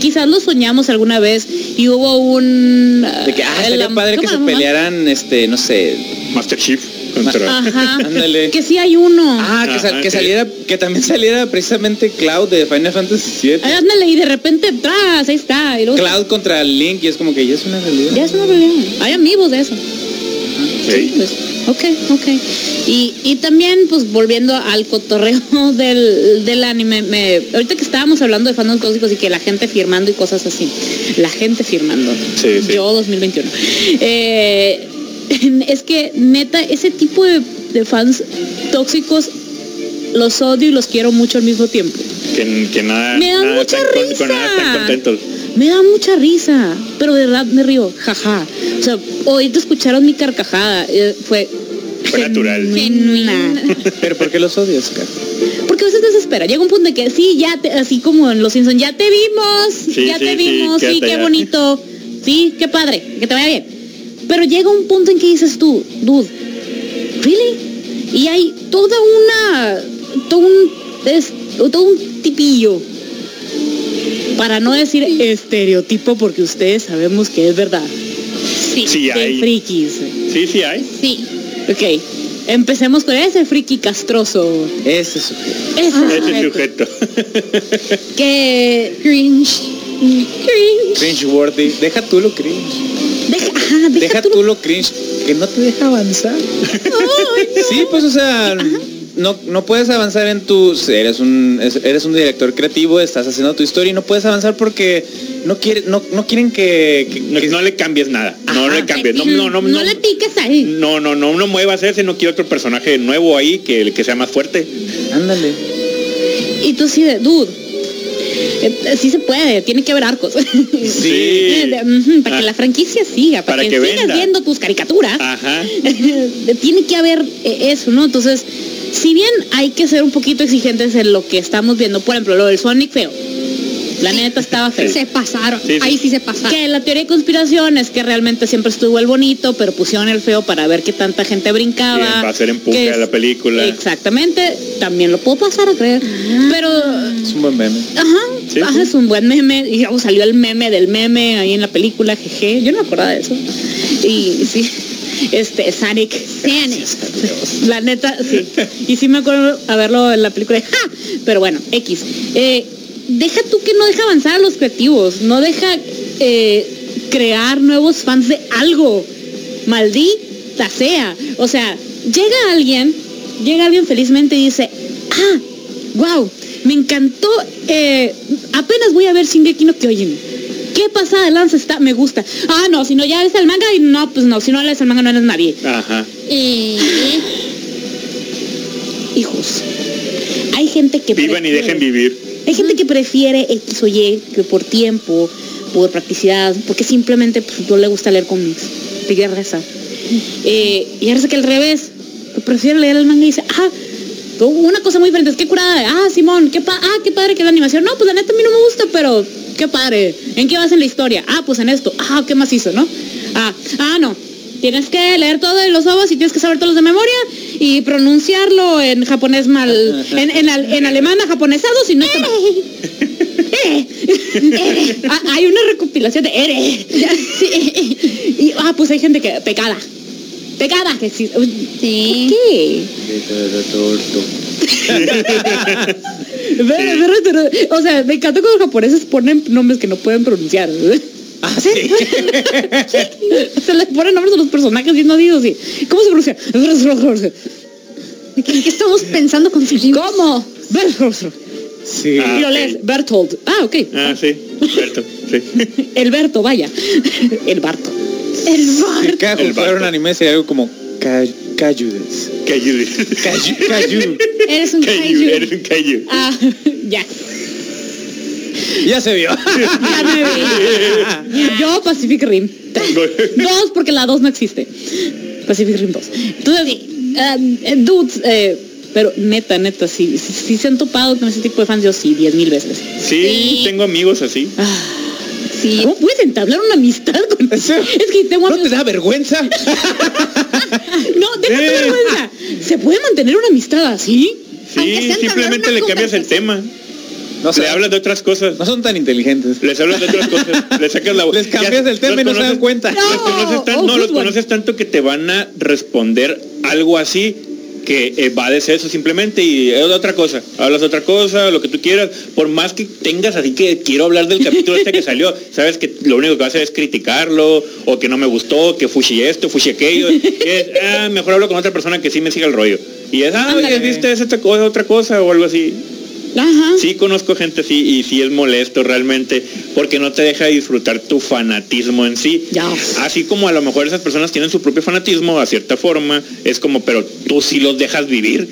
[SPEAKER 1] Quizás lo soñamos alguna vez y hubo un... ah,
[SPEAKER 4] De que, ah,
[SPEAKER 1] el
[SPEAKER 4] estaría
[SPEAKER 1] am-
[SPEAKER 4] padre que
[SPEAKER 1] ¿cómo
[SPEAKER 4] se
[SPEAKER 1] llama?
[SPEAKER 4] pelearan, este, no sé.
[SPEAKER 2] Master Chief contra...
[SPEAKER 1] Ajá.
[SPEAKER 4] Ándale.
[SPEAKER 1] Que sí hay uno.
[SPEAKER 4] Ah, que, sal-
[SPEAKER 2] Ajá,
[SPEAKER 4] que
[SPEAKER 2] sí.
[SPEAKER 4] saliera, que también saliera precisamente Cloud de Final Fantasy VII.
[SPEAKER 1] Ay, Ándale, y de repente, tras, ahí está. Y luego,
[SPEAKER 4] Cloud contra Link y es como que ya es una realidad.
[SPEAKER 1] Ya es un problema. Hay amigos de eso. Sí,
[SPEAKER 2] Sí.
[SPEAKER 1] pues, ok, ok. Y, y también, pues volviendo al cotorreo del, del anime, me- ahorita que estábamos hablando de fandoms tóxicos y que la gente firmando y cosas así. La gente firmando.
[SPEAKER 2] Sí, sí.
[SPEAKER 1] Yo 2021. Eh, es que neta, ese tipo de, de fans tóxicos los odio y los quiero mucho al mismo tiempo.
[SPEAKER 2] Que, que nada,
[SPEAKER 1] Me da
[SPEAKER 2] nada
[SPEAKER 1] mucha
[SPEAKER 2] tan con-
[SPEAKER 1] risa.
[SPEAKER 2] con nada tan contentos.
[SPEAKER 1] Me da mucha risa, pero de verdad me río, jaja. O sea, ahorita escucharon mi carcajada, eh, fue...
[SPEAKER 2] Fue natural.
[SPEAKER 1] Genuina.
[SPEAKER 4] Pero ¿por qué los odias, Kat?
[SPEAKER 1] Porque a veces desespera. Llega un punto de que sí, ya te- así como en Los Simpsons, ya te vimos,
[SPEAKER 2] Sí,
[SPEAKER 1] ya
[SPEAKER 2] sí,
[SPEAKER 1] te
[SPEAKER 2] sí,
[SPEAKER 1] vimos, sí,
[SPEAKER 2] quédate
[SPEAKER 1] qué
[SPEAKER 2] ya.
[SPEAKER 1] bonito, sí, qué padre, que te vaya bien. Pero llega un punto en que dices tú, dude, ¿really? Y hay toda una, todo un, es- todo un tipillo. Para no decir estereotipo, porque ustedes sabemos que es verdad. Sí,
[SPEAKER 2] Sí,
[SPEAKER 1] de
[SPEAKER 2] hay.
[SPEAKER 1] frikis.
[SPEAKER 2] Sí, sí hay.
[SPEAKER 3] Sí.
[SPEAKER 1] Ok, empecemos con ese friki castroso.
[SPEAKER 4] Ese sujeto.
[SPEAKER 1] Ese
[SPEAKER 2] Ese
[SPEAKER 1] sujeto.
[SPEAKER 2] sujeto.
[SPEAKER 1] que
[SPEAKER 3] Cringe.
[SPEAKER 1] cringe.
[SPEAKER 4] Cringe-worthy. Deja tú lo cringe.
[SPEAKER 1] Deja, ajá, deja
[SPEAKER 4] Deja
[SPEAKER 1] tu-
[SPEAKER 4] tú lo cringe. Que no te deja avanzar. Sí, pues o sea, no, no puedes avanzar en tus. Eres un es- eres un director creativo, estás haciendo tu historia y no puedes avanzar porque no quiere, no, no quieren que, que-
[SPEAKER 2] No,
[SPEAKER 4] que-
[SPEAKER 2] no le cambies nada. No le cambies. No,
[SPEAKER 3] Mm,
[SPEAKER 2] no, no, no.
[SPEAKER 3] le piques ahí.
[SPEAKER 2] No, no, no, no muevas ese, no quiero otro personaje nuevo ahí que, que sea más fuerte.
[SPEAKER 4] Ándale.
[SPEAKER 1] Y tú sí de, dude. eh, Sí se puede, tiene que haber arcos.
[SPEAKER 2] Sí.
[SPEAKER 1] De- ujú, para que
[SPEAKER 2] Ah.
[SPEAKER 1] la franquicia siga, para,
[SPEAKER 2] Para
[SPEAKER 1] que,
[SPEAKER 2] que
[SPEAKER 1] sigas
[SPEAKER 2] venda. Ah.
[SPEAKER 1] viendo tus caricaturas.
[SPEAKER 2] Ajá.
[SPEAKER 1] tiene que haber eh, eso, ¿no? Entonces, si bien hay que ser un poquito exigentes en lo que estamos viendo, por ejemplo, lo del Sonic feo. La neta estaba feo.
[SPEAKER 3] Se pasaron.
[SPEAKER 2] Sí, sí.
[SPEAKER 3] Ahí sí se pasaron.
[SPEAKER 1] Que la teoría de conspiración es que realmente siempre estuvo el bonito, pero pusieron el feo para ver que tanta gente brincaba.
[SPEAKER 2] Bien, va a ser en
[SPEAKER 1] que
[SPEAKER 2] puca
[SPEAKER 1] es-
[SPEAKER 2] la película.
[SPEAKER 1] Exactamente, también lo puedo pasar a creer. Pero,
[SPEAKER 4] Es un buen meme.
[SPEAKER 1] ajá,
[SPEAKER 2] Sí,
[SPEAKER 1] ajá,
[SPEAKER 2] sí.
[SPEAKER 1] es un buen meme. Y luego salió el meme del meme ahí en la película, jeje. Yo no me acordaba de eso. Y sí, este, Sonic. La neta, sí. Y sí me acuerdo haberlo en la película. ¡Ja! Pero bueno, X. Eh, deja tú que no deja avanzar a los creativos. No deja eh, crear nuevos fans de algo. Maldita sea. O sea, llega alguien, llega alguien felizmente y dice, ah, wow, me encantó. eh, apenas voy a ver Shingeki no Kyojin. ¿Qué pasada de lanza está? Me gusta. Ah, no, si no ya eres el manga y no, pues no, si no eres el manga no eres nadie
[SPEAKER 2] Ajá.
[SPEAKER 3] Eh,
[SPEAKER 1] hijos. Hay gente que
[SPEAKER 2] Vivan y dejen vivir.
[SPEAKER 1] Hay gente que prefiere X o Y que por tiempo, por practicidad, porque simplemente pues, no le gusta leer cómics. Te quiere rezar. Eh, y ahora sé que al revés, que prefiere leer el manga y dice, ah, tú- una cosa muy diferente, es que curada, ah, Simón, qué pa- ah, qué padre que es la animación. No, pues la neta a mí no me gusta, pero qué padre. ¿En qué vas en la historia? Ah, pues en esto. Ah, qué más hizo, ¿no? Ah, ah, no. Tienes que leer todo de los ovos y tienes que saber todos los de memoria y pronunciarlo en japonés mal, en, en, al- en alemán a japonesado, si no está mal. Ah, hay una recopilación de Ere. Sí. Y, ah, pues hay gente que pecada. Pecada, que sí.
[SPEAKER 3] sí.
[SPEAKER 1] ¿Qué? Ver- ver- ver- o sea, me encanta cuando los japoneses ponen nombres que no pueden pronunciar.
[SPEAKER 4] Ah, sí.
[SPEAKER 1] Se les ponen nombres a los personajes bien odios y. ¿Cómo se pronuncia?
[SPEAKER 3] ¿En qué estamos pensando con sus libros?
[SPEAKER 1] ¿Cómo?
[SPEAKER 4] Sí.
[SPEAKER 1] Y lo
[SPEAKER 2] Ah,
[SPEAKER 1] lees,
[SPEAKER 2] ok.
[SPEAKER 1] Bertold. Ah, ok.
[SPEAKER 2] Ah, sí. Cierto, sí.
[SPEAKER 1] El Berto, vaya. El Barto.
[SPEAKER 3] El bar.
[SPEAKER 4] Si cada
[SPEAKER 2] El
[SPEAKER 4] jugar
[SPEAKER 2] vato.
[SPEAKER 4] un anime sería algo como Cayudes.
[SPEAKER 2] Que ayude.
[SPEAKER 4] Cayu.
[SPEAKER 3] Eres un
[SPEAKER 2] Que ayude,
[SPEAKER 3] kaiju.
[SPEAKER 2] eres un kaiju.
[SPEAKER 1] Ah, ya.
[SPEAKER 4] Ya se vio.
[SPEAKER 1] Ya me vi. Yo Pacific Rim. Dos, porque la dos no existe. Pacific Rim 2. Entonces, sí, um, eh, dudes, eh, pero neta, neta, sí, sí, sí se han topado con ese tipo de fans, yo sí, diez mil veces.
[SPEAKER 2] Sí, tengo amigos así.
[SPEAKER 3] Sí.
[SPEAKER 1] ¿Cómo puedes entablar una amistad con
[SPEAKER 4] Sí.
[SPEAKER 1] Es que tengo
[SPEAKER 4] ¿No te
[SPEAKER 1] amigos.
[SPEAKER 4] da vergüenza?
[SPEAKER 1] No, deja tu
[SPEAKER 2] Eh.
[SPEAKER 1] vergüenza. ¿Se puede mantener una amistad así?
[SPEAKER 3] Aunque
[SPEAKER 2] Sí,
[SPEAKER 3] sean
[SPEAKER 2] simplemente
[SPEAKER 3] tablar
[SPEAKER 2] le
[SPEAKER 3] una
[SPEAKER 2] cambias el tema.
[SPEAKER 4] No sé.
[SPEAKER 2] Le hablas de otras cosas.
[SPEAKER 4] No son tan inteligentes.
[SPEAKER 2] Les hablas de otras cosas. Le sacas la voz.
[SPEAKER 4] Les cambias el tema y no se dan cuenta.
[SPEAKER 1] No.
[SPEAKER 2] Los conoces tan-
[SPEAKER 1] Oh,
[SPEAKER 2] no,
[SPEAKER 1] good
[SPEAKER 2] los
[SPEAKER 1] one.
[SPEAKER 2] conoces tanto que te van a responder algo así que eh, evades eso simplemente y es otra cosa. Hablas otra cosa, lo que tú quieras. Por más que tengas así que quiero hablar del capítulo este que salió, sabes que lo único que vas a hacer es criticarlo o que no me gustó, que fushi esto, fushi aquello. Y es, ah, mejor hablo con otra persona que sí me siga el rollo. Y es, ah, oye,
[SPEAKER 1] Ándale.
[SPEAKER 2] viste es esta cosa, otra cosa o algo así.
[SPEAKER 1] Ajá.
[SPEAKER 2] Sí conozco gente así y sí es molesto realmente porque no te deja disfrutar tu fanatismo en sí.
[SPEAKER 1] Ya.
[SPEAKER 2] Así como a lo mejor esas personas tienen su propio fanatismo a cierta forma, es como, pero tú sí los dejas vivir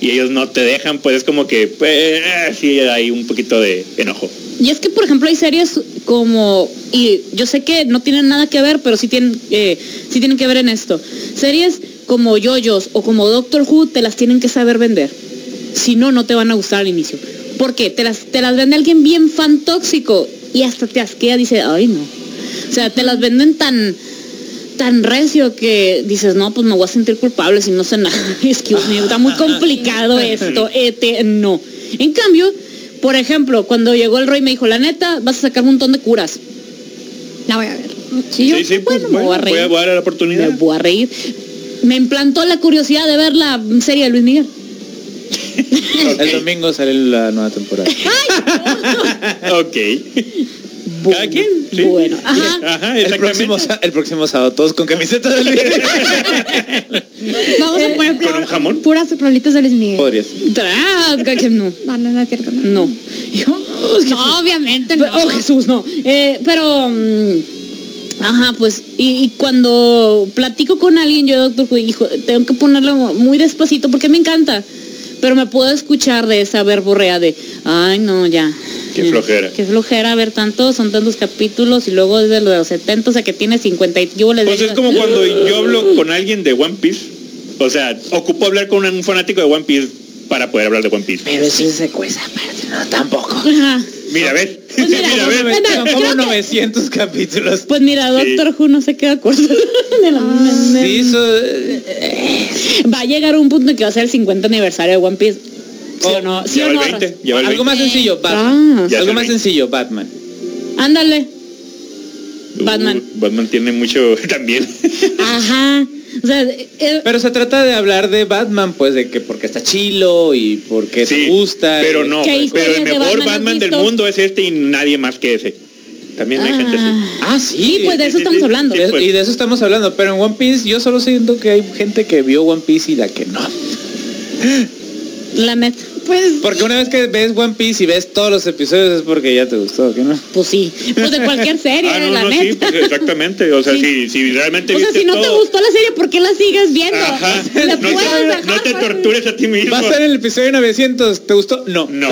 [SPEAKER 2] y ellos no te dejan, pues es como que pues, sí hay un poquito de enojo.
[SPEAKER 1] Y es que, por ejemplo, hay series como, y yo sé que no tienen nada que ver, pero sí tienen, eh, sí tienen que ver en esto. Series como Yoyos o como Doctor Who te las tienen que saber vender. Si no, no te van a gustar al inicio. Porque te las, te las vende alguien bien fan tóxico y hasta te asquea, dice, ay no. O sea, te las venden tan tan recio que dices, no, pues me voy a sentir culpable si no sé nada. Excuse me, está muy complicado esto. Este, no. En cambio, por ejemplo, cuando llegó el rey me dijo, la neta, vas a sacar un montón de curas.
[SPEAKER 3] La voy a ver.
[SPEAKER 1] Sí, yo,
[SPEAKER 2] sí, sí,
[SPEAKER 1] bueno,
[SPEAKER 2] pues,
[SPEAKER 1] me voy a
[SPEAKER 2] bueno, voy a
[SPEAKER 1] reír.
[SPEAKER 2] dar la
[SPEAKER 1] Me
[SPEAKER 2] oportunidad.
[SPEAKER 1] voy a reír. Me implantó la curiosidad de ver la serie de Luis Miguel.
[SPEAKER 4] El domingo sale la nueva temporada.
[SPEAKER 2] Ok.
[SPEAKER 1] Bueno,
[SPEAKER 2] quien, sí.
[SPEAKER 1] Bueno, ajá.
[SPEAKER 2] Ajá,
[SPEAKER 4] El
[SPEAKER 2] exactamente.
[SPEAKER 4] próximo, sa- el próximo sábado, todos con camiseta de Luis
[SPEAKER 3] Vamos a poner
[SPEAKER 2] ¿Con un jamón?
[SPEAKER 3] puras rolitas de Luis Miguel.
[SPEAKER 4] Podrías.
[SPEAKER 1] Tra- que no.
[SPEAKER 3] No, no, no es cierto. No,
[SPEAKER 1] No. Yo,
[SPEAKER 3] No, obviamente no.
[SPEAKER 1] Pero- Oh Jesús, no. Eh, pero, mm, ajá, pues, y, y cuando platico con alguien, yo, doctor, Who, hijo, tengo que ponerlo muy despacito porque me encanta. Pero me puedo escuchar de esa verborrea de, ay, no, ya.
[SPEAKER 2] Qué
[SPEAKER 1] Ya.
[SPEAKER 2] flojera.
[SPEAKER 1] Qué flojera ver tantos, son tantos capítulos y luego desde lo de los 70, o sea, que tiene 50 y yo les
[SPEAKER 2] Pues es como cuando yo hablo con alguien de One Piece. O sea, ocupo hablar con un fanático de One Piece para poder hablar de One Piece.
[SPEAKER 5] Pero sí se cuesta, pero no tampoco.
[SPEAKER 1] Ajá.
[SPEAKER 2] Mira, a ver.
[SPEAKER 1] Pues mira,
[SPEAKER 2] mira, a
[SPEAKER 1] no,
[SPEAKER 2] ver.
[SPEAKER 1] no,
[SPEAKER 4] Son
[SPEAKER 1] creo
[SPEAKER 4] como
[SPEAKER 1] que-
[SPEAKER 4] 900 capítulos.
[SPEAKER 1] Pues mira,
[SPEAKER 2] Sí.
[SPEAKER 1] doctor Who no se queda corto. De
[SPEAKER 3] Ah,
[SPEAKER 1] la-
[SPEAKER 4] Sí, eso, eh,
[SPEAKER 1] Va a llegar un punto en que va a ser el 50 aniversario de One Piece. ¿Sí
[SPEAKER 4] Oh,
[SPEAKER 1] o no? ¿Sí o
[SPEAKER 2] Ya va el
[SPEAKER 1] no?
[SPEAKER 2] 20. Ya va el 20.
[SPEAKER 4] algo más sencillo,
[SPEAKER 1] Ah.
[SPEAKER 4] Batman.
[SPEAKER 2] Ya
[SPEAKER 4] Algo
[SPEAKER 2] se
[SPEAKER 4] más
[SPEAKER 2] ve.
[SPEAKER 4] sencillo, Batman.
[SPEAKER 1] Ándale.
[SPEAKER 2] Uh,
[SPEAKER 1] Batman.
[SPEAKER 2] Batman tiene mucho también.
[SPEAKER 1] Ajá. O sea, eh, eh,
[SPEAKER 4] Pero se trata de hablar de Batman, pues, de que porque está chilo y porque
[SPEAKER 2] Sí,
[SPEAKER 4] te gusta. eh,
[SPEAKER 2] Pero
[SPEAKER 4] y-
[SPEAKER 2] no,
[SPEAKER 1] ¿Qué
[SPEAKER 2] pero
[SPEAKER 1] historias de
[SPEAKER 2] el mejor
[SPEAKER 1] Batman has
[SPEAKER 2] Batman del
[SPEAKER 1] visto?
[SPEAKER 2] mundo es este y nadie más que ese. También hay gente así.
[SPEAKER 1] ah.
[SPEAKER 4] Ah, sí.
[SPEAKER 1] Sí, pues de eso
[SPEAKER 2] sí, sí,
[SPEAKER 1] estamos
[SPEAKER 2] sí,
[SPEAKER 1] hablando.
[SPEAKER 2] sí, pues.
[SPEAKER 4] Y de eso estamos hablando, pero en One Piece yo solo siento que hay gente que vio One Piece y la que no.
[SPEAKER 1] La neta.
[SPEAKER 3] Pues
[SPEAKER 4] Porque una vez que ves One Piece y ves todos los episodios es porque ya te gustó, ¿qué no?
[SPEAKER 1] Pues sí. Pues de cualquier serie,
[SPEAKER 2] Ah, no,
[SPEAKER 1] la
[SPEAKER 2] no, sí,
[SPEAKER 1] neta.
[SPEAKER 2] pues exactamente. O sea,
[SPEAKER 1] Sí.
[SPEAKER 2] si, si realmente
[SPEAKER 1] o sea,
[SPEAKER 2] viste
[SPEAKER 1] si no te
[SPEAKER 2] todo,
[SPEAKER 1] gustó la serie, ¿por qué la sigues viendo?
[SPEAKER 2] Ajá.
[SPEAKER 1] La
[SPEAKER 2] No,
[SPEAKER 1] puedes
[SPEAKER 2] te,
[SPEAKER 1] dejar.
[SPEAKER 2] no te tortures a ti mismo.
[SPEAKER 4] Va a estar en el episodio 900, ¿te gustó? No.
[SPEAKER 2] No.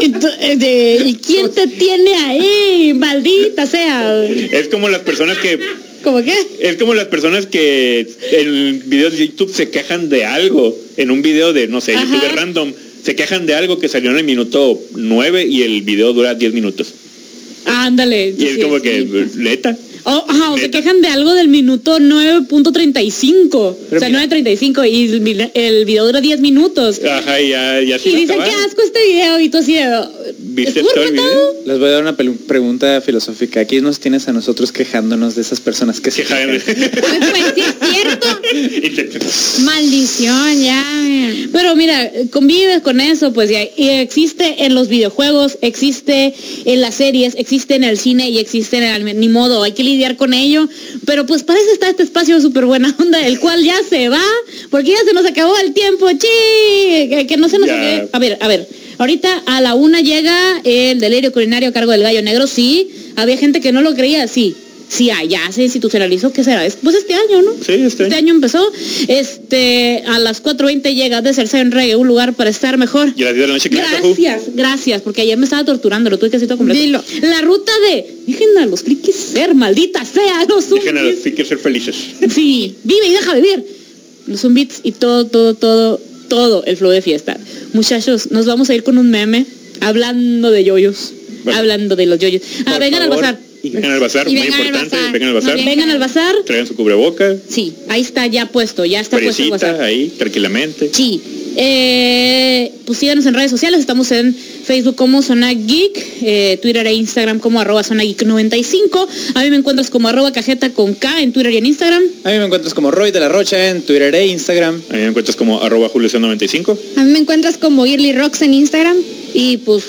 [SPEAKER 1] Ento- eh, de- ¿Y quién te tiene ahí? Maldita sea.
[SPEAKER 2] Es como las personas que
[SPEAKER 1] ¿Cómo qué?
[SPEAKER 2] Es como las personas que en videos de YouTube se quejan de algo, en un video de, no sé,
[SPEAKER 1] Ajá.
[SPEAKER 2] YouTube random, se quejan de algo que salió en el minuto 9 y el video dura 10 minutos.
[SPEAKER 1] Ándale.
[SPEAKER 2] Y es
[SPEAKER 1] sí,
[SPEAKER 2] como
[SPEAKER 1] sí.
[SPEAKER 2] que, neta.
[SPEAKER 1] O, Oh, ajá, o se
[SPEAKER 2] Neta.
[SPEAKER 1] quejan de algo del minuto 9.35. O
[SPEAKER 2] Pero
[SPEAKER 1] sea,
[SPEAKER 2] mira.
[SPEAKER 1] 9.35 y el, vi- el video dura 10 minutos.
[SPEAKER 2] Ajá, y ya, ya se
[SPEAKER 1] Y
[SPEAKER 2] iba a
[SPEAKER 1] dicen que
[SPEAKER 2] acabar.
[SPEAKER 1] asco este video y tú así de...
[SPEAKER 2] ¿Viste
[SPEAKER 1] "¿Estuvo
[SPEAKER 2] todo el
[SPEAKER 1] recatado?".
[SPEAKER 2] video?
[SPEAKER 4] Les voy a dar una pelu- pregunta filosófica. Aquí nos tienes a nosotros quejándonos de esas personas que se
[SPEAKER 2] Que Jaime-
[SPEAKER 4] quejan.
[SPEAKER 3] Pues sí es cierto.
[SPEAKER 2] Y te-
[SPEAKER 3] Maldición, ya.
[SPEAKER 1] Pero mira, convives con eso, pues ya y existe en los videojuegos, existe en las series, existe en el cine y existe en el anime. Ni modo, hay que lidiar con ello. Pero pues para eso está este espacio súper buena onda, el cual ya se va, porque ya se nos acabó el tiempo, chi. Que, que no se nos
[SPEAKER 2] Ya.
[SPEAKER 1] olvide. A ver, a ver. Ahorita a la una llega el delirio culinario a cargo del gallo negro, sí. Había gente que no lo creía, sí. Sí, ah, ya se institucionalizó, ¿qué será? Es- Pues este año, ¿no?
[SPEAKER 2] Sí,
[SPEAKER 1] Este
[SPEAKER 2] este año.
[SPEAKER 1] año empezó. Este, a las 4.20 llega Desert Seven Reggae, un lugar para estar mejor.
[SPEAKER 2] Y a las 10 de la noche que uh,
[SPEAKER 1] Gracias, gracias, porque ayer me estaba torturando, lo tuve que decir todo completo.
[SPEAKER 3] Dilo.
[SPEAKER 1] La ruta de, dejen a los frikis ser, maldita sea, los
[SPEAKER 2] Dejen a los
[SPEAKER 1] zumbis.
[SPEAKER 2] piques ser felices.
[SPEAKER 1] Sí, vive y deja vivir. Los zumbits y todo, todo, todo, todo el flow de fiesta. Muchachos, nos vamos a ir con un meme hablando de yoyos.
[SPEAKER 2] Bueno.
[SPEAKER 1] Hablando de los yoyos. Ah,
[SPEAKER 2] Por
[SPEAKER 1] vengan
[SPEAKER 2] favor,
[SPEAKER 1] al bazar.
[SPEAKER 2] Y vengan al bazar,
[SPEAKER 3] Y
[SPEAKER 2] muy
[SPEAKER 3] vengan al
[SPEAKER 2] importante.
[SPEAKER 3] bazar.
[SPEAKER 2] Vengan al bazar.
[SPEAKER 3] Muy bien.
[SPEAKER 1] Vengan al bazar.
[SPEAKER 2] Traigan su cubreboca,
[SPEAKER 1] Sí, ahí está ya puesto, ya está puesto el bazar.
[SPEAKER 2] fresita ahí, tranquilamente.
[SPEAKER 1] Sí. Eh, pues síganos en redes sociales, estamos en Facebook como Zona Geek, eh, Twitter e Instagram como arroba Zona Geek 95. A mí me encuentras como arroba cajeta con K en Twitter y en Instagram.
[SPEAKER 4] A mí me encuentras como Roy de la Rocha en Twitter e Instagram.
[SPEAKER 2] A mí me encuentras como arroba julio95.
[SPEAKER 3] A mí me encuentras como Girly Rocks en Instagram.
[SPEAKER 1] Y pues,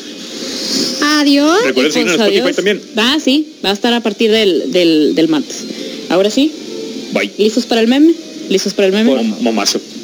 [SPEAKER 3] Adiós.
[SPEAKER 1] y,
[SPEAKER 2] Recuerden
[SPEAKER 1] pues,
[SPEAKER 2] seguirnos en Spotify
[SPEAKER 1] adiós.
[SPEAKER 2] también.
[SPEAKER 1] Ah, sí, va a estar a partir del, del, del martes. Ahora sí,
[SPEAKER 2] Bye.
[SPEAKER 1] ¿listos para el meme? ¿Listos para el meme?
[SPEAKER 2] Mom- Momazo.